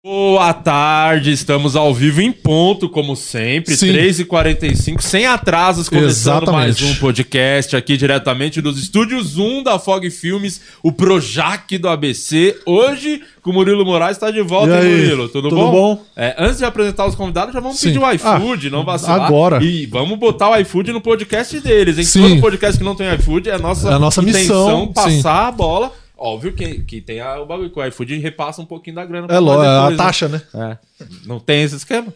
Boa tarde, estamos ao vivo em ponto, como sempre, Sim. 3h45, sem atrasos, começando mais Exatamente. um podcast aqui diretamente dos estúdios 1 da Fog Filmes, o Projac do ABC. Hoje, com o Murilo Moraes, está de volta, E hein, aí, Murilo? Tudo, tudo bom? bom? É, antes de apresentar os convidados, já vamos Sim. Ah, pedir o iFood, não vacilar. agora. E vamos botar o iFood no podcast deles, hein? Sim. Todo podcast que não tem iFood é a nossa, É a nossa intenção missão, sim. passar a bola. Óbvio que, que tem a- o bagulho que o iFood repassa um pouquinho da grana. É, pra lo, nós é a depois, né? taxa, né? É. Não tem esse esquema?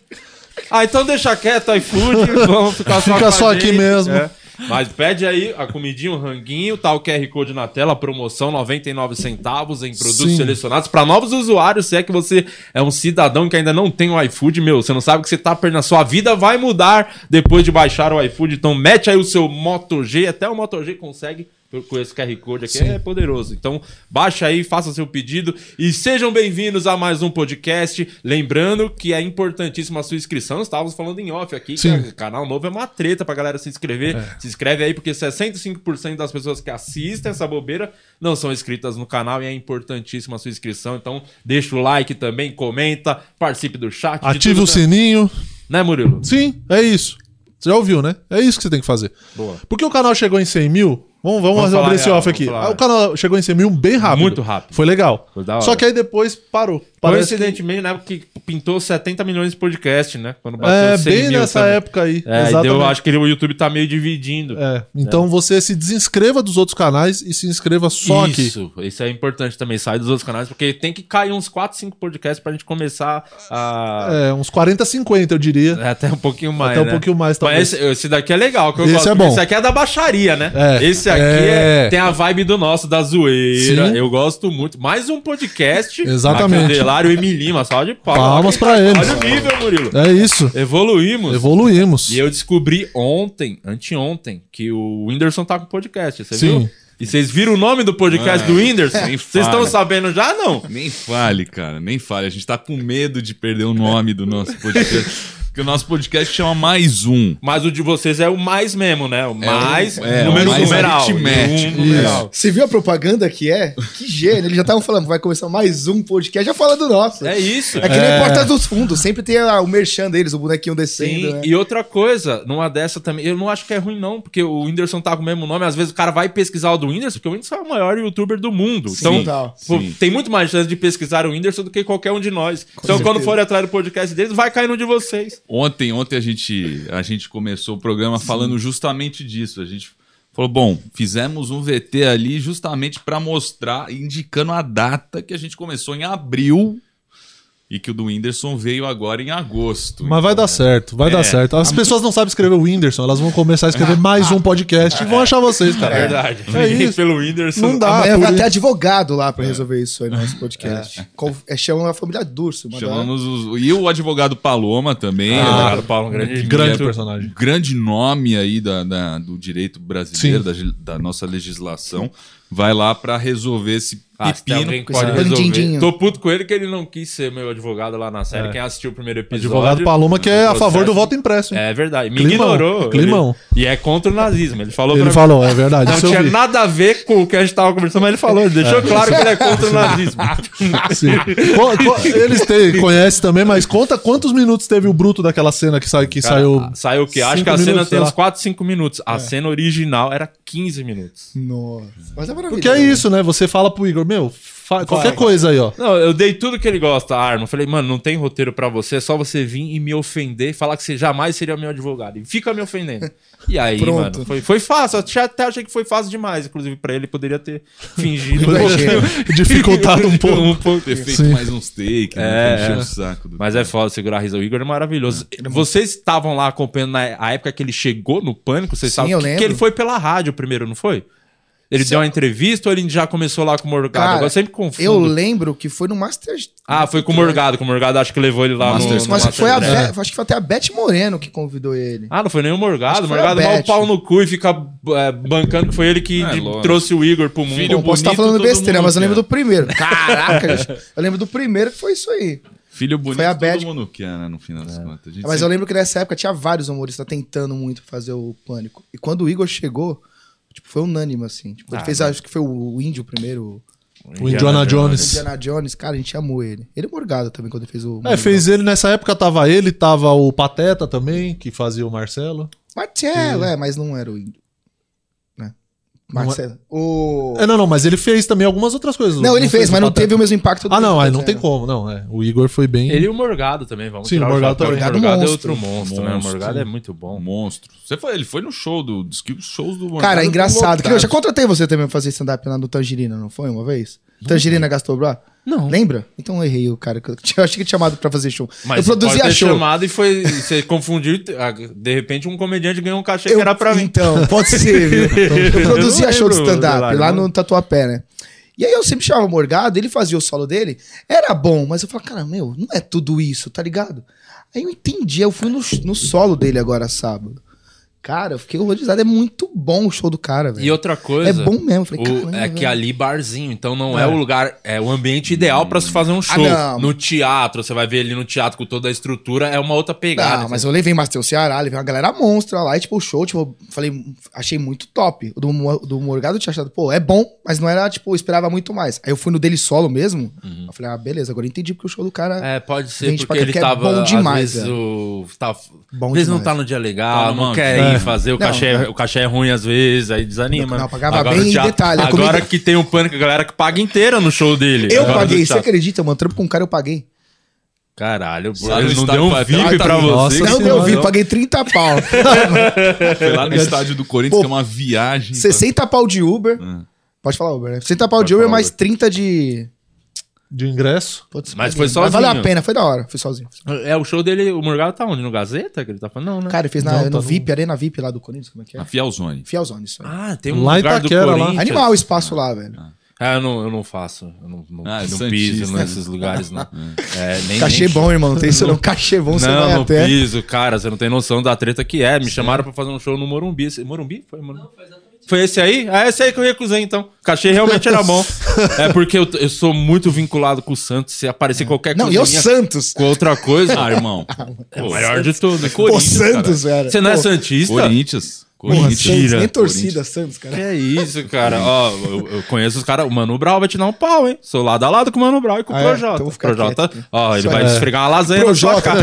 Ah, então deixa quieto, iFood, vamos ficar só Fica com a só aqui gente. mesmo. É. Mas pede aí a comidinha, o ranguinho, tá o QR Code na tela, promoção 99 centavos em produtos Sim. selecionados para novos usuários. Se é que você é um cidadão que ainda não tem o iFood, meu, você não sabe o que você tá perdendo. A sua vida vai mudar depois de baixar o iFood. Então mete aí o seu Moto G, até o Moto G consegue com esse QR Code aqui. Sim. É poderoso. Então, baixa aí, faça seu pedido e sejam bem-vindos a mais um podcast. Lembrando que é importantíssima a sua inscrição. Estávamos falando em off aqui, Sim. que o canal novo é uma treta pra galera se inscrever. É. Se inscreve aí, porque 65% das pessoas que assistem essa bobeira não são inscritas no canal e é importantíssima a sua inscrição. Então, deixa o like também, comenta, participe do chat. de Ative tudo, o sininho. Né, Né, Murilo? Sim, é isso. Você já ouviu, né? É isso que você tem que fazer. Boa. Porque o canal chegou em 100 mil. Vamos, vamos, Vamos abrir falar esse real, off vamos aqui. falar. O canal chegou em 100 mil bem rápido. Muito rápido. Foi legal. Foi da hora. Só que aí depois parou. Parece que- Coincidentemente, na época que pintou 70 milhões de podcast, né? Quando É, 100 bem mil nessa também. época aí. É, e deu, acho que o YouTube tá meio dividindo. É, então você se desinscreva dos outros canais e se inscreva só aqui. Isso, isso é importante também, sai dos outros canais, porque tem que cair uns 4, 5 podcasts pra gente começar a. É, uns 40, 50, eu diria. É, Até um pouquinho mais. Até um né? pouquinho Mas mais, talvez. esse, esse daqui é legal, que eu Esse gosto. é porque bom. Esse aqui é da baixaria, né? É. Esse aqui é- É. tem a vibe do nosso, da zoeira. Sim. Eu gosto muito. Mais um podcast. Exatamente. Delário Emilim, uma salva de palmas. Palmas pra ele. É. Olha o nível, Murilo. É isso. Evoluímos. Evoluímos. E eu descobri ontem, anteontem, que o Whindersson tá com podcast, você Sim. viu? E vocês viram o nome do podcast Ah, do Whindersson? Vocês estão fala. sabendo já, não? Nem fale, cara, nem fale. A gente tá com medo de perder o nome do nosso podcast. porque o nosso podcast chama Mais Um. Mas o de vocês é o mais mesmo, né? O mais, o- é, o número mais numeral. aritmético. Um numeral. É. Você viu a propaganda que é? Que gênio. Eles já estavam falando, vai começar mais um podcast, já fala do nosso. É isso. É que nem Porta dos Fundos, sempre tem a- o merchan deles, o bonequinho descendo. Sim, né? e outra coisa, numa dessa também, eu não acho que é ruim não, porque o Whindersson tá com o mesmo nome, às vezes o cara vai pesquisar o do Whindersson, porque o Whindersson é o maior youtuber do mundo. então, total. pô, Sim. tem muito mais chance de pesquisar o Whindersson do que qualquer um de nós. então, certeza. quando forem atrás do podcast deles, vai cair no de vocês. Ontem, ontem a gente, a gente começou o programa falando justamente disso. A gente falou, bom, fizemos um VT ali justamente pra mostrar, indicando a data que a gente começou em abril e que o do Whindersson veio agora em agosto. Mas Então, né? vai dar certo, vai É. dar certo. As pessoas não sabem escrever o Whindersson, elas vão começar a escrever mais um podcast e vão achar vocês, cara. É verdade. É isso. Pelo Whindersson. Não dá. Amanhã por vai Ah, até isso. advogado lá pra resolver isso aí no nosso podcast. Com- é, chama a família Durso. né? manda lá. Chamamos os, e o advogado Paloma também. Ah, advogado Eduardo Paulo, um grande, É Grande diretor. um personagem. grande nome aí da, da- do direito brasileiro, Sim. da, gi- da nossa legislação, vai lá pra resolver esse Ah, se tem alguém pepino. que pode Coisa resolver. bandindinho. Tô puto com ele que ele não quis ser meu advogado lá na série. Quem assistiu o primeiro episódio. É. Advogado Paloma que é a processo- favor do voto impresso. hein? É verdade. Me Climão, ignorou. climão. Ele- E é contra o nazismo. Ele falou Ele pra falou, é verdade. Não isso eu tinha vi. nada a ver com o que a gente tava conversando, mas ele falou. Ele deixou claro que ele é contra o nazismo. Sim. Co- co- Eles têm, conhecem também, mas conta quantos minutos teve o bruto daquela cena que, sai, que Cara, saiu. Saiu o quê? Acho cinco que a cena minutos, tem sei uns lá. É. 4, 5 minutos. A cena original era 15 minutos. Nossa. Mas é maravilhoso. Porque é isso, né? Você fala pro Igor, meu, fa- qualquer coisa aí, ó. Não, eu dei tudo que ele gosta, a arma. Falei, mano, não tem roteiro pra você, é só você vir e me ofender e falar que você jamais seria meu advogado. E fica me ofendendo. E aí, Pronto. mano, foi, foi fácil. Eu tinha- até achei que foi fácil demais, inclusive, pra ele. Poderia ter fingido. um pouquinho. Dificultado um pouco. Um pouco. Ter feito mais uns É, takes, né? Encher é. o saco do Mas é foda segurar a risa. O Igor é maravilhoso. Vocês estavam lá acompanhando na a época que ele chegou no pânico, vocês Sim, estavam. eu que, lembro. que ele foi pela rádio primeiro, não foi? Ele deu uma entrevista ou ele já começou lá com o Morgado? Cara, Agora eu sempre confundo. Eu lembro que foi no Master. Ah, foi com o Morgado, com o Morgado acho que levou ele lá no, Masters- no Mas Master É. foi a Drag. Be- acho que foi até a Beth Moreno que convidou ele. Ah, não foi nem o Morgado. Acho O que foi Morgado a mal o Beth. pau no cu e fica é, bancando que foi ele que É, de- lógico. trouxe o Igor pro mundo. Filho Bom, posso estar bonito, tá falando todo besteira, mundo mas eu lembro quer. do primeiro. Caraca, gente. eu lembro do primeiro que foi isso aí. Filho bonito, Foi a todo Bad- mundo quer, né? No final das contas. A gente É, Mas eu sempre- lembro que nessa época tinha vários humoristas tentando muito fazer o pânico. E quando o Igor chegou, tipo, foi unânime, assim. Tipo, ele Ah, fez, mas- acho que foi o Índio primeiro. O Indiana Jones. Indiana Jones, cara, a gente amou ele. Ele é morgado também quando ele fez o. É, fez ele nessa época, tava ele, tava o Pateta também, que fazia o Marcelo. Marcelo, é, mas não era o índio. Né? Marcelo. O. É, não, não, mas ele fez também algumas outras coisas. Não, ele fez, o mas não Pateta. teve o mesmo impacto né? Ah, não, aí não Marcelo. tem como, não. É. O Igor foi bem. Ele e o Morgado também, vamos Sim, tirar o Morgado chapéu. também. O Morgado é Morgado outro é um monstro, né? O monstro. Morgado é muito bom. um Monstro. Você foi, ele foi no show do. Diz que os shows do Morgado Cara, é foram engraçado. Eu lotados. já contratei você também pra fazer stand-up lá no Tangerina, não foi uma vez? Tangerina gastou lá? Não. Lembra? Então eu errei o cara. que Eu eu achei que tinha chamado pra fazer show. Mas eu produzia pode ter show. chamado e foi. Você confundiu. e- ah, De repente, um comediante ganhou um cachê Eu- que era pra mim. Então, pode ser, viu? Então, Eu produzia Eu não show de lembro, stand-up Delarue, lá não. no Tatuapé, né? E aí eu sempre chamava o Morgado, ele fazia o solo dele, era bom, mas eu falava, cara, meu, não é tudo isso, tá ligado? Aí eu entendi, eu fui no, no solo dele agora sábado. Cara, eu fiquei horrorizado, é muito bom o show do cara, E velho. outra coisa. É bom mesmo, eu falei, o- caramba, é que velho. ali barzinho, então não é. o lugar, é o ambiente ideal pra se fazer um show. Ah, não. no teatro, você vai ver ele no teatro com toda a estrutura, é uma outra pegada. Não, mas eu levei Matheus Ceará, levei uma galera monstra lá, e tipo, o show, tipo, eu falei, achei muito top. O do, Mo- do Morgado eu tinha achado, pô, é bom, mas não era, tipo, eu esperava muito mais. Aí eu fui no dele solo mesmo, eu falei, ah, beleza, agora eu entendi porque o show do cara é É, pode ser porque Gente, pra- ele que é tava. bom demais, às vezes, é. o, tá, bom às vezes não demais. tá no dia legal, Tá não numa- quer É. ir fazer, o, Não, tá. cachê, é- o cachê é ruim às vezes, aí desanima. Não, pagava bem, o teatro- detalhe, a Agora comida- que tem um pânico, a galera que paga inteira no show dele. Eu Agora paguei, do você teatro. acredita, mano? Trampo com um cara, eu paguei. Caralho, Lá ele no não estádio deu um pra VIP trás, pra tá no- você. Nossa Não, senhora. meu, vi, paguei 30 pau. Foi lá no estádio do Corinthians, Pô, que é uma viagem. 60 pau de Uber. Pode falar Uber, né? 60 pau de Uber, falar mais 30 de... De ingresso. Putz, Mas paguei. foi sozinho. valeu a pena, foi da hora, fui sozinho. É, o show dele, o Morgado tá onde? No Gazeta? Que ele tá falando? Não, né? Cara, ele fez na, Não, tá no no- VIP, Arena VIP lá do Corinthians, como é que é? Na Fielzone. Fielzone, isso aí. Ah, tem um Lá em lugar Itaquera, do lá. Corinthians. Animal o espaço lá, velho. Ah, eu não, eu não faço. Eu não, não, Ah, é não Santista, piso né? nesses lugares, não. É, nem, Cachê nem- bom, irmão. Não tem isso não. Cachê bom, você não, vai não até. piso, cara. Você não tem noção da treta que é. Me chamaram pra fazer um show no Morumbi. Esse- Morumbi? Foi, Morumbi? Não, foi exatamente. Foi esse aí? Ah, esse aí que eu recusei, então. O cachê realmente era bom. é porque eu, eu sou muito vinculado com o Santos. Se aparecer qualquer É. Não, coisa. e o Santos. Com outra coisa, Ah, irmão. é o maior de tudo. Pô, Corinthians, Santos, velho. Você não é Pô, Santista? Corinthians. porra, Corinthians. Santos, nem Corinthians. torcida, Santos, cara. Que é isso, cara. Ó, eu, eu conheço os caras. O Mano Brau vai te dar um pau, hein? Sou lado a lado com o Mano Brau e com o Ah, é? Projota. Então O vou ficar Projota, quieto aqui. ó, ele Isso vai aí. esfregar uma lasanha na sua Projota. cara.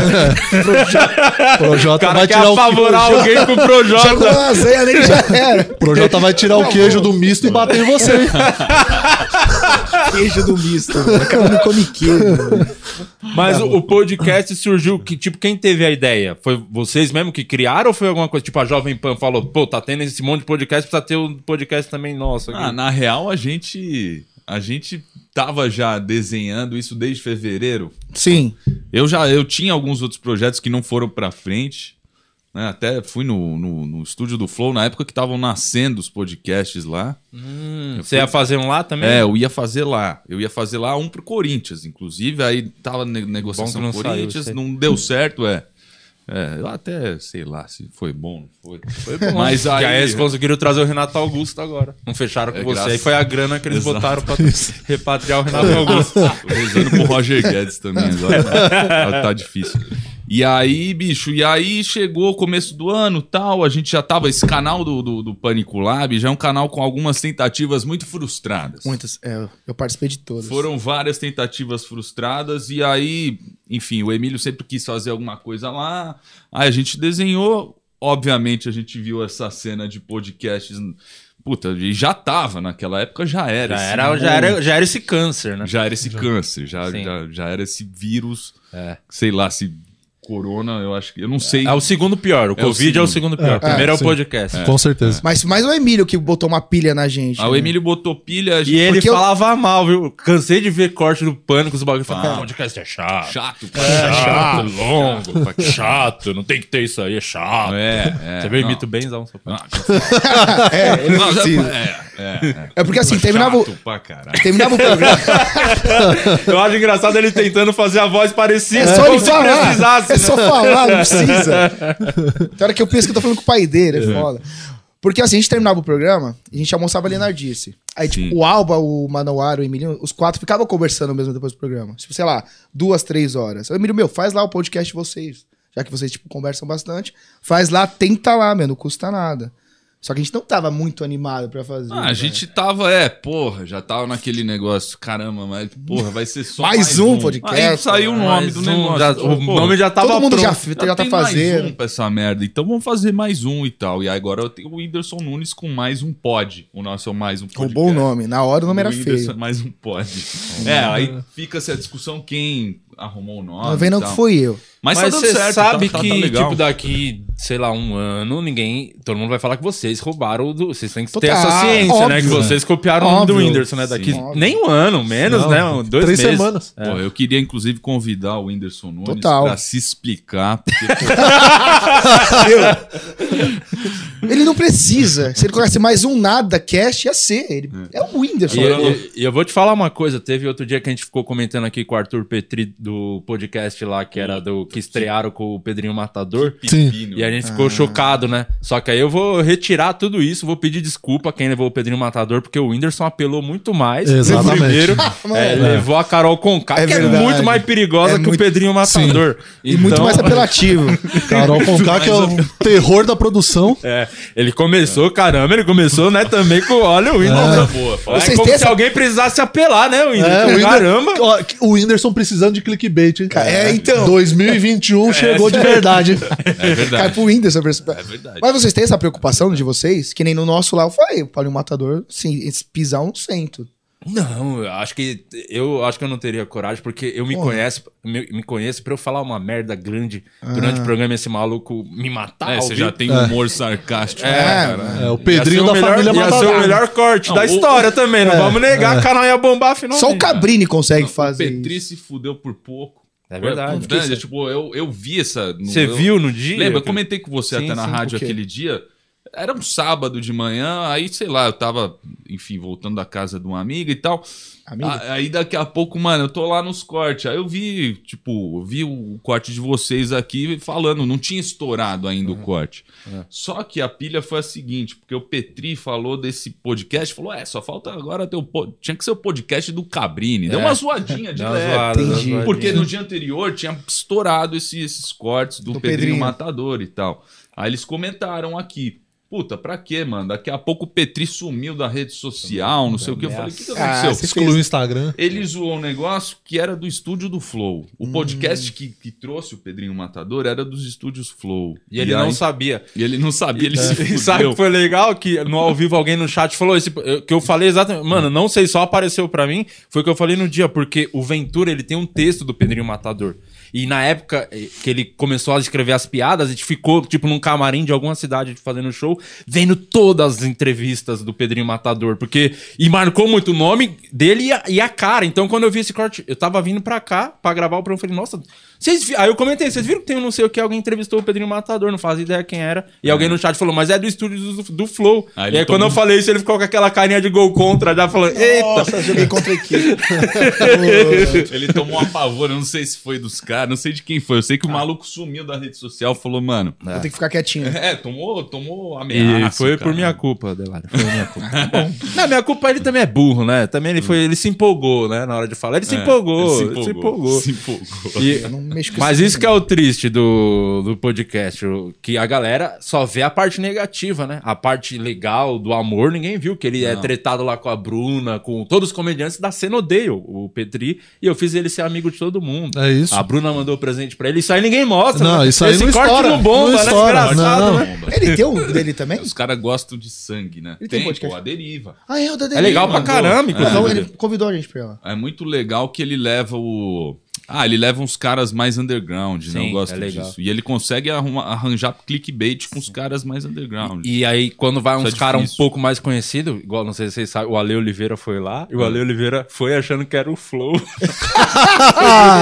O Projota cara vai quer tirar o apavorar alguém com o Jogou Projota. a zeia nem já era. Projota vai tirar o queijo do misto e bater em você. hein? Queijo do misto, velho. Cara, não come queijo. velho. Mas o, o podcast surgiu, que tipo, quem teve a ideia? Foi vocês mesmo que criaram ou foi alguma coisa? Tipo, a Jovem Pan falou, pô, tá tendo esse monte de podcast, precisa ter um podcast também nosso. aqui. Ah, na real, a gente. A gente tava já desenhando isso desde fevereiro. Sim. Eu já eu tinha alguns outros projetos que não foram pra frente. né? Até fui no, no, no estúdio do Flow na época que estavam nascendo os podcasts lá. Hum, Você ia fazer um lá também? É, eu ia fazer lá. Eu ia fazer lá um pro Corinthians, inclusive. Aí tava ne negociação Bom com que o não saiu, Corinthians, sei. não deu certo, é. É, eu até sei lá se foi bom, não foi. Foi bom. Mas E aí aí. eles conseguiram trazer o Renato Augusto agora. Não fecharam com É, você. graças- Aí foi a grana que eles Exato. botaram pra repatriar o Renato Augusto. Tô rezando pro Roger Guedes também agora. tá, tá difícil. E aí, bicho, e aí chegou o começo do ano tal, a gente já tava. Esse canal do, do, do Pânico Lab já é um canal com algumas tentativas muito frustradas. Muitas. É, eu participei de todas. Foram várias tentativas frustradas e aí, enfim, o Emílio sempre quis fazer alguma coisa lá. Aí a gente desenhou, obviamente a gente viu essa cena de podcasts, puta, e já tava naquela época, já era. assim, né? Já esse era, já, era, já era esse câncer, né? já era esse câncer, já, Sim. já, já era esse vírus, É. sei lá, se corona, eu acho que eu não sei. É o segundo pior. O É o Covid é o segundo. segundo pior. É, Primeiro é, o sim. podcast. Com certeza. Mas mais o Emílio que botou uma pilha na gente. Aí Ah, o né? Emílio botou pilha, a E gente ele Porque eu- falava mal, viu? Cansei de ver corte do pânico, os bagulhos. Falava, "Ah, podcast é chato. chato, É cara. chato, longo, pra que chato, não tem que ter isso aí, é chato. É, é. Você viu, não. imito benzão. seu pai. Ah, É, ele não, já- precisa. é, é, é. É porque assim, terminava o, Chato pra caralho. terminava o programa. Eu acho engraçado ele tentando fazer a voz parecida. É só como ele se falar. precisasse, É né? só falar, não precisa. Tem hora que eu penso que eu tô falando com o pai dele, é foda. Porque assim, a gente terminava o programa, a gente almoçava ali na Dirce. Aí, tipo, Sim. o Alba, o Manoar, o Emílio, os quatro ficavam conversando mesmo depois do programa. Tipo, sei lá, duas, três horas. O Emílio, meu, faz lá o podcast de vocês. Já que vocês, tipo, conversam bastante. Faz lá, tenta lá, meu, não custa nada. Só que a gente não tava muito animado pra fazer. Ah, a gente tava, é, porra, já tava naquele negócio, caramba, mas, porra, vai ser só Mais um podcast, Aí saiu o nome Mais do um, negócio. já- Porra, o nome já tava Todo mundo já, pronto. fe- já tá tem fazendo. mais um pra essa merda, então vamos fazer mais um e tal. E aí agora eu tenho o Whindersson Nunes com mais um pod. O nosso é o mais um podcast. Roubou o nome. Na hora o nome era O Whindersson feio. Mais um pod. é, aí fica essa discussão quem arrumou o nome. Não vem e não Tá que tal. foi eu. Mas, Mas tá você dando certo, sabe tá- tá- que, tá legal. tipo, daqui, sei lá, um ano, ninguém. Todo mundo vai falar que vocês roubaram o do. Vocês têm que ter Total, essa ciência, né? óbvio. Que vocês copiaram o nome do Óbvio. Whindersson, né? Daqui Sim. nem um ano, menos, Não, né? um- Dois três meses. semanas. Pô, É. eu queria, inclusive, convidar o Whindersson Nunes Total. pra se explicar. Porque, pô, Ele não precisa. Se ele colocasse mais um nada cash, ia ser. Ele, é. o Whindersson. E, e- e eu vou te falar uma coisa, teve outro dia que a gente ficou comentando aqui com o Arthur Petri do podcast lá, que era do que estrearam com o Pedrinho Matador. Sim. pepino. E a gente Ah. ficou chocado, né? Só que aí eu vou retirar tudo isso, vou pedir desculpa a quem levou o Pedrinho Matador, porque o Whindersson apelou muito mais. Exatamente. No Primeiro, é, levou a Carol Conká, É que é verdade. muito mais perigosa É que muito- o Pedrinho Matador. E então- muito mais apelativo. Carol Conká, que é o terror da produção. É, ele começou, caramba, ele começou, né, também com, olha o Whindersson. Boa, é Vocês como se têm essa- alguém precisasse apelar, né, o É, Whindersson? Whinder- caramba! Ó, O Whindersson precisando de clickbait, hein? É, então. É. 2021 chegou de verdade. É verdade. Cai pro Whindersson. É verdade. Mas vocês têm essa preocupação de vocês? Que nem no nosso lá, eu falei, o Paulinho Matador, sim, esse pisar um cento. Não, eu acho que eu acho que eu não teria coragem, porque eu me conheço, me, me conheço para eu falar uma merda grande Ah. durante o programa e esse maluco me tá, matar. É, ao você já vivo. tem humor sarcástico. É, É, o Ia ser Pedrinho o da melhor, família ia ser o Matador. melhor corte Não, da o- história também, não vamos negar, o canal ia bombar finalmente. Só o Cabrini consegue fazer O Petri isso. se fudeu por pouco. É verdade. Eu- né, tipo, eu, eu vi essa. no- Você eu- viu no dia? Lembra? Eu comentei com você Sim, até na sim, rádio o quê? aquele dia. Era um sábado de manhã, aí sei lá, eu tava, enfim, voltando da casa de uma amiga e tal. Amigo, A- aí daqui a pouco, mano, eu tô lá nos cortes. Aí eu vi, tipo, eu vi o corte de vocês aqui falando, não tinha estourado ainda o corte. Só que a pilha foi a seguinte, porque o Petri falou desse podcast, falou: é, só falta agora ter o. po- Tinha que ser o podcast do Cabrini. Deu É. uma zoadinha de Dá uma leve. zoada, dá uma Entendi. zoadinha. Porque no dia anterior tinha estourado esses, esses cortes do, Do Pedrinho, Pedrinho. Matador e tal. Aí eles comentaram aqui. Puta, pra quê, mano? Daqui a pouco o Petri sumiu da rede social, não sei o que. Eu falei, o que, que Ah, aconteceu? você Excluiu o Instagram. Ele zoou um negócio que era do estúdio do Flow. O podcast que, que trouxe o Pedrinho Matador era dos estúdios Flow. E ele não aí- sabia. e ele não sabia, ele se E fudeu. É. sabe o que foi legal? Que no ao vivo alguém no chat falou esse, eu- que eu falei exatamente. Mano, não sei, só apareceu pra mim. Foi o que eu falei no dia, porque o Ventura ele tem um texto do Pedrinho Matador. E na época eh, que ele começou a escrever as piadas, a gente ficou, tipo, num camarim de alguma cidade fazendo show, vendo todas as entrevistas do Pedrinho Matador, porque. E marcou muito o nome dele e a, e a cara. Então, quando eu vi esse corte, eu tava vindo pra cá pra gravar o programa, eu falei, nossa. Vocês vi- Aí eu comentei, vocês viram que tem um não sei o que, alguém entrevistou o Pedrinho Matador, não fazia ideia quem era. E alguém no chat falou, mas é do estúdio do, do Flow. Aí Ah, ele e aí, quando tomou- um- eu falei isso, ele ficou com aquela carinha de gol contra, já falando, eita! Nossa, joguei contra a equipe. Ele tomou uma pavor, eu não sei se foi dos caras, não sei de quem foi. Eu sei que o maluco sumiu da rede social falou, mano. Vou ter que ficar quietinho. É, tomou, tomou ameaça. E foi por é cara. minha culpa, Delari. Foi minha culpa. Tá Bom, não, minha culpa ele também é burro, né? Também ele foi, ele se empolgou, né? Na hora de falar, ele se Hum. É, empolgou, ele ele se empolgou. Se empolgou. E- Eu não mexo com mas isso que é o triste do, do podcast, o- que a galera só vê a parte negativa, né? A parte legal do amor, ninguém viu, que ele é Não. tretado lá com a Bruna, com todos os comediantes da cena odeio o Petri, e eu fiz ele ser amigo de todo mundo. É isso. A Bruna mandou presente pra ele, isso aí ninguém mostra. Não, né? isso aí Esse não corte estoura, não bomba, não né? estoura, Desgraçado, não. né? Ele tem um dele também? É, Os caras gostam de sangue, né? Ele tem tem, podcast. pô, a deriva. Ah, é o da dele. É legal pra mandou. caramba, inclusive. Então ele convidou a gente pra ir lá. É muito legal que ele leva o. Ah, ele leva uns caras mais underground, né? Sim, Eu gosto é legal. disso. E ele consegue arrumar- arranjar clickbait com os caras mais underground. E aí, quando vai Isso uns é caras um difícil. pouco mais conhecidos, igual, não sei se vocês sabem, o Ale Oliveira foi lá, e o Ale Oliveira foi achando que era o Flow. Ah,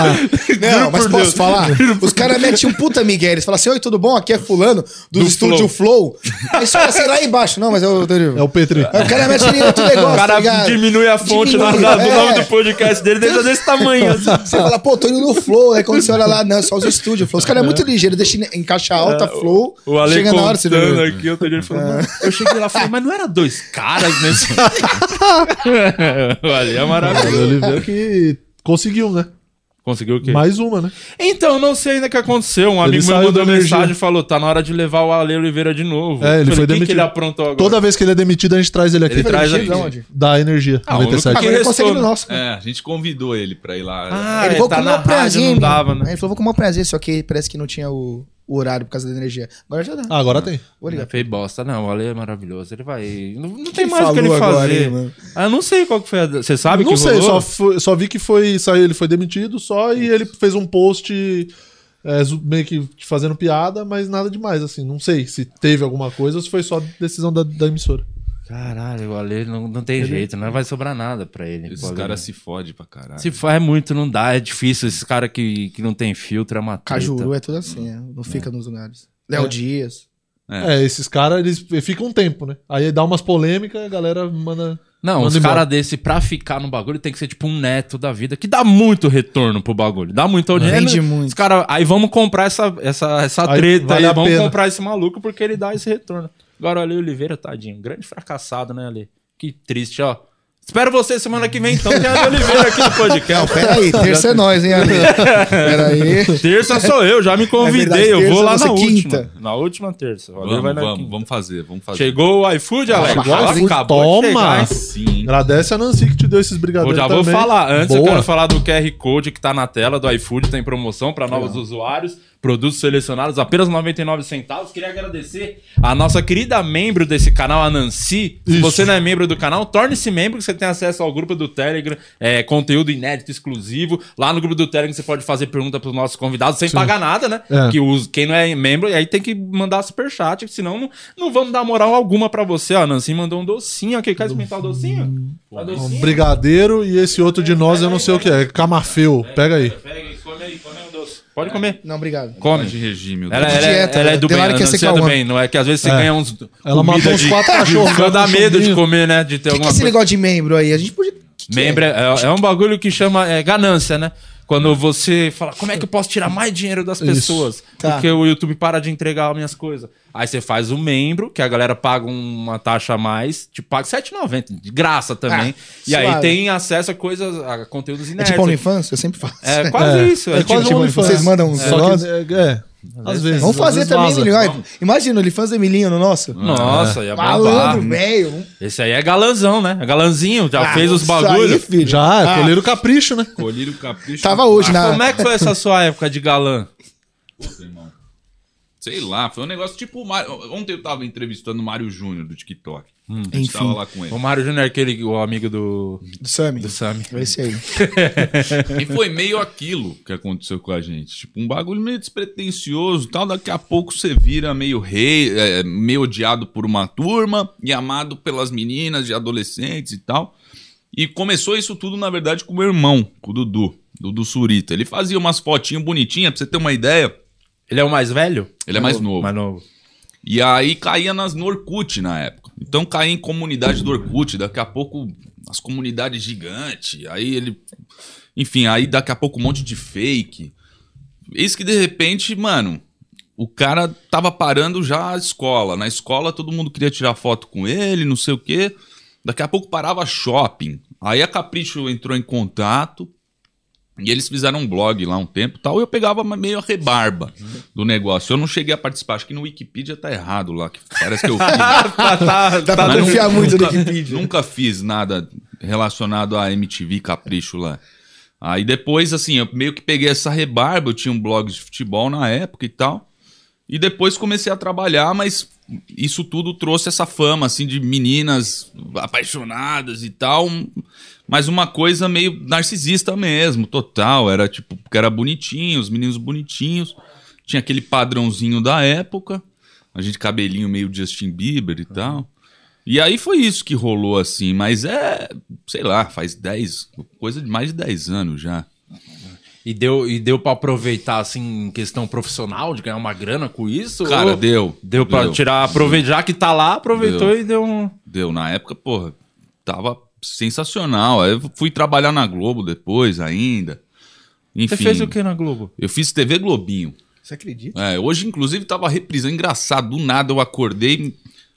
Ah, Não, mas posso falar? Os caras metem um puta Miguel. Eles falam assim: Oi, tudo bom? Aqui é Fulano, do, Do estúdio Flow. Aí só assim lá embaixo. Não, mas é o. É o Petri. Ah, Aí o cara mete em outro negócio. o tá cara ligado? diminui a fonte na- Diminui, na- do é. nome do podcast dele, deixa desse tamanho. assim. Você fala, pô, tô indo no Flow. Aí quando você olha lá, não, é só os estúdios. Flow. Os caras é muito ligeiro, deixa em caixa alta, Flow. É, O Ale chega na hora, você contando vê. aqui, eu tô falando, "Mano, eu cheguei lá e falei, mas não era dois caras nesse... o Ale é maravilhoso. Ah, Ele viu que conseguiu, né? Conseguiu o quê? Mais uma, né? Então, não sei ainda o que aconteceu. Um amigo saiu meu mandou da energia. mensagem e falou: tá na hora de levar o Ale Oliveira de novo. É, ele Eu quem foi que demitido. ele aprontou agora? Toda vez que ele é demitido, a gente traz ele aqui. Ele traz demitido aqui. aonde? Da energia, Ah, o único 97. que Agora ele restou, consegue no né? nosso. né? É, a gente convidou ele pra ir lá. Ah, ele, falou tá com o na maior rádio, não menino. dava, né? Aí Ele falou com o maior prazer, só que parece que não tinha o, o horário por causa da energia. Agora já dá. Ah, agora tem. Vou Não ligar. fez bosta, não. O Ale é maravilhoso. Ele vai. Não, não tem Ele mais o que ele falou fazer. agora, hein, mano? Ah, eu não sei qual que foi a. Você sabe não que sei, rolou? só, fui- só vi que foi. Saiu, ele foi demitido só e ele fez um post é, zo- meio que fazendo piada, mas nada demais, assim. Não sei se teve alguma coisa ou se foi só decisão da, da emissora. Caralho, o Ale não, não tem jeito, não vai sobrar nada pra ele. Esses Pô, caras ele- se fodem pra caralho. né? se faz muito, não dá, é difícil. Esse cara que, que não tem filtro é uma treta. Cajuru é tudo assim, né? não fica nos lugares. Léo Dias. É. É, esses caras, eles ficam um tempo, né? Aí dá umas polêmicas, a galera manda. Não, Manda os embora. caras desse pra ficar no bagulho tem que ser tipo um neto da vida, que dá muito retorno pro bagulho, dá muito audiência. Vende Os muito. cara, aí vamos comprar essa, essa, essa Aí treta aí, vale a vamos pena. comprar esse maluco porque ele dá esse retorno. Agora o Ale Oliveira, tadinho, grande fracassado, né, Ale? Que triste, ó. Espero você semana que vem, então, tem Ale Oliveira aqui no Não, podcast. pera aí, terça é nós, hein, Ale? Pera aí. Terça sou eu, já me convidei, É verdade, eu vou terça lá você na última. quinta. Na última terça. O Ale Vamos, vai na vamos, quinta. vamos fazer, vamos fazer. Chegou o iFood, Alex? Chegou o iFood, acabou de toma! chegar, hein? Sim, hein? Agradece a Nancy que te deu esses Eu brigadeiros. já vou também. falar. Antes eu Boa. quero falar do QR Code que tá na tela do iFood, tem promoção para novos usuários, produtos selecionados, apenas 99 centavos. Queria agradecer a nossa querida membro desse canal, a Nancy. Se Isso. você não é membro do canal, torne-se membro que você tem acesso ao grupo do Telegram, é, conteúdo inédito, exclusivo. Lá no grupo do Telegram você pode fazer pergunta pros nossos convidados sem pagar nada, né? É. Que os, quem não é membro, aí tem que mandar superchat, senão não, não vamos dar moral alguma para você. Ó, a Nancy mandou um docinho aqui. Quer experimentar o docinho? Tá Um brigadeiro e esse outro de nós, eu não sei o que é. Camafeu. Pega aí. Pega e come aí, come um doce. Pode comer. Não, obrigado. Come. de regime. o Ela, Daniel. ela, dieta, ela é do tem bem, hora ela que é não secar é do o bem, não é que às vezes você É. ganha uns. Ela comida matou uns de- quatro cachorros, Só dá um medo de chumbinho. comer, né? De ter O que, que é alguma esse coisa. negócio de membro aí? A gente podia. que que Membro é, é um bagulho que chama é, ganância, né? Quando você fala, como é que eu posso tirar mais dinheiro das pessoas? Tá. Porque o YouTube para de entregar as minhas coisas. Aí você faz o membro, que a galera paga uma taxa a mais, te paga R$7,90, de graça também. e aí suave. tem acesso a coisas, a conteúdos É inéditos. tipo OnlyFans? Eu sempre faço. É quase isso. É, quase tipo um OnlyFans. vocês mandam uns Só negócios? que, é, é. Às vezes. Vamos às fazer vezes também, vaza. Emílio. Ai, Imagina, o OnlyFans do Emilinho no nosso. Nossa, É. ia bombar. Malandro, velho. Esse aí é galanzão, né? É galanzinho, já fez os Ah, isso aí, bagulhos. filho. Já, é colher o capricho, né? Colher o capricho. Tava hoje na. Como é que foi essa sua época de galã? Puta, irmão. Sei lá, foi um negócio tipo. o Mário- Ontem eu tava entrevistando o Mário Júnior do TikTok. a gente Enfim. tava lá com ele. O Mário Júnior é aquele, o amigo do, Do Sammy. do Sammy. É esse aí. E foi meio aquilo que aconteceu com a gente. Tipo, um bagulho meio despretensioso e tal. Daqui a pouco você vira meio rei, é, meio odiado por uma turma e amado pelas meninas de adolescentes e tal. E começou isso tudo, na verdade, com o meu irmão, com o Dudu, Dudu Surita. Ele fazia umas fotinhas bonitinhas, pra você ter uma ideia. Ele é o mais velho? Ele é mais novo. Mais novo. E aí caía nas no Orkut na época. Então caía em comunidade do Orkut, daqui a pouco as comunidades gigantes, aí ele. Enfim, aí daqui a pouco um monte de fake. Eis que de repente, mano, o cara tava parando já a escola. Na escola todo mundo queria tirar foto com ele, não sei o quê. Daqui a pouco parava shopping. Aí a Capricho entrou em contato. E eles fizeram um blog lá um tempo e tal, e eu pegava meio a rebarba do negócio. Eu não cheguei a participar, acho que no Wikipedia tá errado lá, que parece que eu fiz. Tá, Dá pra Mas confiar nunca- muito no nunca- Wikipedia. Nunca fiz nada relacionado à MTV Capricho lá. Aí depois, assim, eu meio que peguei essa rebarba, eu tinha um blog de futebol na época e tal. E depois comecei a trabalhar, mas isso tudo trouxe essa fama, assim, de meninas apaixonadas e tal. Mas uma coisa meio narcisista mesmo, total. Era tipo, porque era bonitinho, os meninos bonitinhos. Tinha aquele padrãozinho da época. A gente cabelinho meio Justin Bieber e tal. E aí foi isso que rolou, assim. Mas é, sei lá, faz 10, coisa de mais de 10 anos já. E deu, e deu pra aproveitar, assim, em questão profissional, de ganhar uma grana com isso? Cara, Ou deu. Deu pra tirar, aproveitar, já que tá lá, aproveitou e deu um... Deu. Na época, porra, tava sensacional. Aí eu fui trabalhar na Globo depois ainda. Enfim. Você fez o que na Globo? Eu fiz TV Globinho. Você acredita? É, hoje, inclusive, tava reprisando. Engraçado, do nada eu acordei.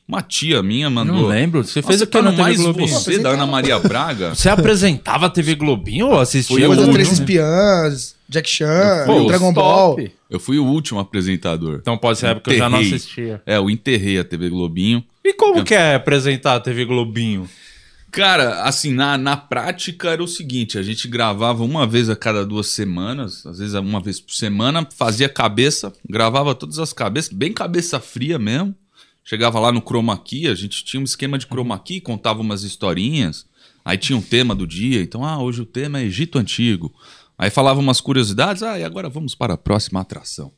Uma tia minha mandou. Não lembro. Você fez Nossa, o que cara, no TV mais Globinho? você da Ana Maria Braga? Você apresentava a TV Globinho ou assistia? Foi Depois das o Três último. Espiãs, Jack É, Chan, Pô, Dragon top. Ball. Eu fui o último apresentador. Então pode ser a época que eu já não Enterrei. assistia. É, eu enterrei a TV Globinho. E como que é apresentar a TV Globinho? Cara, assim, na, na prática era o seguinte: a gente gravava uma vez a cada duas semanas, às vezes uma vez por semana, fazia cabeça, gravava todas as cabeças, bem cabeça fria mesmo. Chegava lá no chroma key, a gente tinha um esquema de chroma key, contava umas historinhas, aí tinha um tema do dia, então, ah, hoje o tema é Egito Antigo. Aí falava umas curiosidades, ah, e agora vamos para a próxima atração.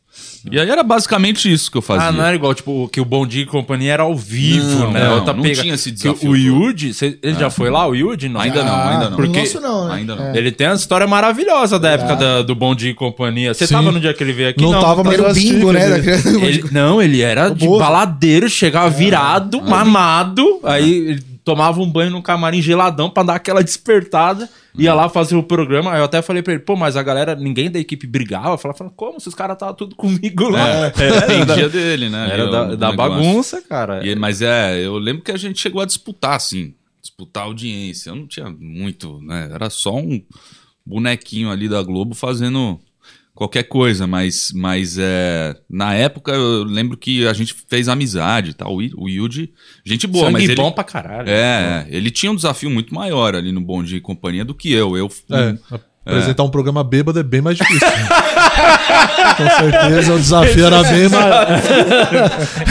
E aí era basicamente isso que eu fazia. Ah, não era igual, tipo, que o Bom Dia e Companhia era ao vivo, Não, né? não, Outra não pega- tinha esse Que desafio O todo. Ah. Yudi, cê- ele já foi lá, o Yudi? Não. Ainda não, ainda não. Porque... Porque- Nosso não, né? Ainda não. Ele tem uma história maravilhosa da época da- do Bom Dia e Companhia. Você Ah. Sim. tava no dia que ele veio aqui? Não tava, mas Era eu o assisti, bingo, né? quer Da dizer. criança. Ele- não, ele era de Bozo. baladeiro, chegava virado, mamado, aí ele tomava um banho no camarim geladão pra dar aquela despertada, ia lá fazer o programa. Aí eu até falei pra ele, pô, mas a galera, ninguém da equipe brigava, falava, falava, como? Se os caras estavam tudo comigo lá. É, dependia dele, né? Era o- da, o da negócio. bagunça, cara. E ele- mas é, eu lembro que a gente chegou a disputar, assim, disputar audiência. Eu não tinha muito, né? Era só um bonequinho ali da Globo fazendo qualquer coisa, mas, mas é, na época eu lembro que a gente fez amizade e tal. O Yu- O Yudi, gente boa, Sangue mas ele, bom pra caralho. é, é, ele tinha um desafio muito maior ali no Bom Dia e Companhia do que eu. Eu É, apresentar um programa bêbado é bem mais difícil. Com certeza o desafio era bem maior.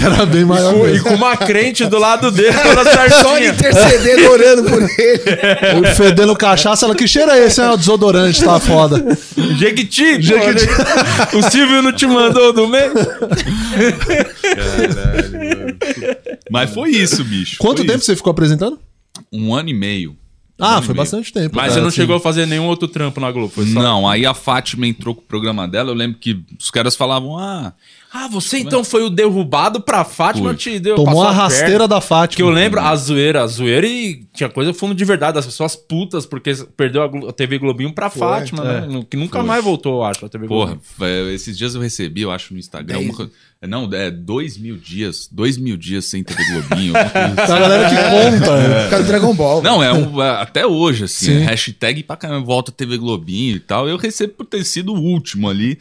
era bem maior. E mesmo. com uma crente do lado dele, toda Só certinha. ele intercedendo, orando por ele. O fedendo cachaça, ela que cheira é esse, é o desodorante, tá foda. Jequiti, pô, né? o Silvio não te mandou do meio? Mas foi isso, bicho. Quanto foi tempo isso. você ficou apresentando? Um ano e meio. Um Ah, ano e foi meio. bastante tempo. Mas cara, você não assim. chegou a fazer nenhum outro trampo na Globo, foi só... Não, aí a Fátima entrou com o programa dela. Eu lembro que os caras falavam: Ah, Ah, você então foi o derrubado pra Fátima, Fui. te deu Tomou passou a perna. rasteira da Fátima. Que eu lembro, a zoeira, a zoeira e tinha coisa fundo de verdade, as pessoas putas, porque perdeu a, Glo- a TV Globinho pra Fátima, né? Que nunca mais voltou, eu acho, a TV porra, Globinho. é, esses dias eu recebi, eu acho, no Instagram. Dez. uma coisa- Não, é dois mil dias. Dois mil dias sem TV Globinho. alguma coisa assim. A galera É. que conta. né? Por causa do Dragon Ball. né? Não, é, um, é até hoje, assim, Sim. é hashtag pra caramba, volta TV Globinho e tal. Eu recebo por ter sido o último ali.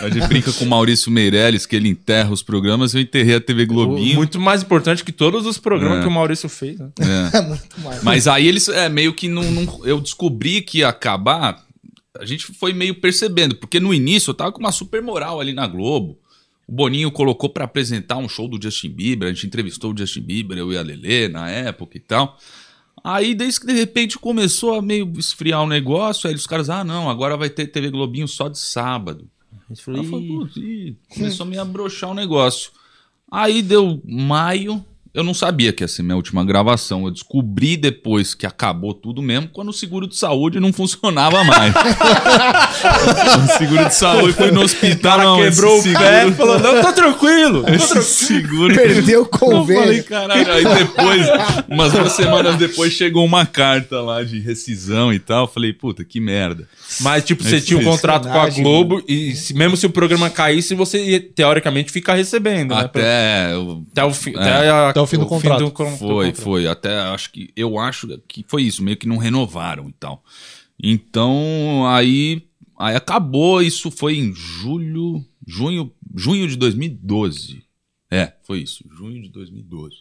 A gente brinca com o Maurício Meirelles, que ele enterra os programas, eu enterrei a TV Globinho. Muito mais importante que todos os programas É. que o Maurício fez, né? É muito mais. Mas aí eles é meio que não, não- eu descobri que ia acabar. A gente foi meio percebendo, porque no início eu tava com uma super moral ali na Globo. O Boninho colocou pra apresentar um show do Justin Bieber, a gente entrevistou o Justin Bieber, eu e a Lelê na época e tal. Aí desde que de repente começou a meio esfriar o negócio, aí os caras, ah não, agora vai ter TV Globinho só de sábado. A gente Ela falou, falou, "Ih, putz, ih, começou a me abrochar o negócio. Aí deu maio, eu não sabia que ia ser minha última gravação. Eu descobri depois que acabou tudo mesmo, quando o seguro de saúde não funcionava mais. o seguro de saúde foi no hospital. cara não, esse quebrou o seguro- pé, falou, não, tô tranquilo. tô Esse seguro. Perdeu o Eu falei, convênio. caralho. Aí depois, umas duas semanas depois, chegou uma carta lá de rescisão e tal. Eu falei, puta, que merda. Mas, tipo, É você tinha um difícil. contrato com a Sacanagem, Globo e se- mesmo se o programa caísse, você ia, teoricamente fica recebendo, né? Pra- Até. eu- Até o, fi- É. a- Até o fim do contrato. con- do Foi, contrato. foi. Até acho que eu acho que foi isso, meio que não renovaram e tal. Então, aí, aí acabou, isso foi em julho, junho, junho de 2012. É, foi isso, junho de 2012.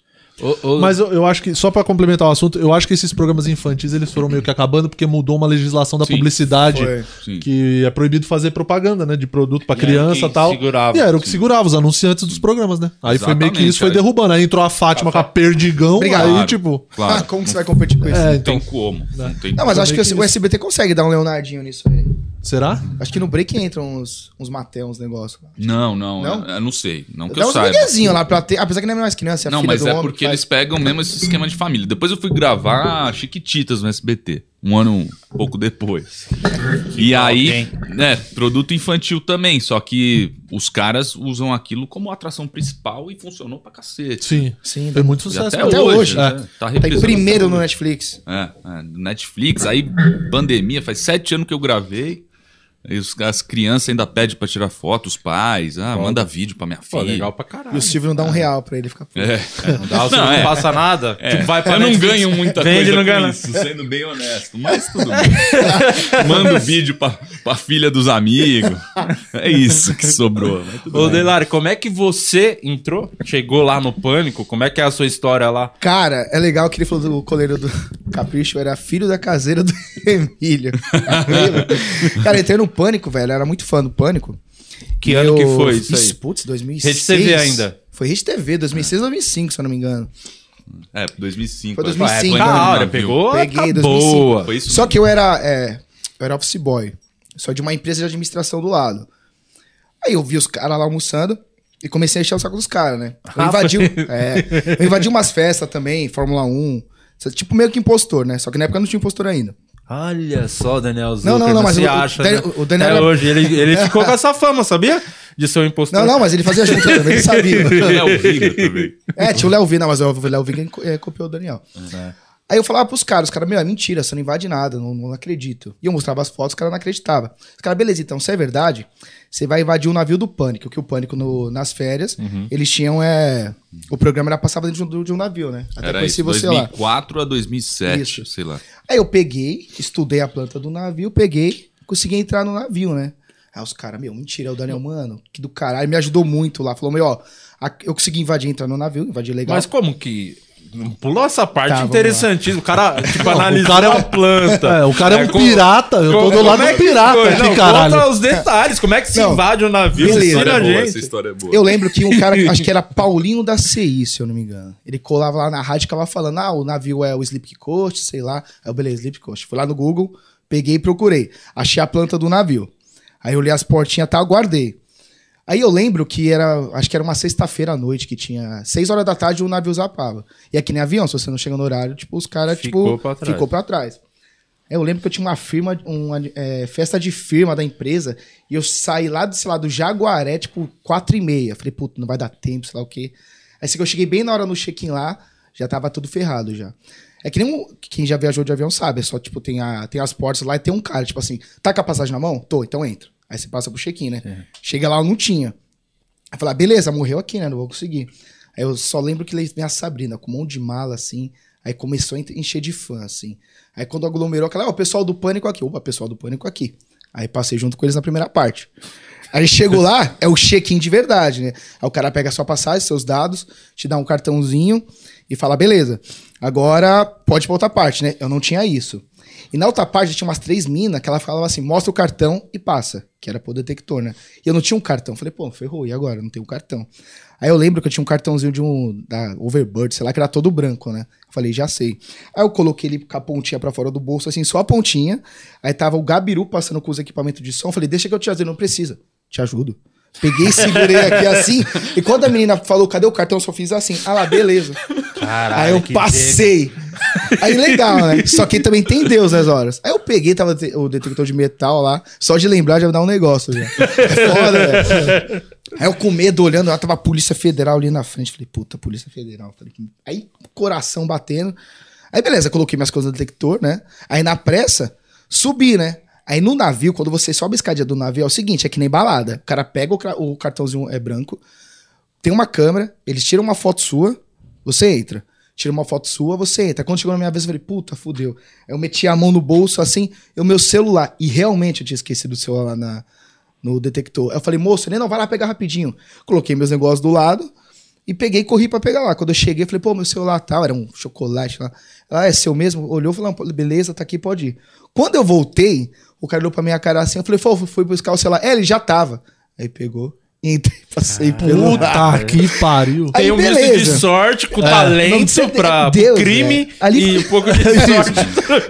Mas eu, eu acho que, só pra complementar o assunto, eu acho que esses programas infantis eles foram meio que acabando porque mudou uma legislação da Sim, publicidade Foi. Sim. que é proibido fazer propaganda, né? De produto pra criança quem e tal. segurava, assim? e era o que sim. segurava, os anunciantes dos programas, né? Aí foi meio que Exatamente, isso, foi aí- derrubando. Aí entrou a Fátima com a perdigão, Obrigado. aí, tipo. Claro. Ah, Como que você vai competir com isso? É, Não então. tem como. Não, tem Não, mas Também acho que que o SBT consegue dar um Leonardinho nisso aí. Será? Acho que no break entram uns, uns Matel, uns negócios. lá. Não, não, Não? Eu, eu não sei. Não que Dá eu uns saiba. miguezinhos lá pra ter. Apesar que não é mais criança, é a Não, filha mas do é homem porque que eles pegam mesmo esse esquema de família. Depois eu fui gravar Chiquititas no SBT, um ano um pouco depois. E aí, né, produto infantil também, só que os caras usam aquilo como atração principal e funcionou pra cacete. Sim. faz. Sim, Foi tá- muito E sucesso. até, cara. hoje, É. né, tá tá em reprisando primeiro até no hoje. Netflix. É, é, no Netflix, aí pandemia, faz sete anos que eu gravei. E os- as crianças ainda pedem pra tirar foto, os pais. Ah, manda vídeo pra minha Pô, filha. legal pra E Ah. caralho. o Silvio não dá um real pra ele ficar puto. É. Não dá, você Não, não, é. passa nada. É. Tipo, vai pra eu não Netflix. ganho muita Vende, coisa não com ganha isso, sendo bem honesto, mas tudo bem. Manda o vídeo pra, pra filha dos amigos. É isso que sobrou. mas tudo Ô, bem. Delari, como é que você entrou, chegou lá no pânico? Como é que é a sua história lá? Cara, é legal que ele falou do coleiro do Capricho, era filho da caseira do Emílio. Lembra? Cara, eu entrei no Pânico, velho, eu era muito fã do Pânico. Que E ano que eu foi fiz, isso aí? Putz, Rede 2006. TV ainda. Foi Rede TV, 2006, 2005, se eu não me engano. É, 2005. Foi né? 2005. Foi ainda Ah, no olha, navio. pegou? Peguei, tá 2005. boa. Foi isso? Só que eu era, é, eu era office boy. Só de uma empresa de administração do lado. Aí eu vi os caras lá almoçando e comecei a encher o saco dos caras, né? Eu Ah, invadi, foi? é, eu invadi umas festas também, Fórmula 1. Tipo meio que impostor, né? Só que na época eu não tinha impostor ainda. Olha só, Daniel Não, Zucker, não, não, mas você o- o acha, Dan- né? o Daniel Até era- hoje, ele, ele ficou com essa fama, sabia? De ser um impostor. Não, não, mas ele fazia junto também, ele sabia. É o Viga também. É, tinha o Léo Vina, mas o Léo Vina co- eh, copiou o Daniel. Uhum. Aí eu falava pros caras, os caras, meu, é mentira, você não invade nada, não, não acredito. E eu mostrava as fotos, os caras não acreditavam. Os caras, beleza, então, se é verdade, você vai invadir o navio do Pânico, que o Pânico no- nas férias, Uhum. eles tinham, é... O programa era passava dentro de um, de um navio, né? Até Era conheci isso, você lá. 2004 a 2007, Isso. sei lá. Aí eu peguei, estudei a planta do navio, peguei, consegui entrar no navio, né? Aí os caras, meu, mentira, é o Daniel, mano, que do caralho, me ajudou muito lá. Falou, meu, ó, a- eu consegui invadir, entrar no navio, invadir legal. Mas como que. Pulou essa parte Tá, vamos interessantíssima. O cara, tipo, analisou a planta. É, o cara é, um como- pirata. Eu tô como- do lado como é do pirata foi? aqui, Não, caralho. Conta os detalhes. Como é que se Não. invade um navio? Beleza. Ensina História a é boa, gente. essa história é boa. Eu lembro que um cara, acho que era Paulinho da CI, se eu não me engano. Ele colava lá na rádio e ficava falando: ah, o navio é o Sleep Coast, sei lá. Aí eu, beleza, Sleep Coast. Fui lá no Google, peguei e procurei. Achei a planta do navio. Aí eu olhei as portinhas e tal, guardei. Aí eu lembro que era, acho que era uma sexta-feira à noite que tinha, seis horas da tarde o navio zapava. E aqui nem avião, se você não chega no horário, tipo, os caras, Ficou tipo, pra trás. ficou pra trás. Aí Eu lembro que eu tinha uma firma, uma é, festa de firma da empresa, e eu saí lá do, sei lá, do Jaguaré, tipo, quatro e meia. Falei, puto, não vai dar tempo, sei lá o quê. Aí sei que eu cheguei bem na hora no check-in lá, já tava tudo ferrado já. É que nem um, quem já viajou de avião sabe, é só, tipo, tem, a, tem as portas lá e tem um cara, tipo assim, tá com a passagem na mão? Tô, então entra. Aí você passa pro check-in, né? Chega lá, não tinha. Aí eu falei, ah, beleza, morreu aqui, né? Não vou conseguir. Aí eu só lembro que vem a Sabrina com um monte de mala, assim. Aí começou a en- encher de fã, assim. Aí quando aglomerou, aquela, ó, o pessoal do Pânico aqui. Opa, pessoal do Pânico aqui. Aí passei junto com eles na primeira parte. Aí chego lá, é o check-in de verdade, né? Aí o cara pega a sua passagem, seus dados, te dá um cartãozinho e fala, beleza, agora pode pra outra parte, né? Eu não tinha isso. E na outra parte tinha umas três minas que ela falava assim: mostra o cartão e passa, que era pro detector, né? E eu não tinha um cartão. Falei, pô, ferrou, e agora? Eu Não tenho um cartão. Aí eu lembro que eu tinha um cartãozinho de um da Overbird, sei lá, que era todo branco, né? Falei, já sei. Aí eu coloquei ele com a pontinha pra fora do bolso, assim, só a pontinha. Aí tava o Gabiru passando com os equipamentos de som. Falei, deixa que eu te ajudo, não precisa. Te ajudo. Peguei, segurei aqui assim. E quando a menina falou, cadê o cartão? Eu só fiz assim. Ah lá, beleza. Caralho, Aí eu que passei. Aí legal, né? Só que também tem Deus nas horas. Aí eu peguei, tava te- o detector de metal lá. Só de lembrar já dá um negócio já. É foda, velho. Aí eu com medo, olhando, lá tava a Polícia Federal ali na frente. Falei, puta, Polícia Federal. Falei, que- aí, coração batendo. Aí, beleza, coloquei minhas coisas no detector, né? Aí na pressa, subi, né? Aí no navio, quando você sobe a escadinha do navio, é o seguinte, é que nem balada. O cara pega o, cra- o cartãozinho é branco, tem uma câmera, eles tiram uma foto sua, você entra. Tira uma foto sua, você entra. Quando chegou na minha vez, eu falei, puta, fudeu. Aí Eu meti a mão no bolso, assim, e o meu celular. E realmente eu tinha esquecido o celular lá na, no detector. Aí Eu falei, moço, nem não, vai lá pegar rapidinho. Coloquei meus negócios do lado e peguei e corri pra pegar lá. Quando eu cheguei, eu falei, pô, meu celular tal, era um chocolate lá. Ela, é seu mesmo? Olhou, falou, "Não, beleza, tá aqui, pode ir. Quando eu voltei, o cara olhou pra minha cara assim, eu falei, fofo, fui buscar o celular. É, ele já tava. Aí pegou, entrei, passei pelo Puta que pariu. Tem Aí, um misto beleza. É, de sorte com Não, você talento tem- pra pro Deus, crime velho. Ali- e um pouco de sorte.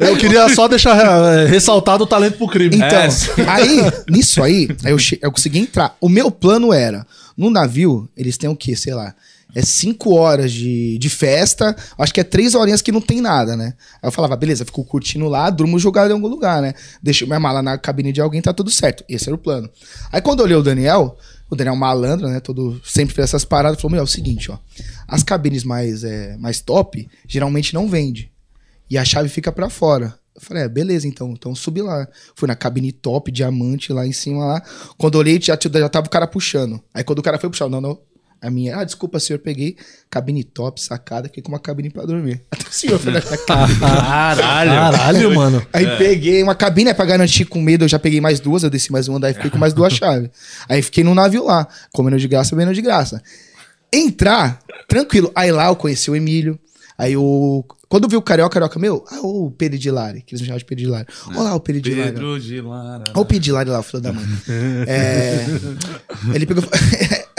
Eu queria só deixar eh, ressaltado o talento pro crime. Então, É, sim. aí, nisso aí, aí eu, che- eu consegui entrar. O meu plano era, no navio, eles têm o quê? Sei lá. É cinco horas de, de festa, acho que é três horinhas que não tem nada, né? Aí eu falava, beleza, fico curtindo lá, durmo jogado em algum lugar, né? Deixo minha mala na cabine de alguém, tá tudo certo. Esse era o plano. Aí quando eu olhei o Daniel, o Daniel malandro, né? Todo, sempre fez essas paradas, falou, meu, é o seguinte, ó. As cabines mais, é, mais top, geralmente não vende e a chave fica pra fora. Eu falei, é, beleza, então. Então subi lá. Fui na cabine top, diamante lá em cima lá. Quando eu olhei, já, já tava o cara puxando. Aí quando o cara foi puxar, não, não. A minha, ah, desculpa, senhor, peguei cabine top, sacada, fiquei com uma cabine pra dormir. Até o senhor foi na cabine. Caralho. Caralho, mano. Aí peguei uma cabine, aí pra garantir com medo, eu já peguei mais duas, eu desci mais uma, daí fiquei com mais duas chaves. Aí fiquei num navio lá, comendo de graça, bebendo de graça. Entrar, tranquilo. Aí lá eu conheci o Emílio. Aí o. Quando eu vi o Carioca, o Carioca, meu, ah, ô, o Pedilari, que eles me chamavam de Pedilari. Olha lá o Pedilari. Pedro de Lara. Olha o Pedilari lá, o filho da mãe. É, ele pegou.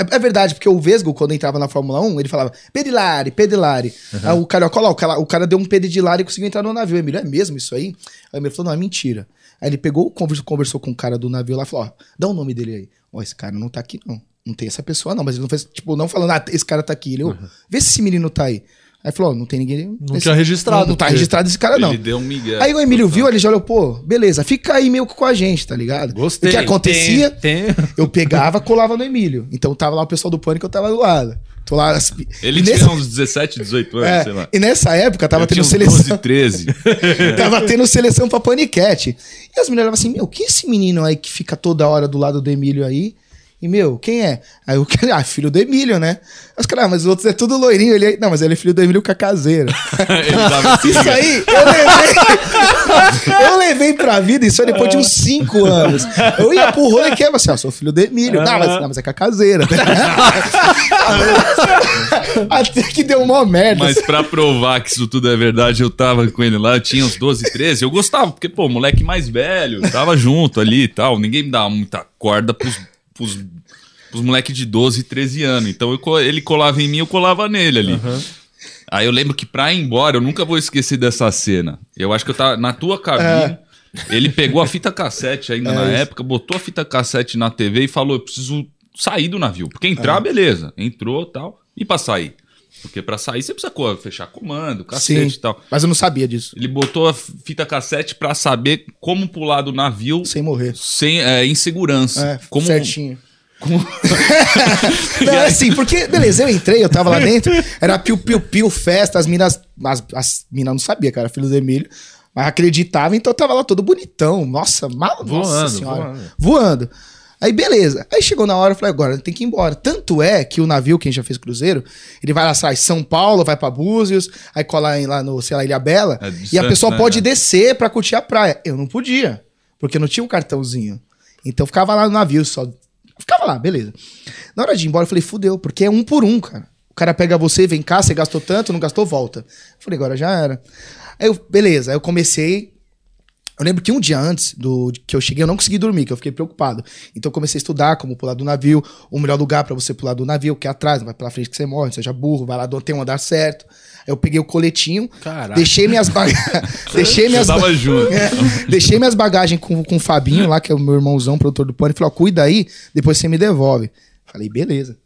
É, é verdade, porque o Vesgo, quando entrava na Fórmula 1, ele falava Pedilari, Pedilari. Aí o Carioca, olha lá, o cara, o cara deu um Pedilari e conseguiu entrar no navio. O Emílio, é mesmo isso aí? Aí o Emílio falou, não, é mentira. Aí ele pegou, conversou, conversou com o cara do navio lá e falou, ó, dá o nome dele aí. Ó, esse cara não tá aqui não. Não tem essa pessoa não, mas ele não fez, tipo, não falando, ah, esse cara tá aqui. Ele, ô, vê se esse menino tá aí. Aí falou, ó, não tem ninguém... Não esse- tinha registrado, Não, não tá porque- registrado esse cara não. Ele deu um migué. Aí o Emílio viu, ele já olhou, pô, beleza, fica aí meio que com a gente, tá ligado? Gostei. O que acontecia, Tem, tem. eu pegava, colava no Emílio. Então tava lá o pessoal do Pânico, eu tava do lado. Tô lá... aspi- Ele E nesse- tinha uns 17, 18 anos, é, sei lá. E nessa época tava Eu tendo tinha um uns seleção. 12, 13. né? Tava tendo seleção pra paniquete. E as mulheres falavam assim: Meu, quem é esse menino aí que fica toda hora do lado do Emílio aí? E, meu, quem é? Aí o cara, ah, filho do Emílio, né? Aí Os caras, ah, mas os outros é tudo loirinho. Ele, é-" não, mas ele é filho do Emílio Cacazeiro. Ele tava assim, Isso aí, eu levei, eu levei pra vida isso aí depois de uns 5 anos. Eu ia pro rolê e queima assim, ó, sou filho do Emílio. Não, mas, não, mas é cacazeira. Até que deu uma merda. Mas pra provar que isso tudo é verdade, eu tava com ele lá, eu tinha uns 12, 13. Eu gostava, porque, pô, moleque mais velho, tava junto ali e tal. Ninguém me dava muita corda pros, pros, pros moleque de 12, 13 anos. Então eu co- ele colava em mim, eu colava nele ali. Aí eu lembro que pra ir embora, eu nunca vou esquecer dessa cena. Eu acho que eu tava na tua cabine. Ele pegou a fita cassete ainda na época, botou a fita cassete na TV e falou: Eu preciso sair do navio. Porque entrar, beleza. Entrou tal. E pra sair? Porque pra sair você precisa co- fechar comando, cacete Sim. e tal. Mas eu não sabia disso. Ele botou a fita cassete pra saber como pular do navio sem, Sem morrer. é, em segurança. É, como, um- certinho. como- um- Não, é assim, porque, beleza, eu entrei, eu tava lá dentro, era piu-piu-piu, festa, as minas. As, as minas não sabia, cara, filho do Emílio. Mas acreditava, então eu tava lá todo bonitão. Nossa, mal, nossa Voando, senhora. voando. Voando. Aí, beleza. Aí chegou na hora, eu falei, agora tem que ir embora. Tanto é que o navio, quem já fez cruzeiro, ele vai lá, sai São Paulo, vai pra Búzios, aí cola em- lá no, sei lá, Ilha Bela, É distante, e a pessoa né, pode né? descer pra curtir a praia. Eu não podia, porque eu não tinha um cartãozinho. Então eu ficava lá no navio só. Ficava lá, beleza. Na hora de ir embora, eu falei, fudeu, porque é um por um, cara. O cara pega você, vem cá, você gastou tanto, não gastou, volta. Eu falei, agora já era. Aí eu, beleza, aí eu comecei. Eu lembro que um dia antes do de que eu cheguei, eu não consegui dormir, que eu fiquei preocupado. Então eu comecei a estudar como pular do navio, o melhor lugar pra você pular do navio, que é atrás, não vai pela frente que você morre, não seja burro, vai lá do tem um andar certo. Aí eu peguei o coletinho, Caralho. deixei minhas bagagens. deixei eu minhas tava junto. é, Deixei minhas bagagens com, com o Fabinho lá, que é o meu irmãozão, produtor do pânico. Falei, ó, cuida aí, depois você me devolve. Falei, beleza.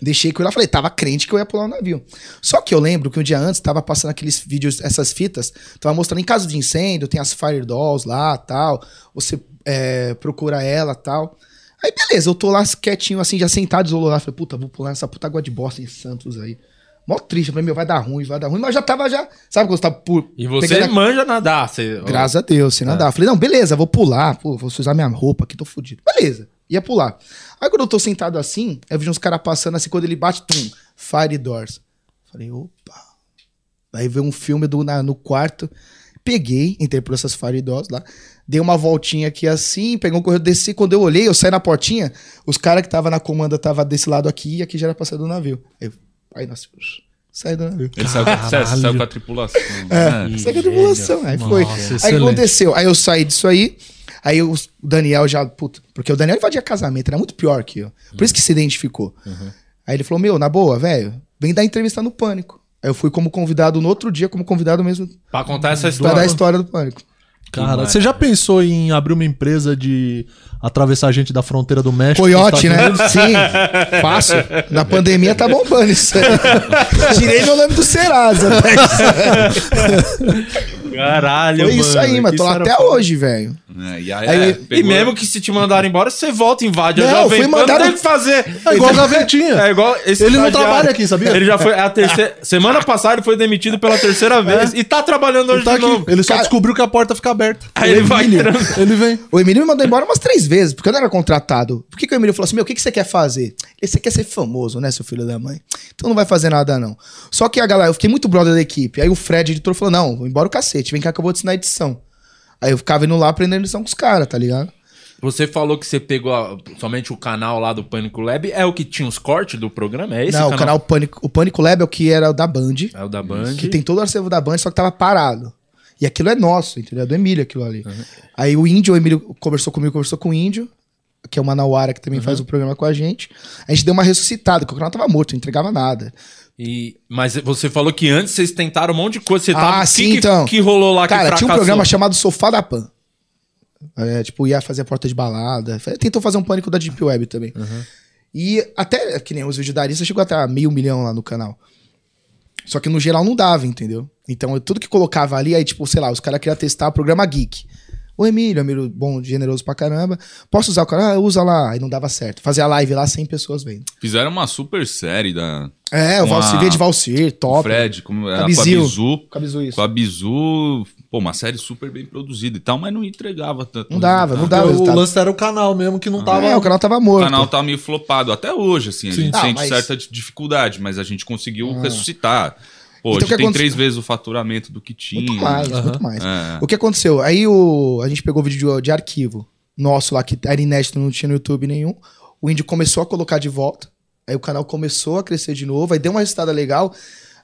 Deixei com ele lá, falei, tava crente que eu ia pular o navio. Só que eu lembro que um dia antes tava passando aqueles vídeos, essas fitas, tava mostrando em caso de incêndio, tem as fire dolls lá, tal, você é, procura ela, tal. Aí beleza, eu tô lá quietinho assim, já sentado, isolado, lá, falei, puta, vou pular nessa puta água de bosta em Santos aí. Mó triste, eu falei, meu, vai dar ruim, vai dar ruim, mas já tava já, sabe quando você tá por, E você é pegando a- manja nadar. Você... Graças a Deus, sem nadar. Falei, não, beleza, vou pular, pô, vou usar minha roupa aqui, tô fudido. Beleza, ia pular. Aí quando eu tô sentado assim, eu vi uns caras passando assim, quando ele bate, tum, Fire Doors. Falei, opa. Daí veio um filme do, na- no quarto, peguei, entrei por essas Fire Doors lá, dei uma voltinha aqui assim, peguei um corredor, desci. Quando eu olhei, eu saí na portinha, os caras que tava na comanda tava desse lado aqui e aqui já era pra sair do navio. Aí, eu- aí nossa, saí do navio. Ele saiu, com- Caralho. saiu com a tripulação. né? Isso aqui é tribulação. Aí foi. Nossa, aí excelente. aconteceu. Aí eu saí disso aí. Aí o Daniel já. Puta, porque o Daniel invadia casamento, era muito pior que eu. Por isso que se identificou. Aí ele falou: Meu, na boa, velho, vem dar entrevista no Pânico. Aí eu fui como convidado no outro dia, como convidado mesmo Pra contar essa pra dar história. a história do Pânico. Cara, você já pensou em abrir uma empresa de atravessar gente da fronteira do México? Coiote, Estados né? Unidos? Sim, fácil. Na pandemia tá bombando isso aí. Tirei meu nome do Serasa. mas- Caralho, Foi É isso aí, mano. Tô lá até hoje, velho. É, e aí, Aí- é, E pegou- mesmo que se te mandarem embora, você volta, invade a Não, Jovem fui Pan, mandado- não tem o que fazer. É igual a gavetinha. É igual esse Ele não estagiário. trabalha aqui, sabia? Ele já foi a terceira... Semana passada ele foi demitido pela terceira vez É. e tá trabalhando hoje Ele, tá de novo. aqui. ele só Cara- descobriu que a porta fica aberta. Aí ele vai entrando. Ele vem. O Emílio me mandou embora umas três vezes, porque eu não era contratado. Por que, que o Emílio falou assim: meu, o que, que você quer fazer? Ele, você quer ser famoso, né, seu filho da mãe? Então não vai fazer nada, não. Só que a galera, eu fiquei muito brother da equipe. Aí o Fred, editor, falou: não, vou embora o cacete, vem cá que eu vou te ensinar a edição. Aí eu ficava indo lá aprendendo edição com os caras, tá ligado? Você falou que você pegou a- somente o canal lá do Pânico Lab. É o que tinha os cortes do programa? É esse não, o canal Pânico, o Pânico Lab é o que era o da Band. É o da Band. Que tem todo o acervo da Band, só que tava parado. E aquilo é nosso, entendeu? É do Emílio aquilo ali. Aí o Índio, o Emílio conversou comigo, conversou com o Índio, que é o Manauara que também faz o programa com a gente. A gente deu uma ressuscitada, porque o canal tava morto, não entregava nada. E, mas você falou que antes vocês tentaram um monte de coisa. Você Ah, tava, o que sim, que, então. que rolou lá Cara, que tinha um programa chamado Sofá da Pan. É, tipo, ia fazer a porta de balada. Fa- Tentou fazer um pânico da Deep Web também. E até, que nem os vídeos da Arista, chegou até a meio milhão lá no canal. Só que no geral não dava, entendeu? Então eu- tudo que colocava ali, aí tipo, sei lá, os caras queriam testar o programa Geek. O Emílio, Emílio, bom, generoso pra caramba. Posso usar o canal? Ah, usa lá. Aí não dava certo. Fazia live lá, 100 pessoas vendo. Fizeram uma super série da É, o Com a- Valsir, via de Valsir, do top. né? Fred, como era, com a Cabizil. Bizu. Cabizu isso. Com a Bizu, pô, uma série super bem produzida e tal, mas não entregava tanto. né? Não dava, não resultado. dava. Ah, o resultado. lance era o canal mesmo que não tava. É, o canal tava O morto. canal tá meio flopado até hoje, assim. A Sim. gente Ah, sente mas- Ah. certa di- dificuldade, mas a gente conseguiu ressuscitar. Pô, Então, o hoje que tem aconte- três vezes o faturamento do que Muito tinha. mais, muito mais. É. O que aconteceu? Aí o, a gente pegou o vídeo de, de arquivo nosso lá, que era inédito, não tinha no YouTube nenhum. O índio começou a colocar de volta. Aí o canal começou a crescer de novo, aí deu uma resultada legal.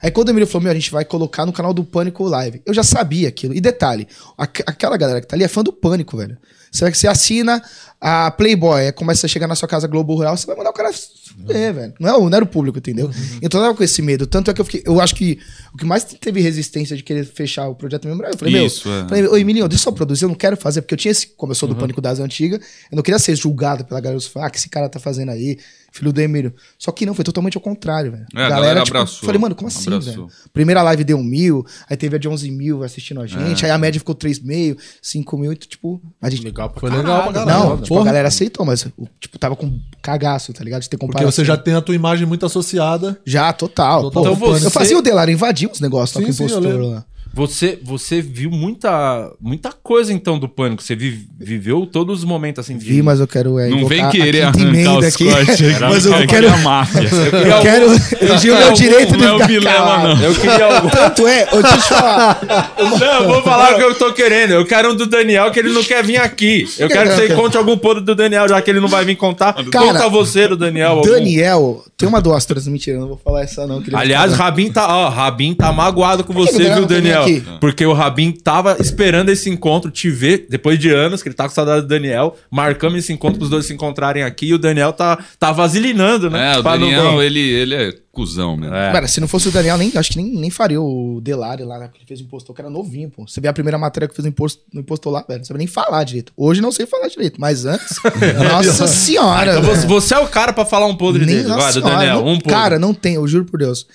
Aí quando o Emílio falou, meu, a gente vai colocar no canal do Pânico Live. Eu já sabia aquilo. E detalhe, aqu- aquela galera que tá ali é fã do Pânico, velho. Você vai que você assina a Playboy, aí começa a chegar na sua casa Globo Rural, você vai mandar o cara se Uhum. fuder, velho. Não, é, o- não era o público, entendeu? Então eu tava com esse medo. Tanto é que eu fiquei. Eu acho que o que mais teve resistência de querer fechar o projeto mesmo era eu. Eu Falei, Isso, meu, é. falei, ô Emílio, deixa eu só produzir, eu não quero fazer, porque eu tinha esse. Como eu sou do Pânico das Antigas, eu não queria ser julgado pela galera dos fãs, ah, que esse cara tá fazendo aí, filho do Emílio. Só que não, foi totalmente ao contrário, velho. É, a galera abraçou. Falei, mano, como assim, Abraçou. velho? Primeira live deu um mil, aí teve a de 11 mil assistindo a gente, aí a média ficou 3,5, 5 mil, e tipo. A gente. Legal pra Foi legal pra caralho. Não, né? tipo, a Porra. galera aceitou, mas eu, tipo, tava com cagaço, tá ligado? De ter Porque comparado. você já tem a tua imagem muito associada. Já, total. Total. Pô, Então você- Eu fazia o Delar, invadia os negócios lá Sim, com o sim, eu impostor lembro. lá. Você, você viu muita, muita coisa, então, do Pânico. Você vi- viveu todos os momentos, assim. de- Vi, mas eu quero. É, Não invocar vem a querer quinta arrancar emenda os cortes aqui, mas eu cara, quero. que é a máfia. Eu quero. Eu digo meu Não, direito de não é o ficar Vilela, calado. Eu queria algum... Tanto é, ô, deixa eu te falar. Tá Não, eu vou falar o que eu tô querendo. Eu quero um do Daniel que ele não quer vir aqui. Eu quero que você conte algum podre do Daniel, já que ele não vai vir contar. Cara, Conta você do Daniel. algum. Daniel, tem uma duas trans, mentira, eu não vou falar essa não. queria- Aliás, o Rabin tá, ó, o Rabin tá magoado com que que o você, Daniel viu, não tem Daniel? aqui? Porque o Rabin tava esperando esse encontro, te ver, depois de anos, que ele tá com saudade do Daniel. Marcamos esse encontro pros dois se encontrarem aqui e o Daniel tá, tá vasilinando, né? É, o Pra não- Daniel, ele, ele é cuzão mesmo. É. Cara, se não fosse o Daniel, nem, acho que nem, nem faria o Delari lá, né, que ele fez o impostor, que era novinho, pô. Você vê a primeira matéria que fez o imposto, no impostor lá, velho, não sabe nem falar direito. Hoje não sei falar direito, mas antes, É nossa senhora, Então você, velho. você é o cara pra falar um podre nem, dele. nossa Vai, do senhora, Daniel, não- um podre. Cara, não tem, eu juro por Deus.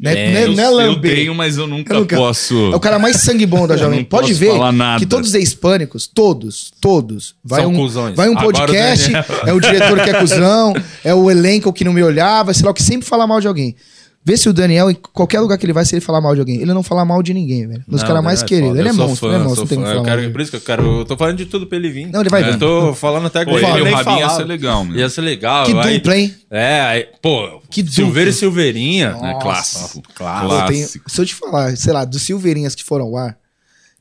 Né, né, É, Eu, né, eu lamber. tenho, mas eu nunca, Eu nunca- posso. É o cara mais sangue bom da Eu Jovem. não Pan. Pode posso ver falar nada. que todos os ex-pânicos, todos, todos, vai São um, cuzões. vai um Agora o podcast, é o diretor que é cuzão, é o elenco que não me olhava, sei lá, o que sempre fala mal de alguém. Vê se o Daniel, em qualquer lugar que ele vai, se ele falar mal de alguém. Ele não fala mal de ninguém, velho. Dos Não, caras Daniel mais é queridos. foda. Ele é Eu sou monstro, fã, ele é eu monstro, sou não tem o fã. que falar. Eu mal quero, dele. por isso que eu quero. Eu tô falando de tudo pra ele vir. Não, ele vai vir. Eu tô falando até Pô, agora. ele nem e o é Rabin ia falava. ser legal mesmo. Ia ser legal. Que aí- dupla, hein? É, aí, pô, Que Silveira e dupla. Silveirinha. Nossa. É clássico. Pô, Clássico. tem- se eu te falar, sei lá, dos Silveirinhas que foram ao ar,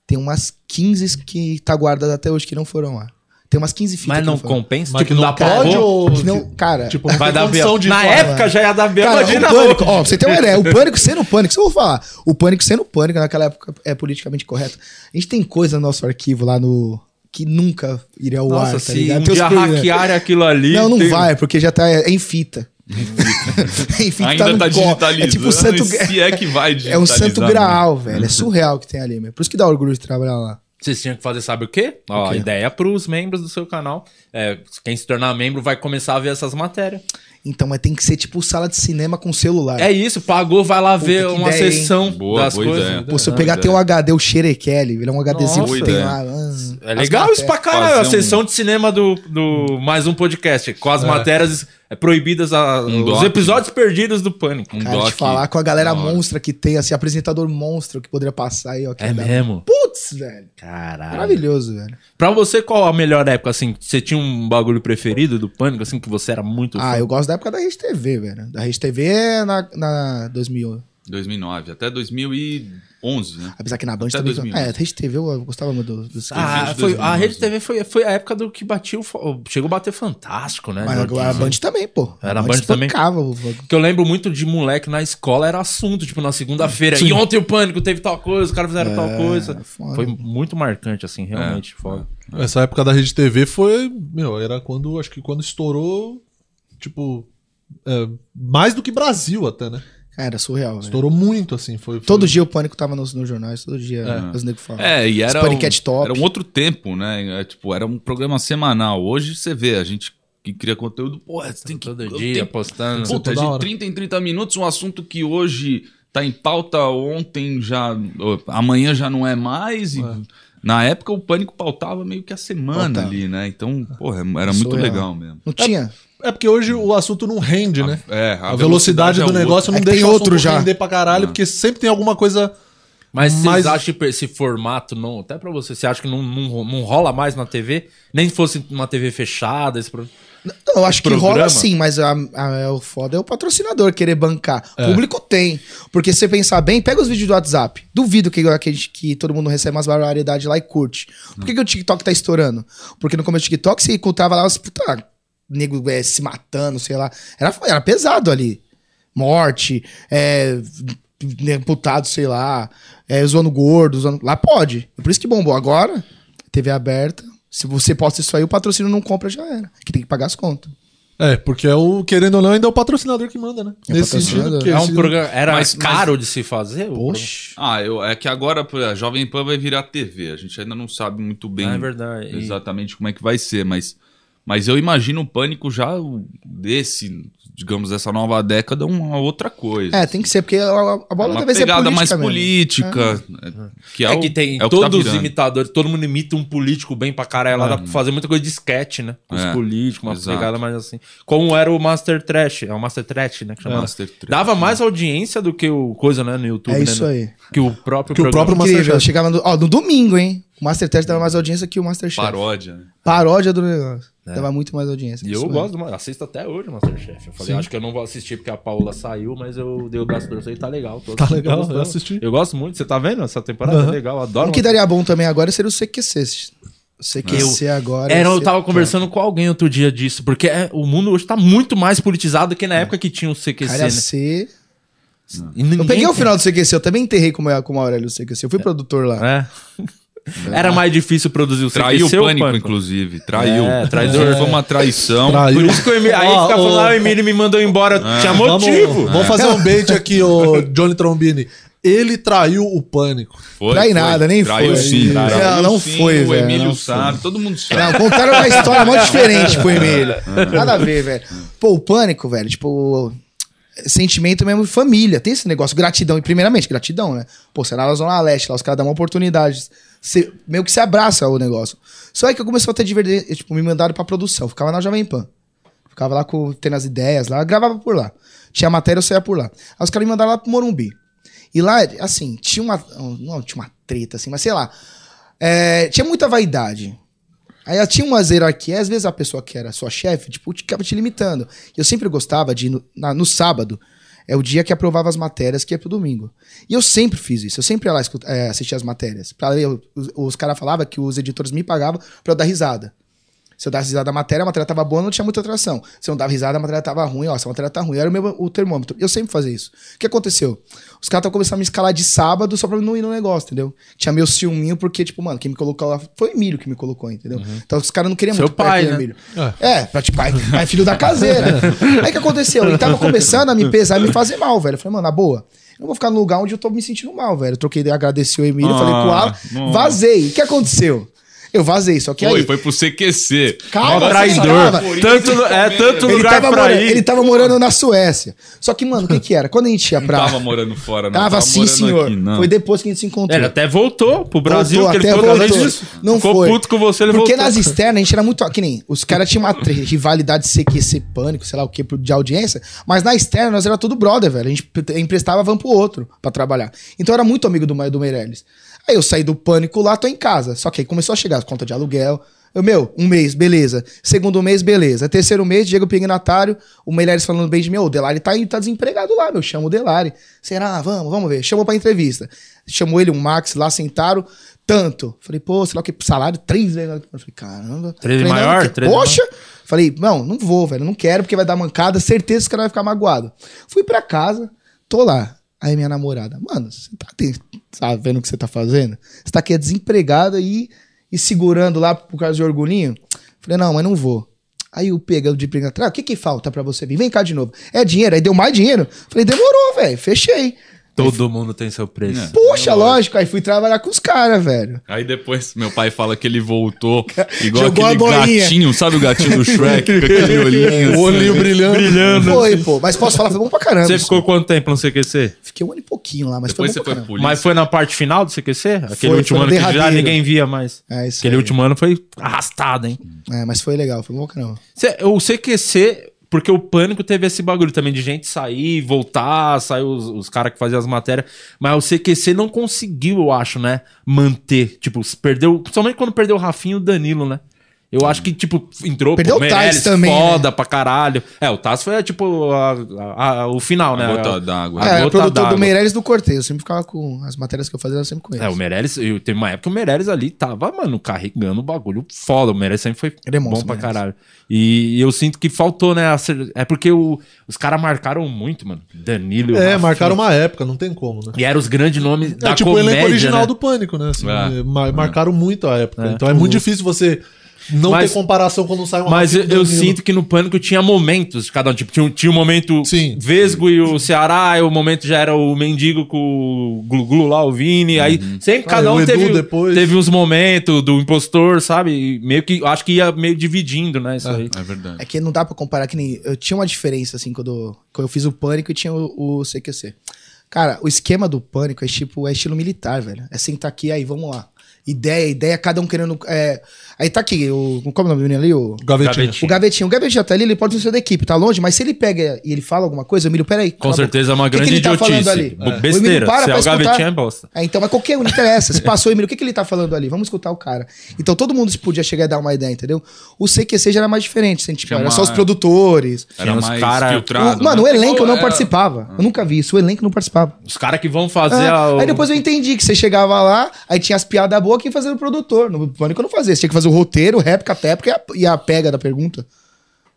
tem umas 15 que tá guardadas até hoje que não foram ao ar. Tem umas 15 fitas Mas que não foram. compensa? Mas tipo, que não não dá pode pra ou- Que não- cara, Tipo, Vai dar bem. B.O. Na época já ia dar B.O. né? Cara, Imagina o pânico, ó, pra você tem uma ideia, o pânico sendo pânico, se eu vou falar, o pânico sendo pânico naquela época é politicamente correto. A gente tem coisa no nosso arquivo lá no que nunca iria ao Nossa, ar, tá se ligado? um Tem os dia programas. hackearem aquilo ali... Não, não tem- vai, porque já tá é, em fita. Uhum. em fita Ainda no tá colo. digitalizando. É tipo o santo gra- Se é que vai é um santo né? digitalizar, graal, velho, Uhum. é surreal o que tem ali, meu. Por isso que dá orgulho de trabalhar lá. Vocês tinham que fazer sabe o quê? Ó, O quê? ideia pros membros do seu canal. É, quem se tornar membro vai começar a ver essas matérias. Então, mas tem que ser tipo sala de cinema com celular. É isso, pagou, vai lá ver que uma ideia, hein? sessão Boa, das boa coisas. ideia. Pô, se eu Não, pegar mas até é. um HD, o Xerekelli, ele é um HDzinho né, Nossa, que tem ideia. lá. ah, É legal isso pra caralho. A Fazer um- sessão de cinema do, do mais um podcast, com as matérias é, proibidas, a- Um os doc. episódios perdidos do Pânico. Um Cara, doc. te falar com a galera Da hora. monstra que tem, assim, apresentador monstro que poderia passar aí, ó. que É dá- mesmo? Putz, velho. Caralho. Maravilhoso, velho. Pra você, qual a melhor época, assim? Você tinha um bagulho preferido do Pânico, assim, que você era muito Ah, eu gosto da época da Rede TV, velho. Da Rede TV é na, na 2000. 2009, até 2011, né? um. Apesar que na Band Até também. 2000. É, Rede TV eu gostava muito do- dos. Ah, Desde foi, a 2009. Rede TV foi, foi a época do que batia o. fo- Chegou a bater fantástico, né? mas Do- agora a Band também, pô. Era a a Band também? espancava o- o- Que eu lembro muito de moleque na escola, era assunto, tipo, na segunda-feira. Sim. É, E ontem o pânico teve tal coisa, os caras fizeram tal coisa. foda. Foi muito marcante, assim, realmente. É, foda. Essa época da Rede TV foi, meu, era quando, acho que quando estourou, tipo, é, mais do que Brasil até, né? Cara, era surreal, velho. Estourou muito, assim, foi... foi- Todo dia o pânico tava nos, nos jornais, todo dia os negros falavam. É, e era Os um, podcast top. era um outro tempo, né? É, tipo, era um programa semanal. Hoje você vê, a gente que cria conteúdo, pô, você tem que... eu Todo tenho dia, postando. Puta, toda de hora. 30 em 30 minutos, um assunto que hoje tá em pauta, ontem já. ó, Amanhã já não é mais. E na época o pânico pautava meio que a semana Pautava. ali, né? Então, porra, era Isso muito é. legal mesmo. Não tinha. É porque hoje o assunto não rende, né? É, A, velocidade, é do outra. negócio É não que deixa tem o outro assunto já. render pra caralho, porque sempre tem alguma coisa... Mas vocês Mas- acham que esse formato, não, até pra você, você acha que não, não, não rola mais na TV? Nem fosse uma TV fechada, esse pro- Não, eu acho que programa? rola sim, mas a- a- o foda é o patrocinador querer bancar. Público tem. Porque se você pensar bem, pega os vídeos do WhatsApp. Duvido que, que, a gente- que todo mundo recebe umas barbaridades lá e curte. Por que, que o TikTok tá estourando? Porque no começo do TikTok você encontrava lá os puta, nego eh, se matando, sei lá. Era, era pesado ali. Morte, é, né, putado, sei lá. É, zoando gordo, zoando... Lá pode. É Por isso que bombou. Agora, TV aberta. Se você posta isso aí, o patrocínio não compra, já era. Que tem que pagar as contas. É, porque é o, querendo ou não, ainda é o patrocinador que manda, né? É o Nesse patrocinador. sentido, que É um esse- programa. Era Mas- mas- caro de se fazer? o Oxe. Ah, eu, é que agora pô, a Jovem Pan vai virar TV. A gente ainda não sabe muito bem programa? Ah, é verdade. E- exatamente como é que vai ser, mas, mas eu imagino o pânico já o- desse, digamos, dessa nova década, uma outra coisa. É, tem que ser, porque a, a bola É uma deve ser pegada política mais é mesmo. política. é, Que é, É o- que tem é o que tá todos os virando. imitadores, todo mundo imita um político bem pra caralho, lá dá pra fazer muita coisa de sketch, né? Com É, os políticos, uma exato. pegada mais assim. Como era o Master Trash, é o Master Trash, né? Que chamava. Master Trash, Dava mais audiência do que o coisa, né, no YouTube, É né, isso no- aí. Que o próprio Que o programa. próprio- Incrível, eu Masterchef. chegava no, ó, no domingo, hein? O Masterchef dava mais audiência que o Masterchef. Paródia. né? Paródia do negócio. Dava muito mais audiência. E Isso eu aí. gosto do Ma- assisto até hoje o Masterchef. Eu falei, acho que eu não vou assistir porque a Paula saiu, mas eu dei o braço pra você e tá legal. tô- Tá tô legal, gostando. eu assisti. Eu gosto muito, você tá vendo essa temporada? Aham. É legal, adoro. O que daria bom também agora seria o CQC. O CQC agora. Era, eu ia ser tava conversando com alguém outro dia disso, porque é, o mundo hoje tá muito mais politizado que na época que tinha o CQC, É. Cara, ia né? ser- E ninguém Eu peguei o tem. final do CQC, eu também enterrei com o, com o Aurélio o CQC. Eu fui produtor lá. É. É. Era mais difícil produzir o Traiu o CQC ou pânico, inclusive. Traiu. É, traidor. Foi uma traição. Por Traiu. isso que o Emílio, aí Ó, fica falando, ó, ah, o Emílio me mandou embora. Ah. Tinha Vamos, motivo. vamos fazer um bait aqui, ô Johnny Trombini. Ele traiu o pânico. Foi, Trai nada, nem traiu foi. Sim, Não, traiu não sim, foi, O velho, Emílio não sabe, todo mundo sabe. Não, contaram uma história muito diferente pro Emílio. Nada a ver, velho. Pô, o pânico, velho, tipo. Sentimento mesmo de família. Tem esse negócio. Gratidão, e primeiramente, gratidão, né? Pô, você é na Zona Leste, lá os caras dão uma oportunidade. Você, meio que se abraça o negócio. Só aí que eu comecei a ter divergência. Tipo, me mandaram pra produção. Ficava na Jovem Pan. Ficava lá com, tendo as ideias lá, gravava por lá. Tinha matéria, eu saía por lá. Aí os caras me mandaram lá pro Morumbi. E lá, assim, tinha uma. Não, tinha uma treta, assim, mas sei lá. É, tinha muita vaidade. Aí tinha umas hierarquias, às vezes a pessoa que era sua chefe, tipo, te- acaba te limitando. Eu sempre gostava de ir no, na- no sábado, é o dia que aprovava as matérias, que ia pro domingo. E eu sempre fiz isso, eu sempre ia lá escuta- é, assistir as matérias. Pra ler, eu- os, os caras falavam que os editores me pagavam pra eu dar risada. Se eu dava risada da matéria, a matéria tava boa, não tinha muita atração. Se eu não dava risada, a matéria tava ruim, ó, essa matéria tá ruim, era o meu o termômetro. Eu sempre fazia isso. O que aconteceu? Os caras estavam começando a me escalar de sábado só pra eu não ir no negócio, entendeu? Tinha meu ciúminho, porque, tipo, mano, quem me colocou lá foi o Emílio que me colocou, entendeu? Então os caras não queriam Uhum. Seu muito perto pai, do né? Emílio. É, pra tipo, pai, pai filho da caseira. Aí o que aconteceu? Ele tava começando a me pesar e me fazer mal, velho. Eu falei, mano, na boa. Eu não vou ficar no Ah, lugar onde eu tô me sentindo mal, velho. Eu troquei, agradeci o Emílio, falei pro Alan, não. vazei. O que aconteceu? Eu vazei, só que Foi, aí... foi pro CQC. Ó, Calma, traidor. calma. Tanto, é tanto Ele lugar tava, pra mora- ir. ele tava morando na Suécia. Só que, mano, o que que era? Quando a gente ia Não pra... tava morando fora, não. Tava, sim, morando senhor. aqui, não. Foi depois que a gente se encontrou. Ele até voltou pro Brasil, Voltou, que ele até ficou atrás voltou. disso. Não ficou foi. puto com você, ele Porque voltou. nas externas a gente era muito. Que nem. Os caras tinham uma tre- rivalidade CQC pânico, sei lá o que, de audiência. Mas na externa nós era tudo brother, velho. A gente p- emprestava van pro outro pra trabalhar. Então eu era muito amigo do, Ma- do Meirelles. Aí eu saí do pânico lá, tô em casa. Só que aí começou a chegar as contas de aluguel. Eu, meu, um mês, beleza. Segundo mês, beleza. Terceiro mês, Diego Pignatário, o Meirelles falando bem de mim. Ô, o Delari tá, aí, tá desempregado lá, meu. Chama o Delari. Será? Vamos, vamos ver. Chamou pra entrevista. Chamou ele, o Max, lá sentaram. Tanto. Falei, pô, sei lá o que, salário três vezes. maior que o meu. Falei, caramba. Três Falei, não, maior? que- Três Poxa! Falei, não, não vou, velho. Não quero, porque vai dar mancada. Certeza que os caras vão ficar magoado. Fui pra casa, tô lá. Aí minha namorada, mano, você tá, ten- tá vendo o que você tá fazendo? Você tá aqui é desempregada e, e segurando lá por causa de orgulhinho? Falei, não, mas não vou. Aí o pega de briga atrás, o que que falta pra você vir? Vem cá de novo. É dinheiro? Aí deu mais dinheiro? Falei, demorou, velho. Fechei. Todo mundo tem seu preço. É. Poxa, lógico. Aí fui trabalhar com os caras, velho. Aí depois meu pai fala que ele voltou igual Jogou a aquele bolinha. É, gatinho, sabe o gatinho do Shrek? com aquele olhinho É, O assim. olhinho brilhando. Brilhando. Foi, pô. Mas posso falar, foi bom pra caramba. Você ficou quanto tempo no CQC? Fiquei um ano e pouquinho lá, mas Depois você foi bom pra foi caramba. polícia. Mas foi na parte final do CQC? Aquele Foi, último foi no ano que já derradeiro. ninguém via mais. É, isso Aquele aí. último ano foi arrastado, hein? É, mas foi legal, foi bom pra caramba. Cê- O CQC, porque o pânico teve esse bagulho também de gente sair, voltar, saiu os, os caras que faziam as matérias. Mas o CQC não conseguiu, eu acho, né? Manter. Tipo, se perdeu. Principalmente quando perdeu o Rafinha e o Danilo, né? Eu acho que, tipo, entrou Perdeu o Taz Meirelles, também, né? foda pra caralho. É, o Taz foi, tipo, a- a- a- o final, né? A gota É, d'água. A eu gota era produtor d'água. do Meirelles e do Cortez. Eu sempre ficava com. As matérias que eu fazia, eu sempre com ele. É, o Meirelles, eu, teve uma época que o Meirelles ali tava, mano, carregando o bagulho foda. O Meirelles sempre foi Ele é monstro, bom pra Meirelles. caralho. E, e eu sinto que faltou, né? a cer- É porque o- os caras marcaram muito, mano. Danilo e o É, Rafinha. marcaram uma época, não tem como, né? E eram os grandes nomes da é tipo comédia, o elenco original né? do Pânico, né? Assim, É. ma- Marcaram muito a época. É. Então é muito difícil você não Mas- ter comparação quando sai uma Mas eu, Rafinha eu Danilo. sinto que no Pânico tinha momentos de cada um. Tipo, tinha, um- tinha um momento Sim. Vesgo e o Ceará, aí o momento já era o Mendigo com o Glu-Glu lá, o Vini. Aí sempre Ah, cada e um o Edu teve, depois. teve uns momentos do impostor, sabe? E Meio que, acho que ia meio dividindo, né? Isso aí. É verdade. É que não dá pra comparar que nem. Eu tinha uma diferença, assim, quando, quando eu fiz o Pânico e tinha o, o CQC. Cara, o esquema do Pânico é tipo. É estilo militar, velho. É sentar aqui, aí vamos lá. Ideia, ideia, cada um querendo. é, Aí tá aqui, o. Como é o nome do menino ali? O. Gavetinha. Gavetinha. O gavetinho, o gavetinho tá ali, ele pode não ser da equipe, tá longe, mas se ele pega e ele fala alguma coisa, Emílio, peraí. Com certeza é uma grande tá idiotice. B- O Besteira. Emílio para Se é pra o escutar. gavetinho é bosta. É, então, mas qualquer um, não interessa. Se passou, Emílio, o que, que ele tá falando ali? Vamos escutar o cara. Então, todo mundo podia chegar e dar uma ideia, entendeu? O CQC já era mais diferente. assim, tipo, Tinha era uma- só os produtores. Era Tinha uns mais cara- filtrado. O- mano, o né? elenco eu não É, participava. Eu nunca vi isso. O elenco não participava. Os caras que vão fazer É, a- o- Aí depois eu entendi que você chegava lá, aí tinha as piadas boas que fazia o produtor. No pânico eu não fazia. Você tinha que fazer o roteiro, o réplica, a técnica e a- e a pega da pergunta.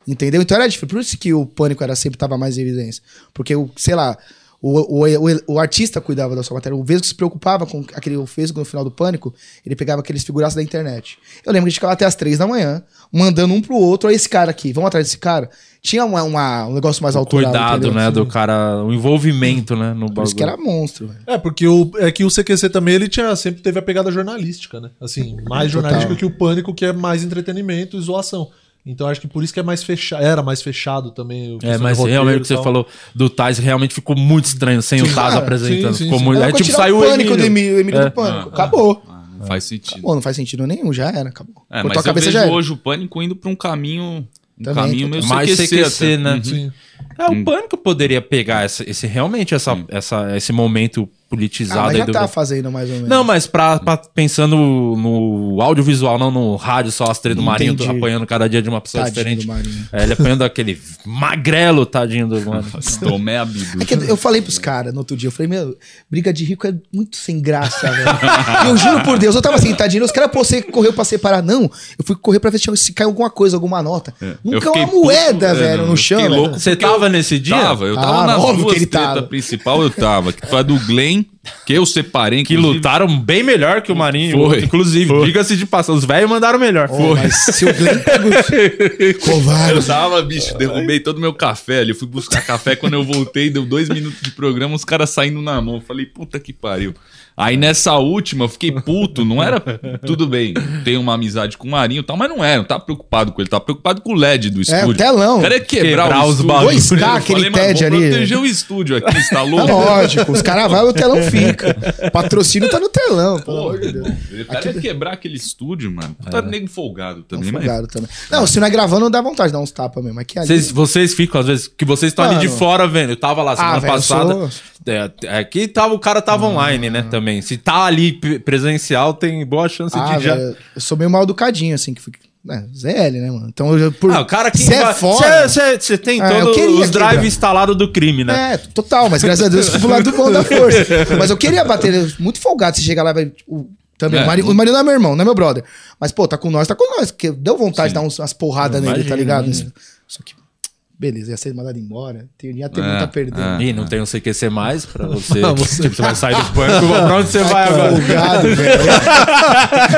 Entendeu? Então era difícil. Por isso que o pânico era sempre tava mais em evidência. Porque, o, sei lá, o, o, o, o artista cuidava da sua matéria. O Vesgo se preocupava com aquele o Vesgo no final do pânico, ele pegava aqueles figuraços da internet. Eu lembro que a gente ficava até as três da manhã, mandando um pro outro, olha esse cara aqui, vamos atrás desse cara. Tinha uma, uma- um negócio mais autoral. Cuidado, entendeu? né? Do cara. O envolvimento, né? No Por bagulho. isso que era monstro, velho. É, porque o, é que o CQC também ele tinha, sempre teve a pegada jornalística, né? Assim, mais jornalística que o Pânico, que é mais entretenimento e zoação. Então acho que por isso que é mais fechado, era mais fechado também. É, mas realmente o que você falou do Tais realmente ficou muito estranho sem o Tais cara. apresentando. Sim, sim, ficou sim. muito. É Era pra tipo, tirar saiu o o pânico do Emílio. Emílio, o É. Emílio do pânico. Ah, Acabou. Não faz sentido. Pô, não faz sentido nenhum, já era, acabou. É, Cortou mas a eu cabeça vejo já era. hoje o pânico indo pra um caminho. Um Também, caminho meio Mais CQC, CQC, até. né? Uhum. Sim. É, o pânico poderia pegar essa- esse, realmente essa, Hum. essa- esse momento Ah, politizado mas aí já do. tá fazendo mais ou menos. Não, mas pra, pra- pensando no audiovisual, não no rádio, só as três do Marinho Entendi. apanhando cada dia de uma pessoa Tadinho diferente. do Marinho. É, ele apanhando aquele magrelo, tadinho do mano. Tomé Abidu. É que eu falei pros caras no outro dia, eu falei, meu, briga de rico é muito sem graça, velho. eu juro por Deus, eu tava sentadinho, os caras, pô, você correu pra separar. Não, eu fui correr pra ver se, se caiu alguma coisa, alguma nota. É, Eu Nunca fiquei é uma puto, moeda, é, velho, não, no eu chão. fiquei velho. louco. Você Porque eu- tava nesse dia? Tava, eu tava Tava, nas óbvio que duas ele treta tava. principal, eu tava. Que foi a do Glenn Que eu separei, Que inclusive. lutaram bem melhor que o Marinho. Foi. Inclusive, diga-se de passagem, os velhos mandaram melhor. Oh, mas se o Glenn Taguchi- Eu Covarde. tava, bicho, derrubei todo o meu café ali. Eu fui buscar café quando eu voltei, deu dois minutos de programa, os caras saindo na mão. Eu falei, puta que pariu. Aí nessa última eu fiquei puto, não era. Tudo bem, tenho uma amizade com o Marinho e tal, mas não era, não tava preocupado com ele, tava preocupado com o LED do É, estúdio. o telão. O cara ia quebrar, Quebrar o os estúdio. bagulho. 2K, Eu falei, aquele mano, TED vou ali. proteger o estúdio aqui, você tá Tá louco? lógico, os caras vão o telão fica. O patrocínio tá no telão, pelo Porra, amor de Deus. irmão. O cara ia é quebrar aquele estúdio, mano. Tá nego folgado Não, também, mas. Tá folgado também. Não, se não é gravando, não dá vontade de dar uns tapas mesmo. Aqui é ali. Vocês, vocês ficam, às vezes, que vocês estão ali de Mano. fora vendo. Eu tava lá semana Ah, velho, eu passada. sou- Hum. É, aqui tava, o cara tava online, né, também. Se tá ali pre- presencial, tem boa chance Ah, de já... velho, eu sou meio mal educadinho, assim, que fica. É, ZL, né, mano? Então eu por. Ah, o cara que... Cê é vai- foda. cê- cê- cê tem Ah, eu todos queria os drives quebrar. instalados do crime, né? É, total, mas graças a Deus eu fui pro lado bom da força. Mas eu queria bater, eu- muito folgado se chegar lá e vai. o- Também, É. o, Mari, o Marinho não é meu irmão, não é meu brother. Mas, pô, tá com nós, tá com nós. Porque deu vontade de dar uns- umas porradas nele, Imagina, tá ligado? imagina. Só que, beleza, ia ser mandado embora. Tem, ia ter É, muito a perder. é. Ih, não tem um CQC mais pra você. Tipo, você vai sair do banco, pra onde você vai agora? Folgado, velho.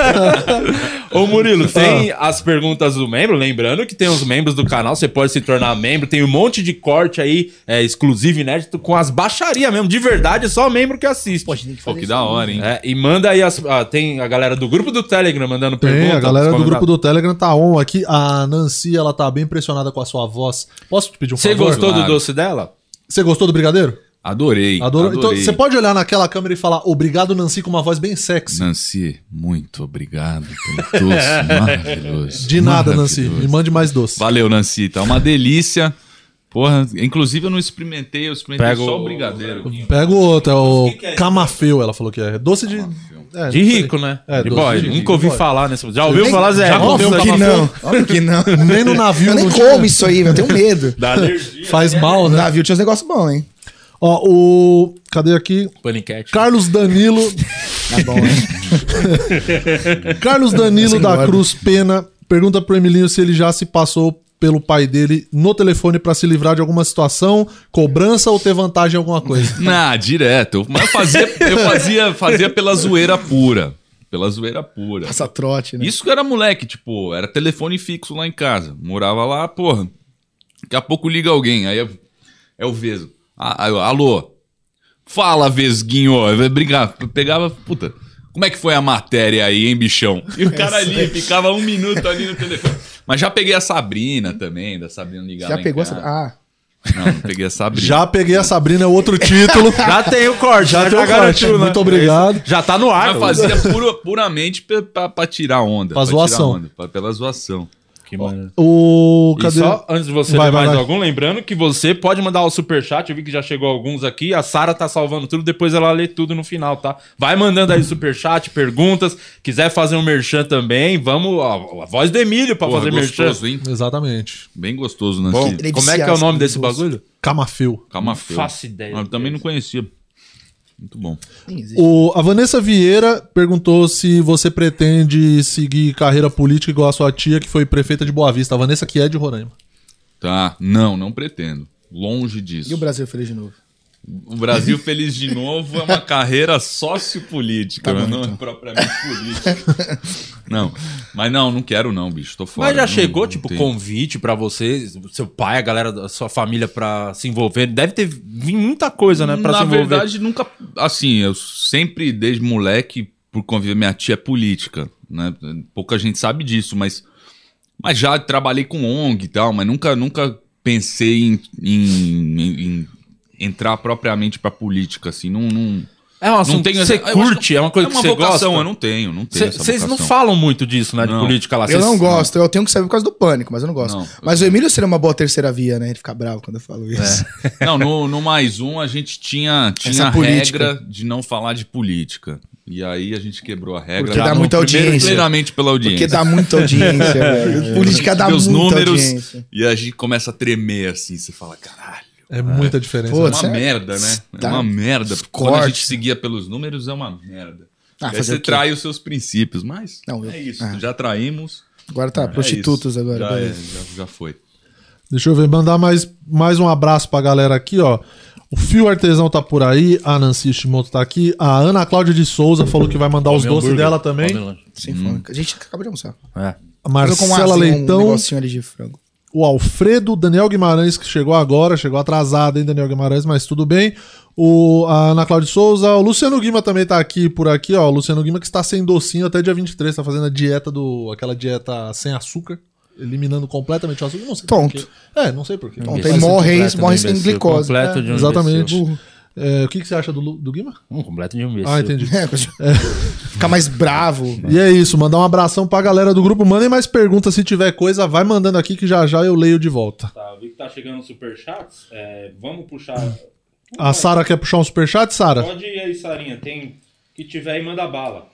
Ô Murilo, tem Ah. as perguntas do membro, lembrando que tem os membros do canal, você pode se tornar membro, tem um monte de corte aí, é, exclusivo, inédito, com as baixarias mesmo, de verdade, só membro que assiste. Pô, que da hora, hein? É, e manda aí, as, ah, tem a galera do grupo do Telegram mandando Tem, perguntas. a galera do comentários. grupo do Telegram tá on aqui. A Nancy, ela tá bem impressionada com a sua voz. Posso te pedir um Você favor? gostou do Claro. doce dela? Você gostou do brigadeiro? Adorei. Adorou? Então, adorei. você pode olhar naquela câmera e falar obrigado, Nancy, com uma voz bem sexy. Nancy, muito obrigado pelo doce maravilhoso. De nada, Nancy. maravilhoso. Me mande mais doce. Valeu, Nancy. Tá uma delícia. Porra, inclusive eu não experimentei, eu experimentei Pega só o- o brigadeiro. Pega o outro, é o camafeu, ela falou que é. Doce de. é, De rico, né? É, de doce boy. de rico, Nunca ouvi boy. falar nesse. Já ouviu Nem- falar, Zé? já Nossa, comeu um tá camafeu? na- Óbvio que não. Nem no navio. Eu nem não como isso aí, velho. Eu tenho medo. Dá alergia. Faz mal, No né? navio tinha uns negócios bons, hein? Ó, o. Cadê aqui? Paniquete. Carlos Danilo. Tá bom, hein? Carlos Danilo Sem da ordem. Cruz Pena pergunta pro Emilinho se ele já se passou pelo pai dele no telefone pra se livrar de alguma situação, cobrança ou ter vantagem em alguma coisa. Na, direto. Mas eu fazia, eu fazia, fazia pela zoeira pura. Pela zoeira pura. Passa trote, né? Isso que eu era moleque, tipo, era telefone fixo lá em casa. Morava lá, porra. Daqui a pouco liga alguém, aí é, é o Veso. Ah, aí eu, alô? Fala, Vesguinho. Eu ia brigar. Eu pegava, puta, como é que foi a matéria aí, hein, bichão? E o cara ali, ficava um minuto ali no telefone. Mas já peguei a Sabrina também, da Sabrina ligar Já lá em pegou essa. casa. Ah. Não, não peguei a Sabrina. Já peguei a Sabrina, é outro título. Já tem o corte, já, tem o corte. garantiu, né? Muito obrigado. Já tá no ar. Mas fazia pura- puramente pra, pra- pra tirar onda. Pra tirar zoação. onda, pra- pela zoação. Que mano. O. E Cadê? só antes de você Vai, ler vai, mais vai. algum, lembrando que você pode mandar o superchat. Eu vi que já chegou alguns aqui. A Sara tá salvando tudo, depois ela lê tudo no final, tá? Vai mandando aí o superchat, perguntas. Quiser fazer um merchan também, vamos. ó, a voz do Emílio pra Porra, fazer merchan. gostoso, hein? Exatamente. Bem gostoso, né? Nancy. Bom, Ele é como é que é o viciado, nome desse esse gosto. bagulho? Camafeu. Calma, Faço ideia. é Eu Ah, também não conhecia. Muito bom. nem existe. O, a Vanessa Vieira perguntou se você pretende seguir carreira política igual a sua tia, que foi prefeita de Boa Vista. A Vanessa, que é de Roraima. Tá. Não, não pretendo. Longe disso. E o Brasil feliz de novo? O Brasil Feliz de Novo é uma carreira Tá sociopolítica, mas então. não é propriamente política. não. Mas não, não quero não, bicho. Tô fora. Mas já Não- chegou, não tipo, tenho. convite pra vocês, seu pai, a galera da sua família pra se envolver. Deve ter vindo muita coisa, né? Pra Na se envolver. verdade, nunca. Assim, eu sempre, desde moleque, por conviver, minha tia é política, né? Pouca gente sabe disso, mas. Mas já trabalhei com ONG e tal, mas nunca, nunca pensei em, em- em- em entrar propriamente pra política, assim. Não, não, é um assunto tenho que você essa- eu acho curte, é uma coisa é que uma você vocação, gosta. eu não tenho, não tenho. essa Vocês não vocação. falam muito disso, né? De Não. política lá. eu Cês- não gosto, eu tenho que saber por causa do pânico, mas eu não gosto. Não, eu mas o Emílio seria uma boa terceira via, né? Ele fica bravo quando eu falo isso. Não, no, no mais um a gente tinha, tinha a política. regra de não falar de política. E aí a gente quebrou a regra. Porque Já dá no muita primeiro, audiência. Plenamente pela audiência. Porque dá muita audiência, velho. Política dá vê os muita números audiência. e a gente começa a tremer assim. Você fala, caralho, É muita diferença. Pô, é né? uma certo. merda, né? É Tá. uma merda. porque Quando a Corte. gente seguia pelos números, é uma merda. Ah, aí fazer você o quê? trai os seus princípios, mas Não, eu- é isso. ah. Já traímos. Agora tá, é prostitutos isso. agora. Já, é, beleza. já, já foi. Deixa eu ver, mandar mais, mais um abraço pra galera aqui, ó. O Fio Artesão tá por aí, a Nancy Shimoto tá aqui, a Ana Cláudia de Souza falou que vai mandar os Come doces hambúrguer, é dela também. come lanche. Sem fome. A gente acaba de almoçar. É. A Mas eu com Marcela asinha, Um Leitão, negocinho ali de frango. o Alfredo, Daniel Guimarães, que chegou agora, chegou atrasado, hein, Daniel Guimarães, mas tudo bem. O, a Ana Cláudia de Souza, o Luciano Guima também tá aqui por aqui, ó. O Luciano Guima que está sem docinho até dia 23, tá fazendo a dieta do. aquela dieta sem açúcar, eliminando completamente o açúcar. Não sei Tonto. porquê. É, não sei porquê. Ontem Imbecil morre completo ex- de um morre sem imbecil, glicose. Completo É, de um Exatamente. imbecil. É, o que, que você acha do, Lu- do Guima? Um completo de um imbecil. Ah, entendi. É, Ficar mais bravo. E é isso, mandar um abração pra galera do grupo. Mandem mais perguntas, se tiver coisa, vai mandando aqui que já já eu leio de volta. Tá, eu vi que tá chegando superchats. É, vamos puxar. A Sara quer puxar um superchat, Sara? Pode ir aí, Sarinha. Tem que tiver aí, manda bala.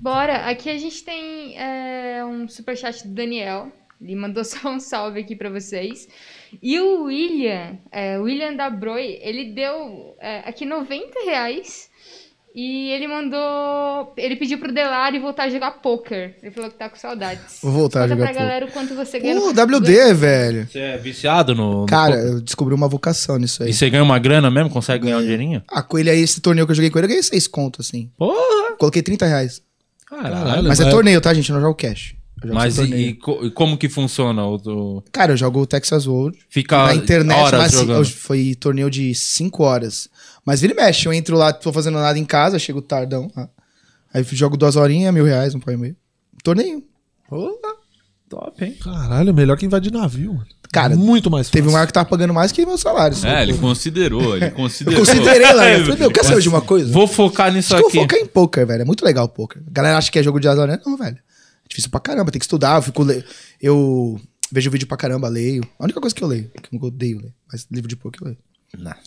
Bora, aqui a gente tem é, um superchat do Daniel. Ele mandou só um salve aqui pra vocês. E o William, é, o William da Broi, ele deu é, aqui 90 reais. E ele mandou. Ele pediu pro Delário voltar a jogar poker. Ele falou que tá com saudades. Vou voltar a Conta jogar pra poker. galera o quanto você ganha. Pô, no- WD, Uh, velho. Você é viciado no. no Cara, é poker? eu descobri uma vocação nisso aí. E você ganha uma grana mesmo? Consegue ganhar um dinheirinho? Ah, com ele aí, esse torneio que eu joguei com ele, eu ganhei seis contos, assim. Porra! Coloquei 30 reais. Caralho. Mas é vai. torneio, tá, gente? Eu não jogo cash. Eu jogo Mas só e, torneio. e co- e como que funciona? O, o- Cara, eu jogo o Texas World. fica na internet, Ah, horas mas assim, jogando. eu- foi torneio de 5 horas. Mas vira e mexe, eu entro lá, tô fazendo nada em casa, chego tardão. ah, Aí jogo duas horinhas, mil reais, um pau e meio. Torneio. Top, hein? Caralho, melhor que invadir navio, mano. Cara, muito mais fácil. Teve um cara que tava pagando mais que meu salário. isso É, é ele loucura. considerou, ele Eu considerou. considerei lá, né? eu falei, meu, quer saber de uma coisa? Vou focar nisso Acho que eu aqui. vou focar Tipo, em poker, velho. É muito legal o poker. A galera acha que é jogo de azar, né? Não, velho. É difícil pra caramba, tem que estudar. Eu, fico le- eu vejo vídeo pra caramba, leio. A única coisa que eu leio, que eu odeio ler, mas livro de poker eu leio.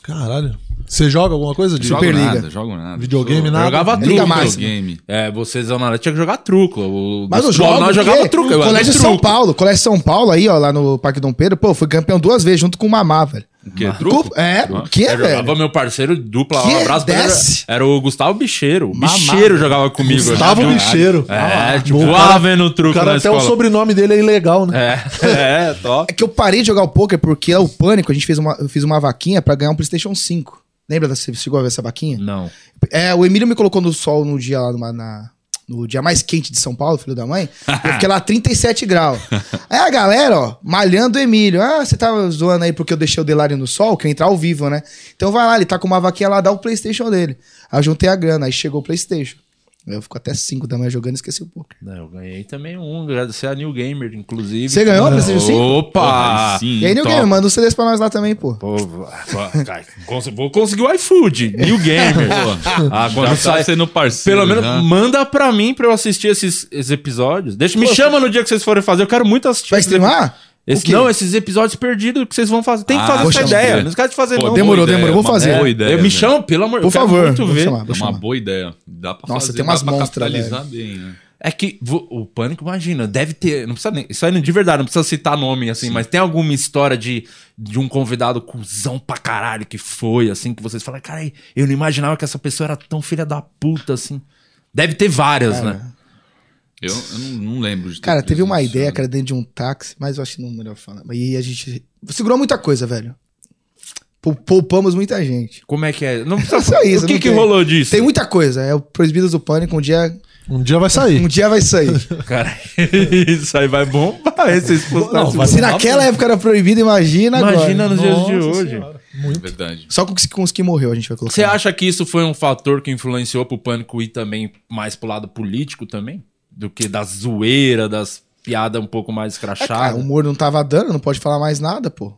Caralho. Você joga alguma coisa de Jogo Superliga. nada, jogo nada. videogame, nada? Jogava Liga truco. né? máxima. Videogame. É, vocês não nada, tinha que jogar truco. O, Mas eu futebol, jogo. Nós o quê? jogava truco. Eu era Colégio do São truco. Paulo, Colégio São Paulo aí, ó, lá no Parque Dom Pedro, pô, fui campeão duas vezes junto com o Mamá, velho. O quê? Truco? Culpa- É, o quê, Eu velho? jogava meu parceiro dupla, Que um abraço pra ele. desce? Era o Gustavo Bicheiro. O Mamado. Bicheiro jogava comigo. eu Gustavo jogava. Bicheiro. Ah, É, tipo, Bom, voava cara- vendo o Ah, O truco cara, na até escola. o sobrenome dele é ilegal, né? É, é, top. É que eu parei de jogar o poker porque é o pânico, a gente fez uma, eu fiz uma vaquinha pra ganhar um PlayStation 5. Lembra dessa, você chegou a ver essa vaquinha? Não. É, o Emílio me colocou no sol no dia lá numa- na- no dia mais quente de São Paulo, filho da mãe. Eu fiquei lá 37 graus. Aí a galera, ó, malhando o Emílio. Ah, você tá zoando aí porque eu deixei o Delário no sol, que eu ia entrar ao vivo, né? Então vai lá, ele tá com uma vaquinha lá, dá o Playstation dele. Aí eu juntei a grana, aí chegou o Playstation. Aí eu fico até 5 da manhã jogando e esqueci o poker. Não, Eu ganhei também um, agradecer a New Gamer, inclusive. Você ganhou o Playstation 5? Opa! Aí Ah, sim, E aí, New Hum, top. Game, manda um CDs pra nós lá também, pô. Pô, vou- cara, cons- vou conseguir o iFood, New Gamer. ah, quando Já sai, tá sendo parceiro. pelo menos já. manda pra mim pra eu assistir esses, esses episódios. Deixa, me chama no dia que vocês forem fazer, eu quero muito assistir. Vai esses streamar? Esse, quê? não, esses episódios perdidos que vocês vão fazer. Tem que Ah, fazer poxa, essa ideia. pode Não esquece de fazer, Pô, não. demorou, boa ideia, demorou, vou uma fazer. boa É, ideia, né? eu me velho. chamo, pelo amor Por eu quero favor, muito vou ver. chamar, né? vou É uma chamar. boa ideia. Dá pra Nossa, fazer, tem umas dá pra monstras, capitalizar bem, né? É que vo- o pânico, imagina, deve ter. Não precisa nem. Isso aí de verdade, não precisa citar nome, assim, mas tem alguma história de, de um convidado cuzão pra caralho que foi, assim, que vocês falam, cara, eu não imaginava que essa pessoa era tão filha da puta, assim. Deve ter várias, né? Eu, eu não, não lembro de ter é Cara, teve uma presenciado. ideia, cara, dentro de um táxi, mas eu acho que não é melhor falar. E a gente segurou muita coisa, velho. Pou- Poupamos muita gente. Como é que é? Não precisa Só isso, O que, não que tem. rolou disso? Tem muita coisa. É o Proibidos do Pânico, um dia, É. Um dia vai um sair. dia vai sair. Cara, isso aí vai bombar esse expulsão. Se naquela época era proibido, imagina, tá Imagina agora. nos dias de Nossa hoje. Senhora. É Verdade. Só com os, com os que morreu a gente vai colocar. Você é acha que isso foi um fator que influenciou pro pânico ir também mais pro lado político também? Do que da zoeira, das piadas um pouco mais É, Cara, o escrachadas? humor não tava dando, não pode falar mais nada, pô.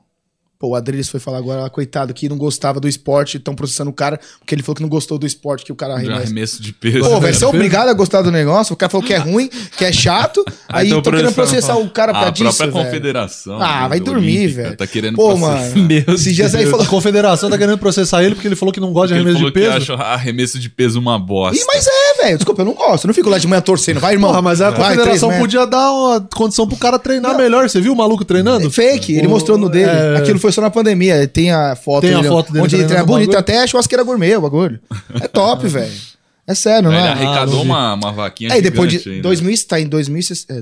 Pô, o Adriles foi falar agora, coitado, que não gostava do esporte, estão processando o cara, porque ele falou que não gostou do esporte que o cara De arremessa. arremesso de peso. Pô, vai ser obrigado a gostar do negócio. O cara falou que é ruim, que é chato. Aí então tô querendo processando. processar o cara Ah, a pra própria disso. velho. confederação. Ah, né, vai dormir, olímpica, velho. Tá querendo Pô, processar. mano. Esses Um dias aí falou. A confederação tá querendo processar ele porque ele falou que não gosta de Ele arremesso falou de que peso. acha arremesso de peso uma bosta. Ih, mas é, velho. Desculpa, eu não gosto. Eu não fico lá de manhã torcendo. Vai, irmão. Porra, mas é a Vai, confederação três metros. podia dar uma condição pro cara treinar melhor. Você viu o maluco treinando? É Fake, ele O- mostrou no dele. é. Aquilo foi só na pandemia. Tem a foto, Tem a foto dele onde ele treina treinando o bonito, bagulho. até churrasqueira gourmet o bagulho. É top, velho. É sério, não Aí Ele é? arrecadou não vi. uma, uma vaquinha né? Aí depois de gigante ainda. 2000, tá em 2000, é,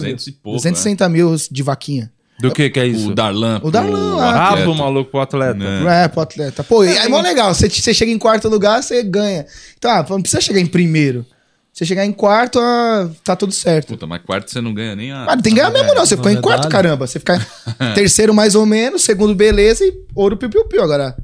Não, 200 mil. e pouco, 260 mil de vaquinha. Do que que é isso? O Darlan. um- O Darlan ah, pro lá. atleta. Brabo, maluco, pro atleta. Né? É, pro atleta. Pô, é, é mó legal. Você, você chega em quarto lugar, você ganha. Então, ah, não precisa chegar em primeiro. Se você chegar em quarto, ah, tá tudo certo. Puta, mas quarto você não ganha nem a. Ah, não tem que ganhar mesmo, não. Você ficou em verdade. quarto, caramba. Você ficar em terceiro mais ou menos, segundo, beleza, e ouro piu-piu-piu. Agora,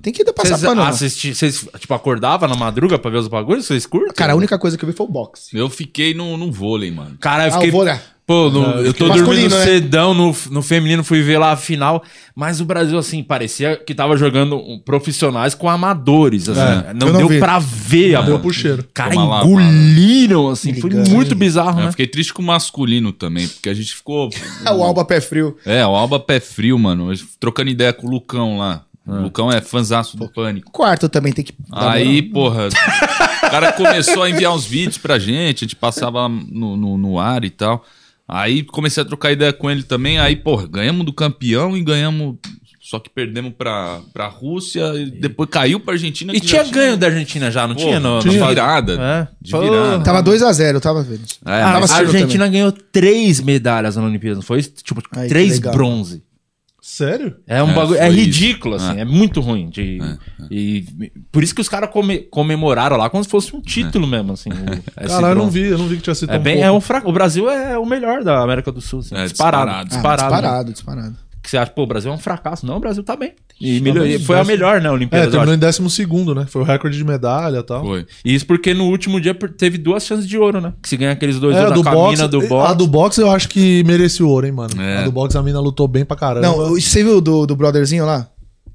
tem que passar Vocês pano. não. assisti- vocês, tipo, acordava na madruga pra ver os bagulhos? Vocês curtem? Cara, a única coisa que eu vi foi o boxe. Eu fiquei no, no vôlei, mano. Cara, eu Ah, fiquei. eu vou olhar. Pô, no- eu tô Masculino, dormindo né? cedão no, no feminino, fui ver lá a final. Mas o Brasil, assim, parecia que tava jogando um- profissionais com amadores. assim. não, É, eu não deu vi. pra ver. a Deu pro cheiro. Cara, Toma lá, engoliram, assim. Foi Ligando. muito bizarro, É, Eu né? fiquei triste com o masculino também, porque a gente ficou. Hum. Ah, o Alba Pé Frio. É, o Alba Pé Frio, mano. Eu- Trocando ideia com o Lucão lá. Ah. O Lucão é fanzaço do Pânico. Quarto também tem que. Tá dar Aí, porra, o cara começou a enviar uns vídeos pra gente, a gente passava no, no, no ar e tal. Aí comecei a trocar ideia com ele também. Aí, porra, ganhamos do campeão e ganhamos. Só que perdemos pra, pra Rússia e depois caiu pra Argentina. E que tinha já ganho da Argentina já, não Pô, tinha? No, de no- virada. É. De virada. Tava 2x0, eu tava vendo. É, Ah, mas- a assistindo Argentina ganhou três medalhas na Olimpíada, não foi? Tipo, Ai, que três legal. bronze. Sério? É um É, bagulho. foi É isso. ridículo, assim. É, muito ruim. De, é. E, por isso que os caras come- comemoraram lá como se fosse um título mesmo, assim. o- esse É. Caralho, eu não bronze. vi, eu não vi que tinha sido É tão bem, pouco. é um fraco. O Brasil é o melhor da América do Sul. assim, É, disparado, disparado. disparado. Ah, né? disparado, disparado. Que você acha, pô, o Brasil é um fracasso. Não, o Brasil tá bem. E Tá melhor- bem, foi a décimo. melhor, né, É, Olimpíada. eu acho. terminou em décimo segundo, né? Foi o recorde de medalha e tal. Foi. Isso porque no último dia per- teve duas chances de ouro, né? Que se ganha aqueles dois É, a ouros do na camina boxe, do boxe. A do boxe eu acho que merecia o ouro, hein, mano. É. A do boxe a mina lutou bem pra caramba. Não, você viu do, do brotherzinho lá?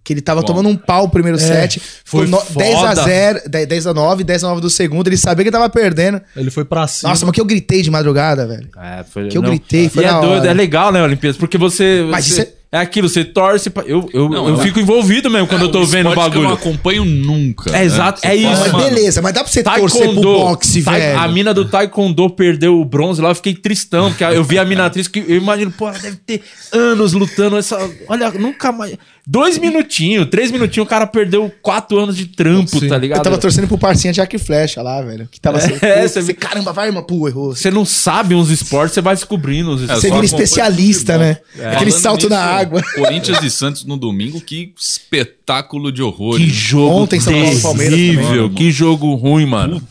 Que ele tava Bom. tomando um pau o primeiro set. É. foi Foi foda. 10 a 0 10 10 a 9 10 a 9 do segundo. Ele sabia que tava perdendo. Ele foi pra cima. Nossa, mas que eu gritei de madrugada, velho. É, foi, Que eu gritei, foi e é na doido, hora. é legal, né, Olimpíadas? Porque você. Mas você- isso é... aquilo, você torce. pra- Eu, eu, Não, eu é- fico envolvido mesmo quando eu tô Um vendo o esporte que Eu não bagulho. acompanho nunca. É exato, é Você isso, Não, fala, mas mano. beleza, mas dá pra você torcer pro Taekwondo. boxe, Tai- velho. A mina do Taekwondo perdeu o bronze lá, eu fiquei tristão, porque eu vi a mina atriz que eu imagino, pô, ela deve ter anos lutando essa. Olha, nunca mais. Dois minutinhos, três minutinhos, o cara perdeu quatro anos de trampo, Sim. tá Eu ligado? tava torcendo pro parcinha de arco e flecha lá, velho. Que tava assim. é, pô, você- você- Caramba, vai, mano. Pô, errou. Você não sabe uns esportes, você vai descobrindo os eu esportes. Você só vira acompanho especialista, né? futebol. Aquele Falando salto na nisso, é, água. Corinthians e Santos no domingo, que espetáculo de horror. Que jogo Ontem, São Paulo e Palmeiras também, terrível, que jogo ruim, mano.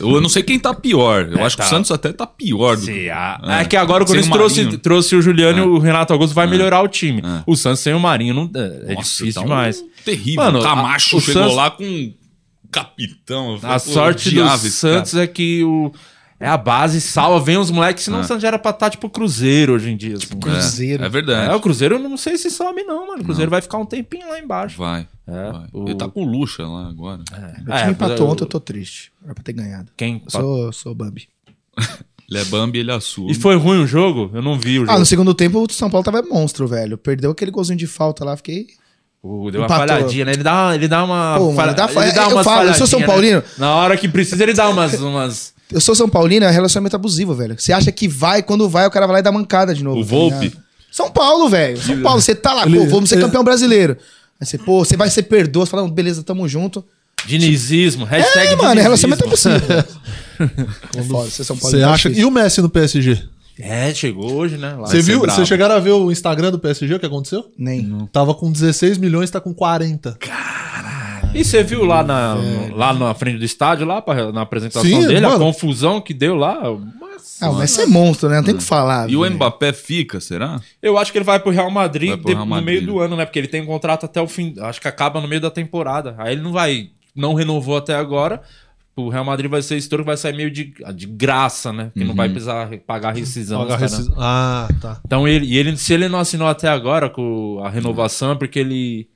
Eu não sei quem tá pior. Eu acho tá. que o Santos até tá pior do que. É que agora o Sem Corinthians trouxe, Marinho. trouxe o Juliano e o Renato Augusto vai melhorar o time. É. O Santos sem o Marinho não, é é Nossa, difícil tá um demais. Terrível. Mano, o Camacho a- o chegou Santos- lá com um capitão. Eu falei, A pô, sorte do odiava esse é cara. Santos é que o, é a base salva, vem os moleques, senão o Santos já era pra estar tipo Cruzeiro hoje em dia. assim. Cruzeiro. É É, verdade. o Cruzeiro eu não sei se sobe não, mano. O Cruzeiro vai ficar um tempinho lá embaixo. Vai. É, vai. o- Ele tá com o Lucha lá agora. Meu É, time empatou eu- ontem, eu tô triste. Era pra ter ganhado. Quem? Eu Sou, sou Bambi. Ele é Bambi, ele assume. E foi ruim o jogo? Eu não vi o Ah, jogo. no segundo tempo o São Paulo tava monstro, velho. Perdeu aquele golzinho de falta lá, fiquei. Pô, deu uma empatou. falhadinha, né? Ele dá, ele dá uma. Pô, mano, falha- dá falha- umas eu falo, eu sou falhadinhas, São né? Paulino. Na hora que precisa, ele dá umas. umas... Eu sou São Paulino, é relacionamento abusivo, velho. Você acha que vai, quando vai, o cara vai lá e dá mancada de novo. O tá Volpe? ligado? São Paulo, velho. São Paulo, você tá lá, pô, vamos ser campeão brasileiro. Aí você, pô, você vai ser perdoa, você fala, beleza, tamo junto. Dinizismo, hashtag. É, mano, dinizismo. é relacionamento abusivo. É foda, você é São Paulo. Você acha que... E o Messi no PSG? É, chegou hoje, né? Lá. Você viu? bravo. Vocês chegaram a ver o Instagram do PSG, o que aconteceu? Nem. Tava com 16 milhões, tá com 40. E você viu lá na, É. lá na frente do estádio, lá pra- na apresentação Sim, dele, a mano. confusão que deu lá? Mas Ah, mas você é monstro, né? Não tem o que falar. E o velho. Mbappé fica, será? eu acho que ele vai pro Real Madrid, Vai pro Real de- Madrid, no meio do ano, né? Porque ele tem um contrato até o fim. Acho que acaba no meio da temporada. Aí ele não vai. Não renovou até agora. O Real Madrid vai ser estouro, vai sair meio de, de graça, né? Porque não Uhum. vai precisar pagar rescisão. Pagar os caras. rescisão. Ah, tá. Então ele, e ele, se ele não assinou até agora com a renovação, é porque ele.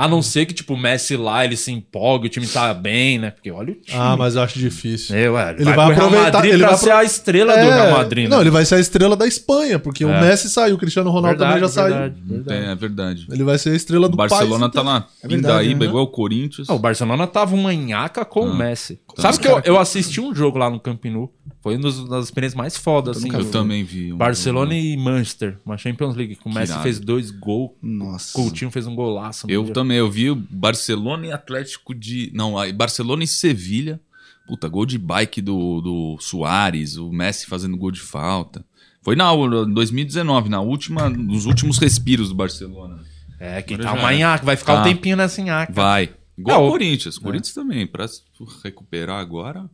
A não ser que, tipo, o Messi lá, ele se empolga, o time tá bem, né? Porque olha o time. Ah, mas eu acho difícil. É, ué, Ele pro vai Real aproveitar- Madrid ele pra vai ser a estrela do É, Real Madrid, né? Não, ele vai ser a estrela da Espanha, porque o É. Messi saiu, o Cristiano Ronaldo Verdade, também já saiu. verdade, Não tem, verdade. é verdade. Ele vai ser a estrela O do Barcelona país. tá na verdade, Pindaíba, né? igual o Corinthians. Ah, o Barcelona tava um manhaca com o Messi. Então, Sabe que eu, eu assisti um jogo lá no Camp Nou? Foi uma das- das experiências mais fodas, assim. Eu também vi. um- Barcelona e Manchester, uma Champions League. que O Messi irado. fez dois gols, Nossa. Coutinho fez um golaço. no Eu dia. também, eu vi o Barcelona e Atlético de. Não, aí Barcelona e Sevilha. Puta, gol de bike do, do Soares, o Messi fazendo gol de falta. Foi Foi na, em 2019, na última, nos últimos respiros do Barcelona. É, quem Agora tá já uma era. nhaca, vai ficar um Tá. tempinho nessa nhaca. Vai. Igual Não, o Corinthians. é. O Corinthians também, pra se recuperar agora,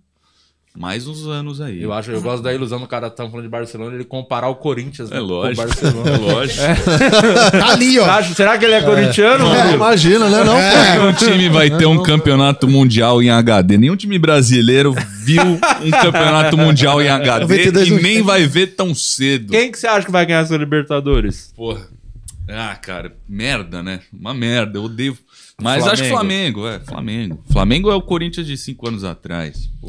mais uns anos aí. Eu acho, eu gosto da ilusão do cara tá falando de Barcelona, ele comparar o Corinthians É né, lógico. com o Barcelona. É lógico. Tá ali, ó. Acho- Será que ele é, corintiano? É, mano? imagina, né? Não, É, um time vai ter um campeonato mundial em HD. Nenhum time brasileiro viu um campeonato mundial em HD 92 e não nem tem. vai ver tão cedo. Quem que você acha que vai ganhar essa Libertadores? Porra. Ah, cara, merda, né? Uma merda, eu odeio. Mas acho que Flamengo, é, Flamengo. Flamengo é o Corinthians de cinco anos atrás. Pô,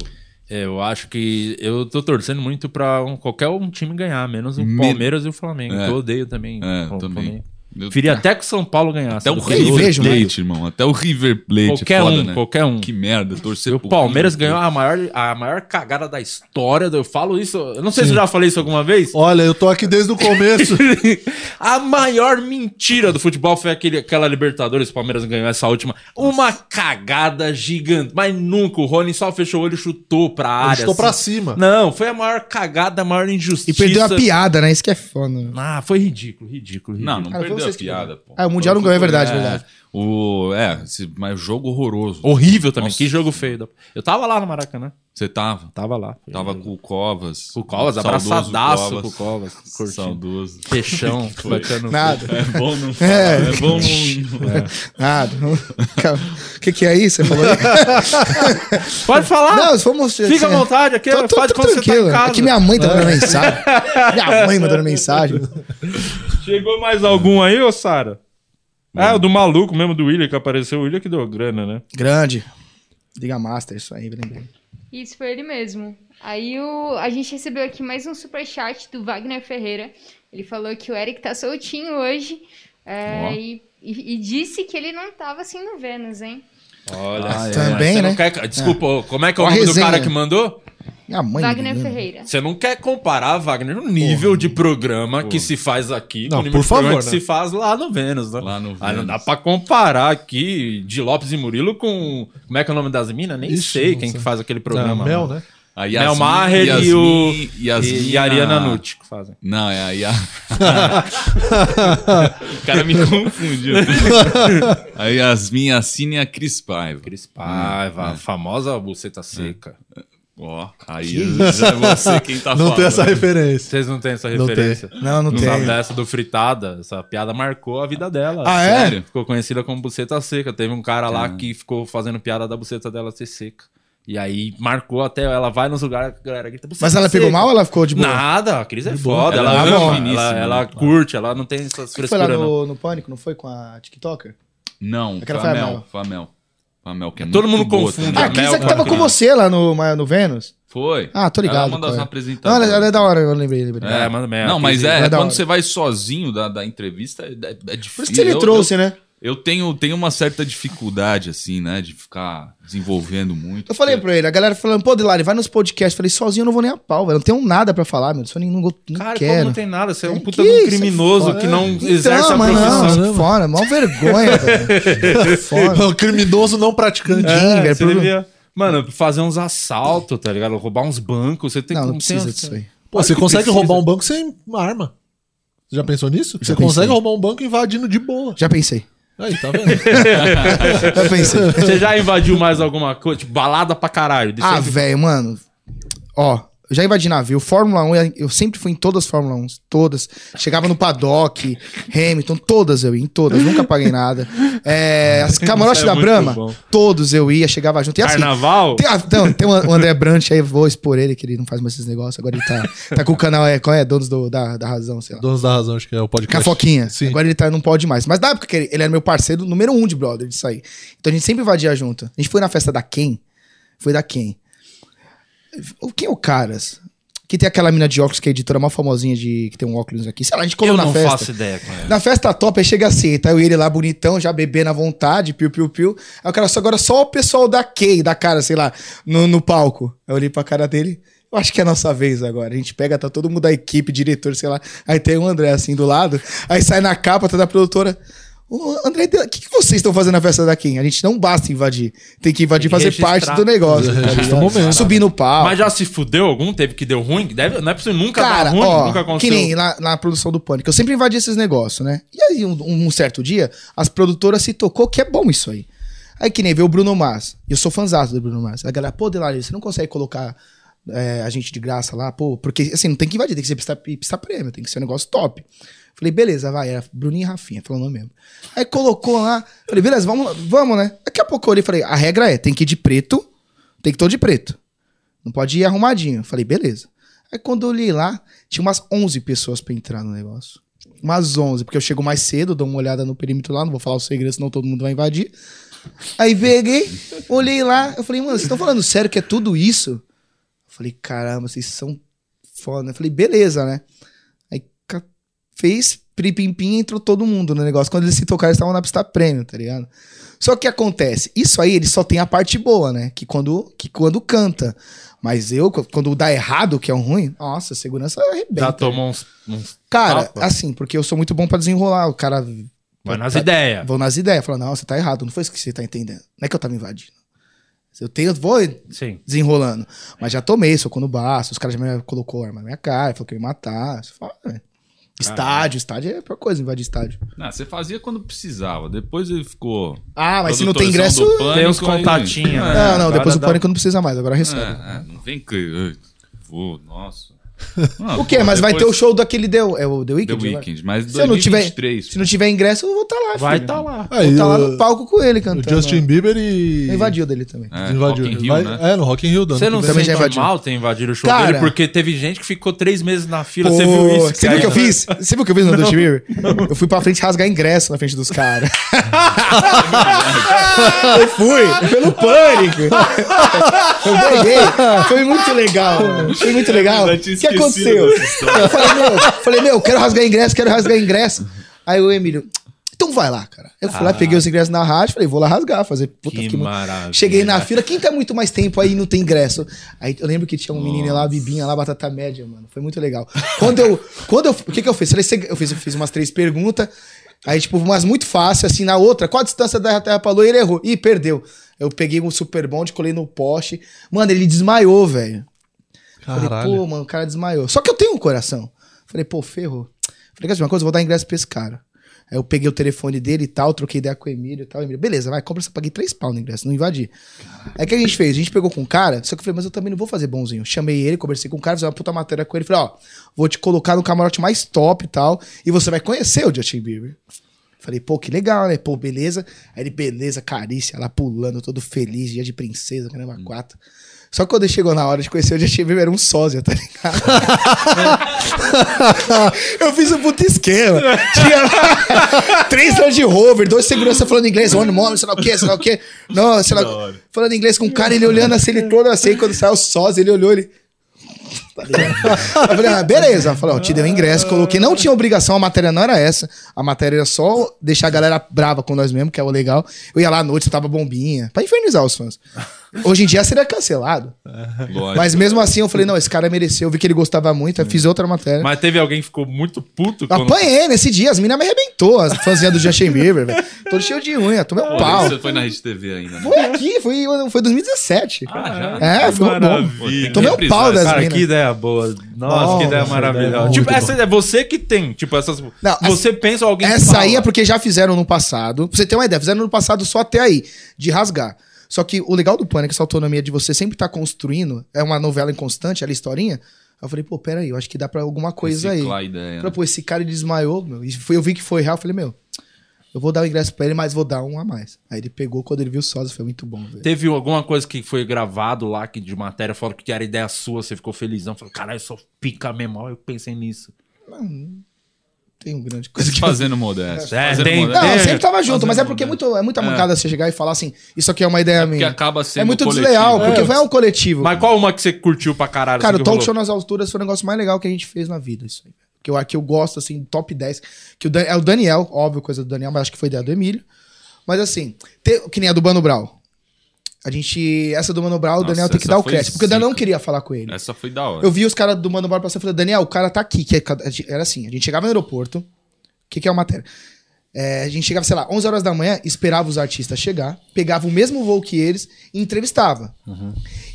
Eu acho que eu tô torcendo muito pra um- qualquer um time ganhar, menos o Me- Palmeiras e o Flamengo. É. que Eu odeio também. É, o também. Flamengo. Eu- tá- Queria até que o São Paulo ganhasse. Até o Eu River River odeio vejo, Plate, irmão. Até o River Plate. Qualquer é foda, um, né? qualquer um. Que merda, torcer O pro Palmeiras River ganhou a Plate. maior, a maior cagada da história. do- Eu falo isso. Eu não sei se eu já falei isso alguma vez. Olha, eu tô aqui desde o começo. a maior mentira do futebol foi aquele, aquela Libertadores. O Palmeiras ganhou essa última. Uma cagada gigante. Mas nunca. O Rony só fechou o olho e chutou pra área. Estou pra assim. cima. É, Não, foi a maior cagada, a maior injustiça. E perdeu a piada, né? Isso que é foda. Ah, foi ridículo, ridículo, ridículo. Não, não Cara, foi perdeu a vocês que piada, pô. Ah, o Mundial não ganhou, é verdade, é verdade. O, é, esse, mas jogo horroroso. Horrível também. Nossa. Que jogo feio. da- Eu tava lá no Maracanã. Você tava? Tava lá. Foi Tava horrível. com o Covas. o Covas, Saudoso abraçadaço com o Covas. Curtindo. Saudoso. Peixão, bacana. Nada, É bom não falar, É. né? é, bom não... nada. Calma. O que, que é isso? Você falou? aí? Pode falar. assim, Não, se for mostrar. Fica à assim, vontade aqui. Tô, tô, faz tô quando você tá tranquilo. em casa. É que minha mãe tá dando mensagem. Minha mãe mandando mensagem. Chegou mais algum aí, ô Sara? Ah, o do maluco mesmo, do William, que apareceu. O William que deu grana, né? Grande. Liga Master, isso aí, lembrei. Isso foi ele mesmo. Aí o, a gente recebeu aqui mais um superchat do Wagner Ferreira. Ele falou que o Eric tá soltinho hoje. é, Ó. e, e- e disse que ele não tava assim no Vênus, hein? Olha, Ah, só, é. Também, você não né? quer- Desculpa, como é que é o Ó a nome do resenha. cara que mandou? Minha mãe. Wagner menino. Ferreira. Você não quer comparar, Wagner, o nível de programa que se faz aqui Não, com o nível por de programa favor, que né? se faz lá no Vênus, né? Lá no Ah, não Vênus. dá pra comparar aqui de Lopes e Murilo com... Como é que é o nome das minas? Nem Ixi, sei não quem sei. que faz aquele É, programa. Mel, né? né? A Mel Maher e o- E, e a Ariana Nucci que fazem. Não, é a Yas... o cara me confundiu. a Yasmin Assine e a Cris Paiva. Cris Paiva, a famosa buceta seca. Ó, aí já é você quem tá Não falando. tem essa referência. Vocês não têm essa Não tem. referência? Não, não Não tem. sabe dessa do Fritada? Essa piada marcou a vida dela. Ah, é? Sério? Ficou conhecida como buceta seca. Teve um cara lá que ficou fazendo piada da buceta dela ser seca. E aí marcou até ela vai nos lugares, a galera grita buceta Mas ela pegou seca. mal ou ela ficou de boa? Nada, a Cris é foda. Ela, Ela é ama, finíssima, ela, né? ela curte, ela não tem essas Que Foi lá frescuras, não. no, no Pânico, não foi? Com a TikToker? Não, Aquela foi a Famel. Mel. Famel. Famel, que é Todo muito mundo boa confunde também. Ah, a a Cris Mel é que tava com a com Cris. você lá no, ma- no Vênus? Foi. Ah, Tá tô ligado. Ela é uma qual das é. Não, apresentadoras. ela, ela é da hora, eu lembrei, lembrei. É, manda merda. Não, mas Cris é, Ela é da quando hora. você vai sozinho da, da entrevista, é, é- é difícil. Por isso que ele Eu- trouxe, né? Eu, eu tenho, tenho uma certa dificuldade, assim, né? De ficar desenvolvendo muito. Eu falei porque- pra ele, a galera falando, pô, Delari, vai nos podcasts. Eu falei, sozinho eu não vou nem a pau, velho. Não tenho nada pra falar, meu. Só nem, não, go- não Cara, como quero. não tem nada? Você é um Que puta de um isso? criminoso Fora. que não Então, exerce a mas profissão. Não, fora, mó vergonha, velho. Fora. É um criminoso não praticante. Ninguém, É, velho. você problema- devia, mano, fazer uns assaltos, tá ligado? Roubar uns bancos, você tem Não, que- não tem- precisa disso aí. Pô, você que consegue precisa. roubar um banco sem arma. Você já pensou nisso? Você pensei. consegue roubar um banco invadindo de boa. Já pensei. Aí, tá vendo? Já pensei. Você já invadiu mais alguma coisa? Tipo, balada pra caralho. de ah, sempre- velho, mano. Ó, eu já invadi navio. Fórmula 1, eu sempre fui em todas as Fórmula 1, todas. Chegava no paddock, Hamilton, todas eu ia, em todas, nunca paguei nada. É, as camarotes Isso é da muito Brahma, bom. todos eu ia, chegava junto. E assim, Carnaval? Tem, a- não, tem o André Brant aí, vou expor ele, que ele não faz mais esses negócios. Agora ele tá, tá com o canal, é, qual é? Donos do- da, da Razão, sei lá. Donos da razão, acho que é o podcast. Cafoquinha. Sim. Agora ele tá, não pode mais. Mas na época que ele, ele era meu parceiro número um de brother disso aí. Então a gente sempre invadia junto. A gente foi na festa da Ken. Foi da Ken. O quem é o Caras? Que tem aquela mina de óculos que é a editora mais famosinha de. que tem um óculos aqui. Sei lá, a gente colou Eu na não festa. faço ideia, cara. Na festa top, aí chega assim, tá eu e ele lá bonitão, já bebendo à vontade, piu, piu, piu. Aí o cara, só agora só o pessoal da Kay, da cara, sei lá, no, no palco. Aí eu olhei pra cara dele, eu acho que é a nossa vez agora. A gente pega, tá todo mundo da equipe, diretor, sei lá. Aí tem o André assim do lado, aí sai na capa, tá da produtora. O André, o que, que vocês estão fazendo na festa da Kim? A gente não basta invadir. Tem que invadir e fazer registrar. parte do negócio. tá Registra o momento. Subir no palco. Mas já se fudeu algum? Teve que deu ruim? Deve, não é possível nunca Cara, dar ruim, ó, nunca que aconteceu. nem lá na produção do Pânico. Eu sempre invadi esses negócios, né? E aí, um, um certo dia, as produtoras se tocou que é bom isso aí. Aí que nem veio o Bruno Mars. E eu sou fãzado do Bruno Mars. A galera, pô, Delari, você não consegue colocar é, a gente de graça lá, pô, porque assim, não tem que invadir, tem que ser pista, pista prêmio, tem que ser um negócio top. Falei, beleza, vai, era Bruninho e Rafinha, falou o nome mesmo. Aí colocou lá, falei, beleza, vamos, lá, vamos, né? Daqui a pouco eu olhei e falei, a regra é, tem que ir de preto, tem que todo de preto. Não pode ir arrumadinho. Falei, beleza. Aí quando eu olhei lá, tinha umas 11 pessoas pra entrar no negócio. Umas 11, porque eu chego mais cedo, dou uma olhada no perímetro lá, não vou falar o segredo, senão todo mundo vai invadir. Aí peguei, olhei lá, eu falei, mano, vocês estão falando sério que é tudo isso? Eu falei, caramba, vocês são foda. Eu falei, beleza, né? Aí ca- fez piripimpim, entrou todo mundo no negócio. Quando eles se tocaram, eles estavam na pista prêmio, tá ligado? Só que o que acontece, isso aí ele só tem a parte boa, né? Que quando, que quando canta. Mas eu, qu- quando dá errado, que é um ruim, nossa, a segurança Já arrebenta. tomou uns. uns- Cara, tapa. assim, porque eu sou muito bom pra desenrolar. O cara vai nas Tá- ideias. Vou nas ideias. Falar, não, você tá errado. Não foi isso que você tá entendendo. Não é que eu tava invadindo. Eu tenho, vou Sim. desenrolando. Mas já tomei soco no baço. Os caras já me colocou arma na minha cara. Falou que eu ia matar. Você fala, "Ah, velho, estádio, estádio é a pior coisa, invadir estádio. Não, Ah, você fazia quando precisava. Depois ele ficou. Ah, mas se não tem ingresso... produtorzão do Pânico, Tem uns aí- contatinhos. né?" É, Não, não, depois Agora o dá- pânico não precisa mais. Agora recebe. é, é, não vem que. Vou, nossa. Ah, O quê? Mas vai ter o show daquele The, é o The É. The Weeknd? vai? Weekend, mas Se eu não tiver- 2023. Se não tiver ingresso, eu vou estar lá, Vai filho. tá lá. Vou Aí, estar lá o- no palco com ele O cantando. né? Justin Bieber e. Invadiu dele também. É, Invadiu. Rock in Rio, Vai- né? É, no Rock in Rio. do ano Você que não vem. Também se já sente invadiu. mal ter invadido o show Cara. dele, porque teve gente que ficou três meses na fila. Você Ô, viu isso? Você viu o que eu aí- fiz? Você viu o que eu fiz no Dutch Mirror? Eu fui pra frente rasgar ingresso na frente dos caras. eu fui, pelo pânico. Eu peguei. Foi muito legal, mano. Foi muito legal. já O tinha que esquecido aconteceu? dessa história. Eu falei, meu, eu falei, meu, quero rasgar ingresso, quero rasgar ingresso. Aí o Emílio, então vai lá, cara. Eu fui lá, peguei os ingressos na rádio, falei, vou lá rasgar, fazer. Ah. Puta, Que fiquei muito- maravilha. Cheguei na fila, quem tá muito mais tempo aí e não tem ingresso? Aí eu lembro que tinha um menino lá, a Bibinha lá, batata média, mano. Foi muito legal. Quando eu. quando eu o que, que eu fiz? Eu fiz- Eu fiz, eu fiz umas três perguntas. Aí, tipo, umas muito fáceis, assim, na outra, qual a distância da Terra pra Lua? Ele errou. Ih, perdeu. Eu peguei um super bonde, colei no poste. Mano, ele desmaiou, velho. Falei, Caralho. pô, mano, o cara desmaiou. Só que eu tenho um coração. Falei, pô, ferrou. Falei, quer saber uma coisa? Eu vou dar ingresso pra esse cara. Aí eu peguei o telefone dele e tal, troquei ideia com o Emílio e tal. Emílio, beleza, vai, compra, só paguei três pau no ingresso, não invadi. Aí o que a gente fez? A gente pegou com o cara, só que eu falei, mas eu também não vou fazer bonzinho. Chamei ele, conversei com o cara, fiz uma puta matéria com ele. Falei, ó, vou te colocar no camarote mais top e tal, e você vai conhecer o Justin Bieber. Falei, pô, que legal, né? Pô, beleza. Aí ele, beleza, carícia, lá pulando, todo feliz, dia de princesa, caramba, quatro. Só que quando ele chegou na hora de conhecer o Justin Bieber, era um sósia, tá ligado? Eu fiz um puto esquema. Tinha lá três Land Rover, dois segurança falando inglês, one mom, sei lá o quê, sei lá o quê. Não, sei lá, falando inglês com o cara, ele olhando assim, ele todo assim, quando saiu sósia, ele olhou, ele... Tá ligado? Eu falei, ah, beleza. Eu falei, ó, te dei o ingresso, coloquei. Não tinha obrigação, a matéria não era essa. A matéria era só deixar a galera brava com nós mesmo, que é o legal. Eu ia lá à noite, eu tava bombinha, pra infernizar os fãs. Hoje em dia seria cancelado. Lógico. Mas mesmo assim, eu falei, não, esse cara mereceu. Eu vi que ele gostava muito, aí fiz outra matéria. Mas teve alguém que ficou muito puto Eu quando. apanhei nesse dia, as meninas me arrebentou, as fãzinhas do Justin Bieber, velho. Todo cheio de unha, tomei um Pô, pau. né? Você foi na Rede TV ainda, né? Foi aqui, foi, foi 2017. Ah, é, foi muito bom. Maravilha. Pô, tem que Tomei um reprisar pau essa- das Cara, minas. que ideia boa. Nossa, Nossa, que ideia essa maravilhosa. ideia é tipo, muito essa é você que tem. Tipo, essas. essa- você pensa alguém. que Essa aí fala. é porque já fizeram no passado. Pra você ter uma ideia, fizeram no passado só até aí, de rasgar. Só que o legal do Pânico, essa autonomia de você sempre estar construindo, é uma novela em constante, ela historinha. Aí eu falei, pô, peraí, eu acho que dá pra alguma coisa aí. Reciclar a ideia, né? Falei, pô, esse cara ele desmaiou, meu. E foi, eu vi que foi real. eu Falei, meu, eu vou dar o ingresso pra ele, mas vou dar um a mais. Aí ele pegou quando ele viu sósia, foi muito bom, velho. Teve alguma coisa que foi gravado lá que de matéria, falando que era ideia sua, você ficou felizão, falou, caralho, só pica mesmo, ó, eu pensei nisso. Tem um grande coisa que Fazendo modéstia. É, fazendo tem- modéstia. Não, É, eu sempre tava junto, fazendo mas é porque é, mudança. muito, é muita mancada você chegar e falar assim, isso aqui é uma ideia Porque minha. acaba sendo É muito coletivo. desleal, porque vai um coletivo. Mas qual uma que você curtiu pra caralho? Cara, assim, o que talk rolou? show nas alturas foi o negócio mais legal que a gente fez na vida, isso aí. Que eu, que eu gosto, assim, top 10. Que o Dan- é o Daniel, óbvio, coisa do Daniel, mas acho que foi ideia do Emílio. Mas assim, te- que nem a do Mano Brau. A gente. Essa do Mano Brau, o Nossa, Daniel tem que essa dar o foi crédito, porque o Daniel não zica. queria falar com ele. Essa É, foi da hora. Eu vi os caras do Mano Bora passando e falei, Daniel, o cara tá aqui. Que é- era assim, a gente chegava no aeroporto. O que, que é a matéria? É, a gente chegava, sei lá, 11 horas da manhã, esperava os artistas chegar, pegava o mesmo voo que eles e entrevistava.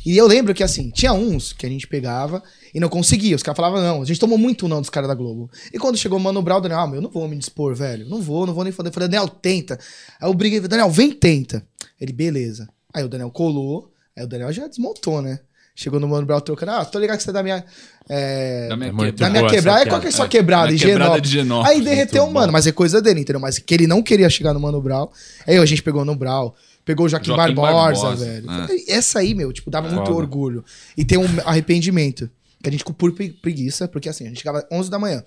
E eu lembro que, assim, tinha uns que a gente pegava e não conseguia. Os caras falavam, não, a gente tomou muito não dos caras da Globo. E quando chegou o Mano Brown, o Daniel, ah, meu, eu não vou me dispor, velho. Não vou, não vou nem fazer. Eu falei, Daniel, tenta. Aí eu briguei, Daniel, vem, tenta. Ele, beleza. Aí o Daniel colou, aí o Daniel já desmontou, né? Chegou no Mano Brown trocando, ah, tô ligado que você é da minha. É, Da minha, muito quebra- da minha boa essa quebrada, é piada. qualquer só quebrada, minha e quebrada Genópolis. de Genópolis. Aí derreteu o mano, mas é coisa dele, entendeu? Mas que ele não queria chegar no Mano Brau. Aí a gente pegou no Brau, pegou o Joaquim, Joaquim Barbosa, Barbosa, velho. é. Essa aí, meu, tipo, dava muito orgulho. E tem um arrependimento. Que a gente ficou por pre- preguiça, porque assim, a gente chegava 11 da manhã.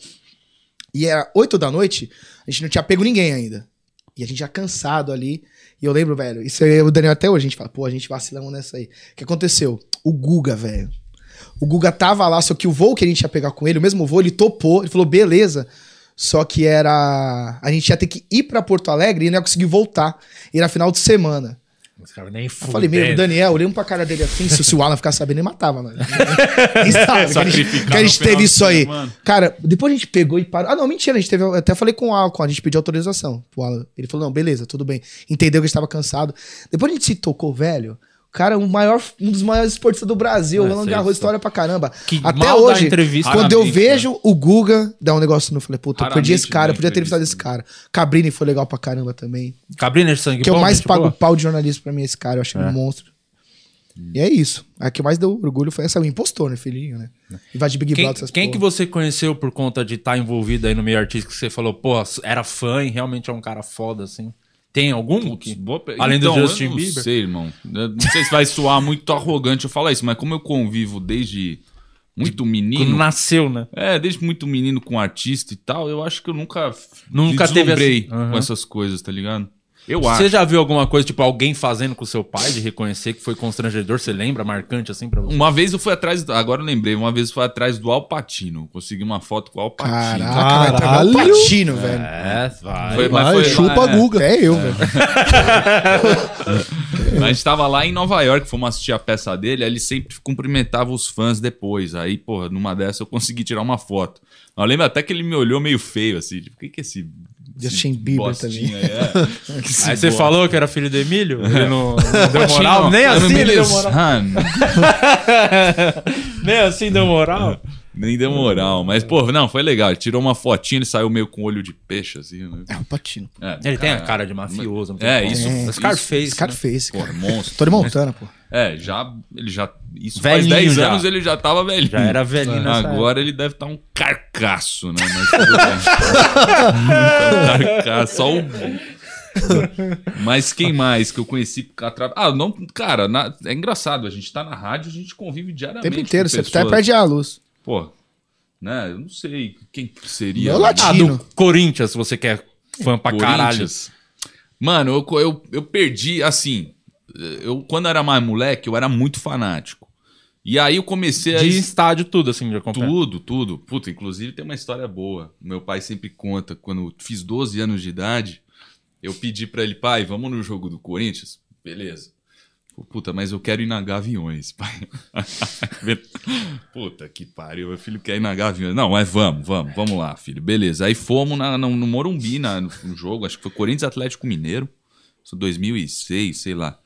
E era 8 da noite, a gente não tinha pego ninguém ainda. E a gente já cansado ali. E eu lembro, velho, isso aí o Daniel até hoje, a gente fala, pô, a gente vacilamos nessa aí. O que aconteceu? O Guga, velho. O Guga tava lá, só que o voo que a gente ia pegar com ele, o mesmo voo, ele topou, ele falou, beleza. Só que era. A gente ia ter que ir pra Porto Alegre e não ia conseguir voltar. E era final de semana. Os caras nem Eu falei, meu, o Daniel, olhei um pra cara dele assim, se, se o Alan ficasse sabendo, ele matava, mano. Nem sabe que a gente, que a gente teve isso aí. Cara, depois a gente pegou e parou. Ah, não, mentira, a gente teve. Eu até falei com o Alan, a gente pediu autorização pro Alan. Ele falou, não, beleza, tudo bem. Entendeu que a gente tava cansado. Depois a gente se tocou, velho. Cara, o maior, um dos maiores esportistas do Brasil, o Alan Garros, história pra caramba. Que Até mal dá hoje, entrevista. quando eu Raramente, vejo o Guga dar um negócio no, eu falei, puta, eu perdi esse Raramente cara, eu dá podia ter entrevista, entrevistado esse cara. Cabrini foi legal pra caramba também. Cabrina de sangue Que eu bom, mais gente tipo, pago boa. o pau de jornalista pra mim é esse cara, eu acho ele um monstro. E é isso. A que mais deu orgulho foi essa, o impostor, né, filhinho, né? Invade Big Quem, Brother, essas quem que porra. você conheceu por conta de estar envolvido aí no meio artístico que você falou, pô, era fã e realmente é um cara foda, assim? Tem algum? que- Além do Justin Então, eu Bieber? Não sei, irmão. Eu não sei se vai soar muito arrogante eu falar isso, mas como eu convivo desde muito Quando menino. nasceu, né? É, desde muito menino com artista e tal, eu acho que eu nunca Nunca teve essa- deslumbrei Aham. com essas coisas, tá ligado? Eu Você acho. já viu alguma coisa, tipo, alguém fazendo com seu pai de reconhecer que foi constrangedor? Você lembra? Marcante, assim, pra você? Uma vez eu fui atrás, agora eu lembrei, uma vez eu fui atrás do Alpatino. Consegui uma foto com o Alpatino. Caraca, vai trabalhar o Caralho! Patino, velho. É, vai. Foi- mas Vai, foi lá, chupa né? a Guga. É eu, velho. A gente tava lá em Nova York, fomos assistir a peça dele, aí ele sempre cumprimentava os fãs depois. Aí, porra, numa dessa eu consegui tirar uma foto. Eu lembro até que ele me olhou meio feio, assim, tipo, o que que é esse... Justin esse Bieber bostinha também. aí é? Que esse Aí você bo- falou que era filho do Emílio? Ele não, não deu Patinho, moral? Nem I'm assim ele deu Emilio's moral. son. Nem assim deu moral? Nem deu moral, mas, pô, não, foi legal. Ele tirou uma fotinha, ele saiu meio com olho de peixe, assim. né? É o Patino. É, Ele tem a cara de mafioso. não tem É, como. isso- O Scarface. Esse cara né? fez, Porra, cara. monstro. Tony Montana, pô. É, já. Ele já. Isso Velhinho faz 10 já. anos ele já tava velhinho. Já era velhinho nessa Agora ele deve estar um carcaço, né? Mas tudo bem. um carcaço, só o. Mas quem mais que eu conheci atra- Ah, não, cara, na- é engraçado. A gente tá na rádio, a gente convive O diariamente. tempo inteiro, com você tá até pessoas. perde a luz. Pô, né? Eu não sei quem que seria. Meu latino. Ah, do Corinthians, se você quer fã pra caralho. Corinthians. Mano, eu, co- eu, eu perdi, assim. Eu, quando era mais moleque, eu era muito fanático. E aí eu comecei a. De estádio, tudo, assim, de acompanhar. Tudo, tudo. Puta, inclusive tem uma história boa. Meu pai sempre conta, quando eu fiz 12 anos de idade, eu pedi pra ele, pai, vamos no jogo do Corinthians? Beleza. Pô, Puta, mas eu quero ir na Gaviões, pai. Puta que pariu, meu filho quer ir na Gaviões. Não, mas vamos, vamos, vamos lá, filho. Beleza. Aí fomos na- no, no Morumbi, na, no, no jogo, acho que foi Corinthians Atlético Mineiro. Isso 2006, sei lá.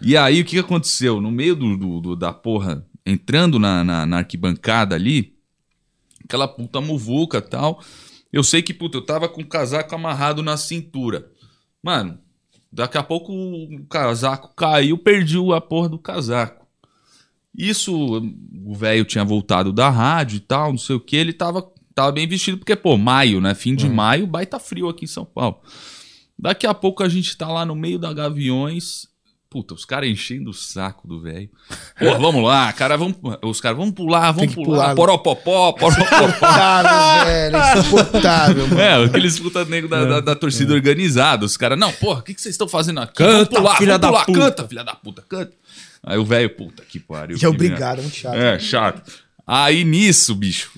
E aí, o que que aconteceu? No meio do, do- do- da porra, entrando na, na, na arquibancada ali, aquela puta muvuca e tal. Eu sei que, puta, eu tava com o casaco amarrado na cintura. Mano, daqui a pouco o casaco caiu, perdi a porra do casaco. Isso, o velho tinha voltado da rádio e tal, não sei o que, ele tava, tava bem vestido, porque, pô, maio, né? Fim Uhum. de maio, baita frio aqui em São Paulo. Daqui a pouco a gente tá lá no meio da Gaviões. Puta, os caras enchendo o saco do velho. Pô, vamos lá, cara, vamos. Os caras, vamos pular, Tem vamos que pular. pular. Poropopó, poropopó. Cara, velho, é insuportável, mano. É, aqueles puta nego da, da, da torcida organizada. Os caras, não, porra, o que, que vocês estão fazendo aqui? É. Canta, Vamos pular, filha vamos da pular, puta. canta, filha da puta, canta. Aí o velho, puta que pariu. E é que merda. obrigado, muito chato. É, chato. Aí nisso, bicho,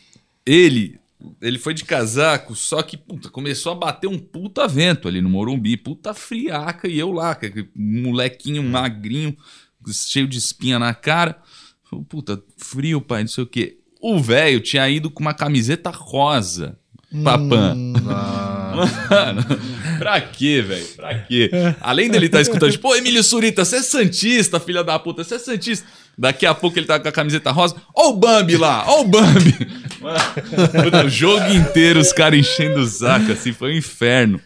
ele ele foi de casaco, só que puta, começou a bater um puta vento ali no Morumbi, puta friaca, e eu lá, que- que molequinho magrinho, cheio de espinha na cara. Falei, Puta, frio, pai, não sei o quê. O velho Hum. tinha ido com uma camiseta rosa. Papã. Mano, Pra quê, velho? Pra quê? Além dele estar escutando, tipo, pô, Emílio Surita, você é Santista, filha da puta, você é Santista. Daqui a pouco ele tá com a camiseta rosa. Ó o Bambi lá, ó o Bambi. Mano, puta, o jogo inteiro os caras enchendo o saco, assim, foi um inferno.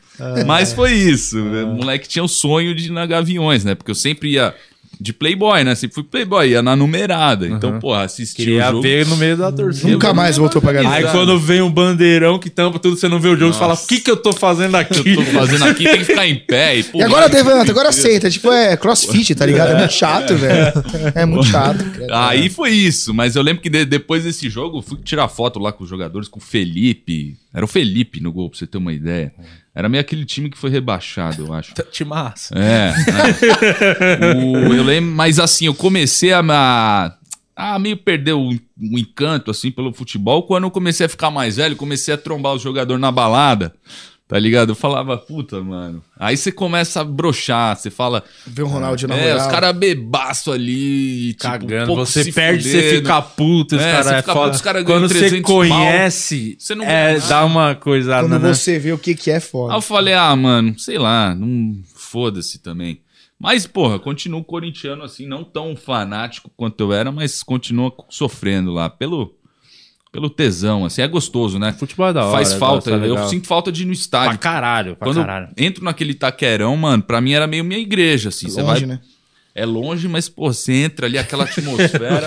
Mas foi isso. O moleque tinha o sonho de ir na Gaviões, né? Porque eu sempre ia de Playboy, né? Sempre fui Playboy, ia na numerada. Então, porra, assistia o Queria jogo. ver no meio da torcida. Nunca mais voltou pra galera. Aí Exato. quando vem um bandeirão que tampa tudo, você não vê o jogo, você fala, o que que eu tô fazendo O aqui? que eu tô fazendo aqui tem que ficar em pé e E pular. agora levanta, agora aceita. Tipo, é crossfit, tá ligado? É muito chato, velho. É muito chato. credo. Aí foi isso, mas eu lembro que de- depois desse jogo eu fui tirar foto lá com os jogadores, com o Felipe. Era o Felipe no gol, pra você ter uma ideia. Era meio aquele time que foi rebaixado, eu acho. Te massa. É. né? O- eu lembro, mas assim, eu comecei a, ma- a meio perder o, o encanto, assim, pelo futebol. Quando eu comecei a ficar mais velho, comecei a trombar os jogadores na balada. Tá ligado? Eu falava, puta, mano. Aí você começa a brochar, você fala. Ver o Ronaldo na É, moral. os caras bebaço ali. tipo, Cagando, pouco você se perde, você fudendo. fica puto, os É, caras você é fica foda. puto, os caras ganham Quando você 300 pau, conhece, você não ganha é, nada. dá uma coisa Quando né? você vê o que, que é Aí eu foda. falei, ah, mano, sei lá, não foda-se também. Mas, porra, continuo corintiano assim, não tão fanático quanto eu era, mas continua sofrendo lá pelo, pelo tesão, assim. É gostoso, né? Futebol é da hora. Faz é falta, da hora, é eu legal. sinto falta de ir no Pra estádio. caralho, pra Quando eu caralho. entro naquele taquerão, mano, pra mim era meio minha igreja, assim. você vai, Longe, né? É longe, mas, pô, você entra ali, aquela atmosfera.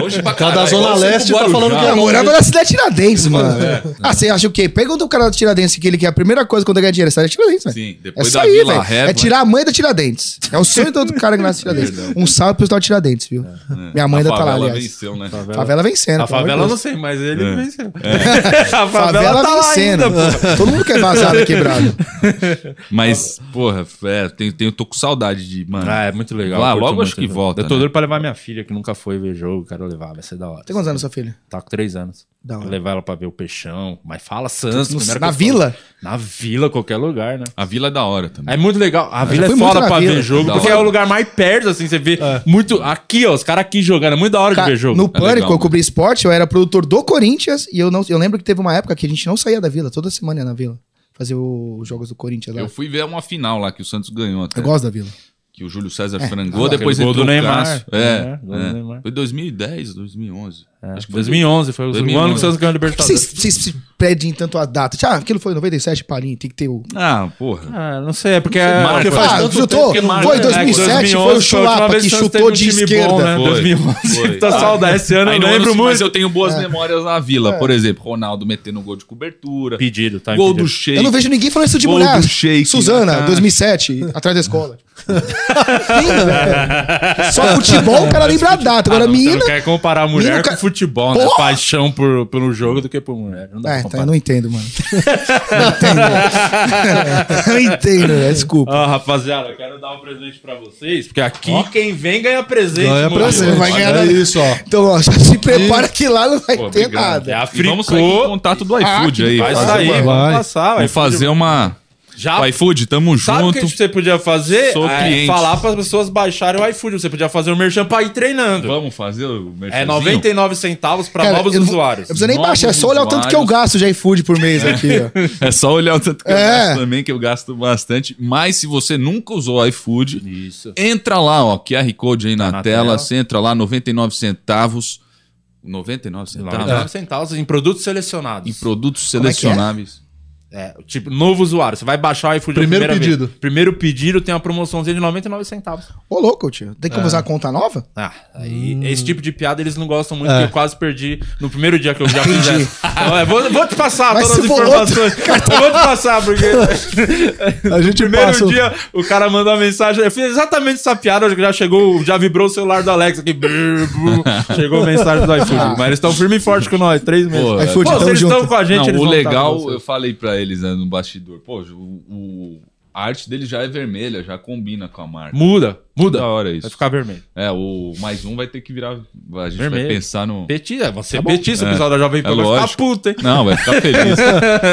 longe pra Cada caralho. Zona Igual você pro Leste tá Guarujá. falando que é Eu morava na cidade Tiradentes, mano. Ah, você acha o quê? Pergunta o cara da Tiradentes que ele quer. A primeira coisa quando ele ganha dinheiro é sair da Tiradentes, velho. Sim, É depois isso da aí, Vila velho. Ré. É tirar a mãe da Tiradentes. É o sonho de todo cara que nasce na Tiradentes. Um salve pro pessoal de Tiradentes, viu? Minha mãe ainda tá lá, aliás. venceu, né? Favela vencendo. A pelo amor de favela eu Deus. não sei, mas ele É. venceu. A tá Favela vencendo. Todo mundo quer vazar né? da quebrada. Mas, porra, é, tenho, tenho, tô com saudade de, mano. Ah, é muito legal. Ah, eu curto logo muito acho que ver. volta, Eu tô né? doido pra levar minha filha, que nunca foi ver jogo, quero levar, vai ser da hora. Tem quantos anos sua filha? Tá com três anos. Da hora. Vou levar ela pra ver o Peixão. Mas fala Santos. No- primeira na coisa que eu vila? falo. Na vila, qualquer lugar, né? A vila é da hora também. É muito legal. A vila é fui muito foda na pra Vila. É. ver jogo, Da porque é hora. o lugar mais perto, assim, você vê muito. Aqui, ó, os caras aqui jogando. É muito da hora Ca- de ver jogo. É. No Pânico, legal, eu mano. cobri esporte, eu era produtor do Corinthians e eu, não, eu lembro que teve uma época que a gente não saía da vila, toda semana ia na vila. Fazer o- os jogos do É, Corinthians lá. Eu Eu, fui ver uma final lá que o Santos ganhou É. até. gosto da vila. Que o Júlio César É. frangou, depois Aquele gol entrou do o Neymar. Cássio. É, É, gol do é. Neymar. É. Foi 2010, 2011. Acho que foi 2011 foi o 2011. ano que o Santos ganhou a Por que Libertadores. vocês, vocês se pedem tanto a data? Ah, aquilo foi 97, Palinho, tem que ter o. Ah, porra. Ah, não sei, é porque. Marca, porque faz Ah, tanto tempo chutou? que não Foi É, em marca, né? 2007, foi o 2011 foi a última Chulapa vez que que o Santos teve chutou um de time bom, esquerda. né? 2011 tá saudade, esse ano eu Ah, Aí não lembro sei, Mas muito. eu tenho boas É. memórias na vila. Por exemplo, Ronaldo metendo gol de cobertura. Pedido, tá? Gol impedido. do Sheik. Eu não vejo ninguém falando isso de Gol mulher. do Sheik, Suzana, cara. 2007, atrás da escola. Menina, velho. Só futebol o cara lembra a data. Agora, Ah, não, Você menina. não quer comparar mulher menina ca- com futebol, né? Porra! Paixão por, pelo jogo do que por mulher. Não dá pra É, tá, eu comparar. não entendo, mano. Não entendo. não entendo, velho. Desculpa. Ó, Ah, rapaziada, eu quero dar um presente pra vocês, porque aqui quem vem ganha presente. Ganha mano. presente. vai ganhar Olha nada. É isso, ó. Então, ó, já se prepara que lá não vai ter É nada. a E vamos sair com o Fricô. contato Ah, do iFood aí. Vai fazer sair, uma- vamos vai. passar. vai. Vamos fazer uma... Já O iFood, tamo Sabe o que junto. você podia fazer? Sou É, cliente. falar para as pessoas baixarem o iFood. Você podia fazer um merchan para ir treinando. Vamos fazer o É merchanzinho? 99 centavos para Cara, novos eu não- usuários. Eu preciso nem Novos baixar, é só olhar o tanto que eu usuários. gasto de iFood por mês aqui, ó. É só olhar o tanto que eu É. gasto também, que eu gasto bastante. Mas se você nunca usou iFood, Isso. Tá entra lá, ó, QR Code aí na, na tela, tela. Você entra lá, 99 centavos. 99 99 centavos? centavos em produtos Em selecionados. produtos Como é que é? selecionáveis. É, tipo, novo usuário. Você vai baixar o iFood a Primeiro primeira pedido. vez. Primeiro pedido tem uma promoçãozinha de 99 centavos. Ô, louco, tio. Tem que É. começar uma conta nova? Ah, aí esse tipo de piada eles não gostam muito, É. porque eu quase perdi no primeiro dia que eu já fiz. essa. Então, é, vou, vou te passar Mas todas se as for outro- informações. Eu vou te passar, porque A gente primeiro passa. dia o cara mandou uma mensagem. Eu fiz exatamente essa piada, acho que já chegou, já vibrou o celular do Alex aqui. brrr, brrr, chegou a mensagem do iFood. Mas eles estão firme e forte com nós, três meses. Pô, iFood, Pô, se tamo eles junto. estão com a gente, eles não, vão o tá com legal, você. eu falei pra eles né, no bastidor, pô, o, o- a arte dele já é vermelha, já combina com a marca. Muda, Muda. Da hora isso. Vai ficar vermelho. É, o mais um vai ter que virar. A gente vai Vermelho. pensar no. Petista, é, você Tá é bom. petista, É. pessoal da Jovem É Pan. vai lógico. ficar puta, hein? Não, vai ficar feliz.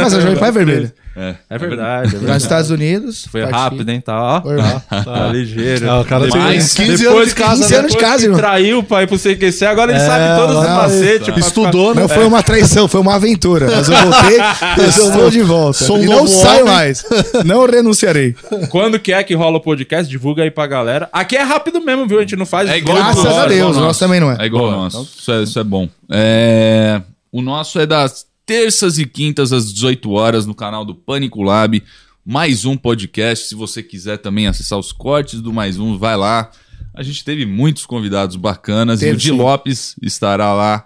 Mas a Jovem Pan é vermelha. É. É verdade. É Nos verdade. Estados Unidos. Foi participa. rápido, hein? Tá, ó. Foi rápido. Tá ligeiro. Ah, o cara tem Mas 15 anos depois de casa, 15 né? anos de casa, irmão. Traiu, pai, pro CQC, agora ele É, sabe todos os agora- macetes. pra Estudou, né? Não foi uma traição, foi uma aventura. Mas eu voltei, eu estou de volta. Sou um e não novo saio homem. mais. Não renunciarei. Quando que é que rola o podcast? Divulga aí pra galera. Aqui é rápido mesmo, viu? A gente não faz. É igual Graças ao a Deus, igual ao o nosso também não é. É igual ao nosso. Isso é, isso é bom. É, O nosso é das terças e quintas às 18 horas no canal do Pânico Lab. Mais um podcast. Se você quiser também acessar os cortes do mais um, vai lá. A gente teve muitos convidados bacanas e Teve, o Di sim. Lopes estará lá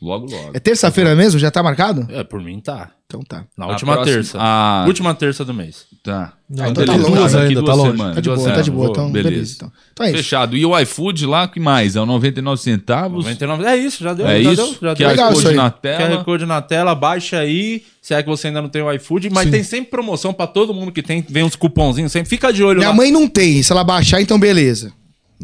logo logo. É terça-feira mesmo? Já tá marcado? É, por mim tá. Então tá. Na A última próxima- terça. Ah, Última terça do mês. tá. Não, então Ah, tá então tá Beleza, longe longe daqui ainda, duas tá longe. semanas. Tá de Duas boa, tá de semanas. boa. Então, Beleza. beleza. então. Então é isso. Fechado. E o iFood lá, que mais? É o 99 centavos. 99. É isso, já deu. É já isso? Deu, já Que deu. Legal isso Code aí. na QR tela. Code na tela, baixa aí, se é que você ainda não tem o iFood, mas tem sempre promoção pra todo mundo que tem, vem uns cupomzinhos sempre. Fica de olho Minha lá. mãe não tem. Se ela baixar, então beleza.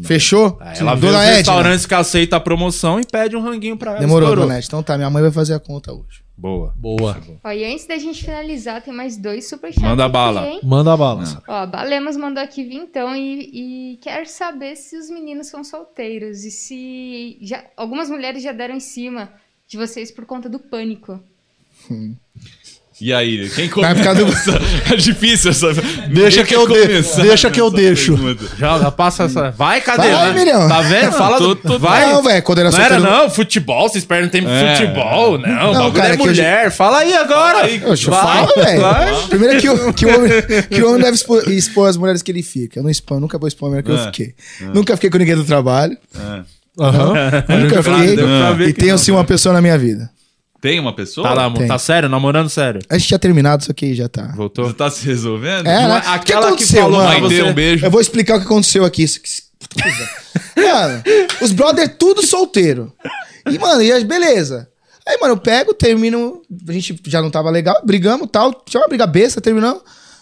Fechou? Ah, Ela vê os Dona Edna. restaurantes que aceita a promoção e pede um ranguinho pra ela. Demorou, Estourou. Dona Edna. Então tá, minha mãe vai fazer a conta hoje. Boa. Boa. Ó, e antes da gente finalizar, tem mais dois superchats. Manda aqui, bala. hein? Manda bala. Ó, a Balemos mandou aqui vintão e, e quer saber se os meninos são solteiros e se já, algumas mulheres já deram em cima de vocês por conta do pânico. E aí, quem começa? Vai ficar do... É difícil essa. Deixa que eu deixo. deixo. Deixa que eu né? deixo. Joga, passa essa. Vai, cadê? Hum. Vai, né? milhão. Tá vendo? Fala. Tô- do- tô- vai. Não, velho, quando era Não era, solteiro- não. Futebol, vocês perdem tempo de É. futebol. Não, o Não, bagulho cara, é que hoje- mulher. Fala aí agora. Eu já falo, velho. Primeiro é que o, que, o homem, que o homem deve expor, expor as mulheres que ele fica. Eu não expor, eu nunca vou expor a mulher que É, eu fiquei. Nunca fiquei com ninguém do trabalho. Aham. Nunca fiquei. deu pra ver E que tenho sim uma pessoa na minha vida. Tem uma pessoa? Tá lá, amor, Tem. tá sério? Namorando sério? A gente tinha terminado, só que já tá. Voltou? Você tá se resolvendo? É, né? aquela O que que aconteceu, falou Vai mano? você- ter um beijo. Eu vou explicar o que aconteceu aqui. Isso que- Puta que- mano, os brother tudo solteiro. E, mano, e as- beleza. Aí, mano, eu pego, termino. A gente já não tava legal, brigamos tal. Tinha uma briga besta, terminamos.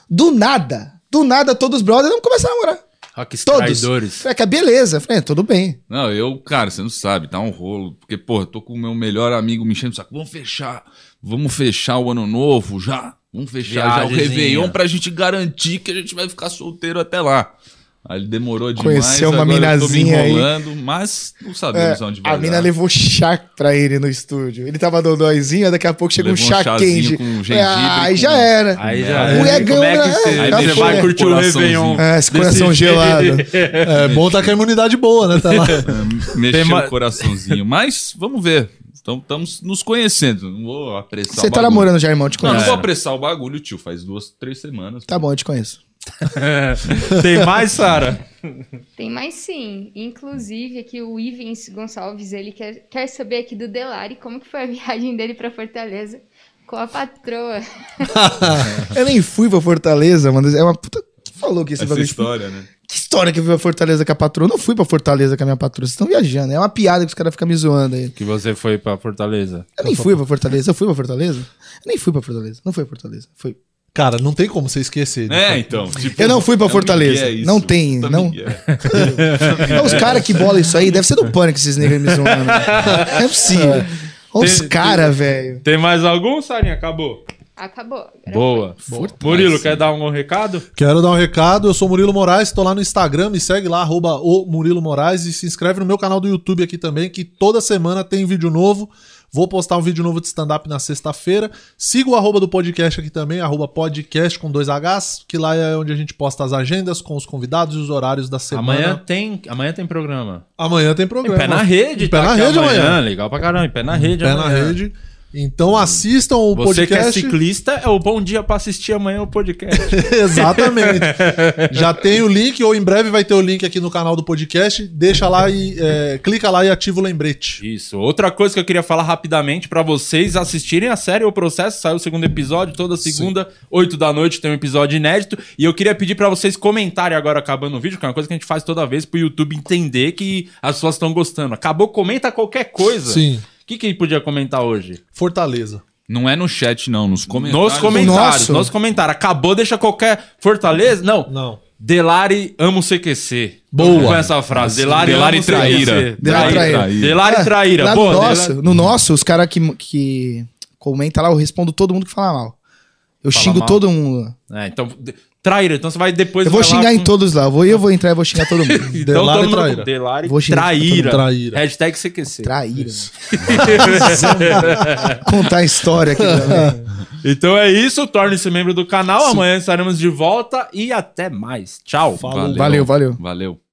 Do nada, do nada, todos os brothers vão começar a namorar. Ah, que Todos. traidores. Falei, que é beleza. Falei, é, tudo bem. Não, eu, cara, você não sabe, tá um rolo. Porque, porra, eu tô com o meu melhor amigo me enchendo o saco. Vamos fechar. Vamos fechar o ano novo já. Vamos fechar já o Viagemzinha. Réveillon pra gente garantir que a gente vai ficar solteiro até lá. Aí ele demorou demais. Conheceu uma agora eu tô me minazinha aí. enrolando, mas não sabemos É, onde vai a mina dar. levou chá pra ele no estúdio. Ele tava dodóizinho, daqui a pouco chega Levou um um chá chazinho quente. com gengibre, Falei, ah, Aí com- já era. Aí já. Mulher Aí como é ganha, que você, né? você Aí vai deixa- curtir o coraçãozinho. Réveillon? É, esse coração Desse gelado. É bom tá com a imunidade boa, né? Tá lá. É, Mexeu Tem ma- o coraçãozinho. Mas vamos ver. Então estamos nos conhecendo. Não vou apressar Você o tá bagulho. namorando já, irmão, te Não, não conheço. vou apressar o bagulho, tio. Faz duas, três semanas. Tá bom, eu te conheço. É. Tem mais, Sara? Tem mais sim. Inclusive, aqui o Ivens Gonçalves, ele quer, quer saber aqui do Delari como que foi a viagem dele pra Fortaleza com a patroa. Eu nem fui pra Fortaleza, mano. É uma puta. Falou que esse Essa bagulho. tipo, história, né? Que história que eu fui pra Fortaleza com a patroa? Eu não fui pra Fortaleza com a minha patroa. Vocês estão viajando. É uma piada que os caras ficam me zoando aí. Que você foi pra Fortaleza. Eu nem fui pra Fortaleza. Eu fui pra Fortaleza? Eu nem fui pra Fortaleza. Não fui pra Fortaleza. Fui. Cara, não tem como você esquecer. né? É, então. tipo, Eu não fui pra é um Fortaleza. migué isso. Não tem, Puta não. migué. É os caras que bolam isso aí. Deve ser do pânico esses negros me zoando. né? Não é possível. Olha os caras, velho. Tem mais algum, Sarinha? Acabou. Acabou. Agora Boa. Murilo, quer dar um recado? Quero dar um recado. Eu sou Murilo Moraes, tô lá no Instagram, me segue lá, arroba o Murilo Moraes e se inscreve no meu canal do YouTube aqui também, que toda semana tem vídeo novo. Vou postar um vídeo novo de stand-up na sexta-feira. Siga o arroba do podcast aqui também, arroba podcast com dois Hs, que lá é onde a gente posta as agendas com os convidados e os horários da semana. Amanhã tem, amanhã tem programa. Amanhã tem Em programa. pé na rede, Pé tá na aqui rede amanhã. Legal pra caramba. Em pé na rede Pé na amanhã. rede. Então assistam o Você que é podcast. ciclista, é o bom dia pra assistir amanhã o podcast. Exatamente. Já tem o link, ou em breve vai ter o link aqui no canal do podcast. Deixa lá e é, clica lá e ativa o lembrete. Isso. Outra coisa que eu queria falar rapidamente pra vocês assistirem a série O Processo, saiu o segundo episódio, toda segunda, oito da noite tem um episódio inédito, e eu queria pedir pra vocês comentarem agora acabando o vídeo, que é uma coisa que a gente faz toda vez pro YouTube entender que as pessoas estão gostando. Acabou, comenta qualquer coisa. Sim. O que que podia comentar hoje? Fortaleza. Não é no chat, não. Nos comentários. Nos comentários, Nosso? nos comentários. Acabou, deixa qualquer Fortaleza? Não. Não. Delari amo CQC. Boa. Com essa frase. Delari, Delari amo traíra. CQC. Delari traíra. Delari É, traíra. lá Pô, né? no Delari- nosso, no nosso, os caras que, que comenta lá, eu respondo todo mundo que fala mal. Eu Fala xingo mal. todo mundo. É, então, de- traíra. Então você vai depois. Eu vou vai lá xingar com- em todos lá. Eu vou, eu vou entrar e vou xingar todo mundo. Então, Delari todo mundo- traíra. Delari Vou xingar traíra. Traíra. Hashtag CQC. Traíra. Contar a história aqui também. Então é isso. Torne-se membro do canal. Amanhã estaremos de volta e até mais. Tchau. Valeu. Valeu, valeu. Valeu.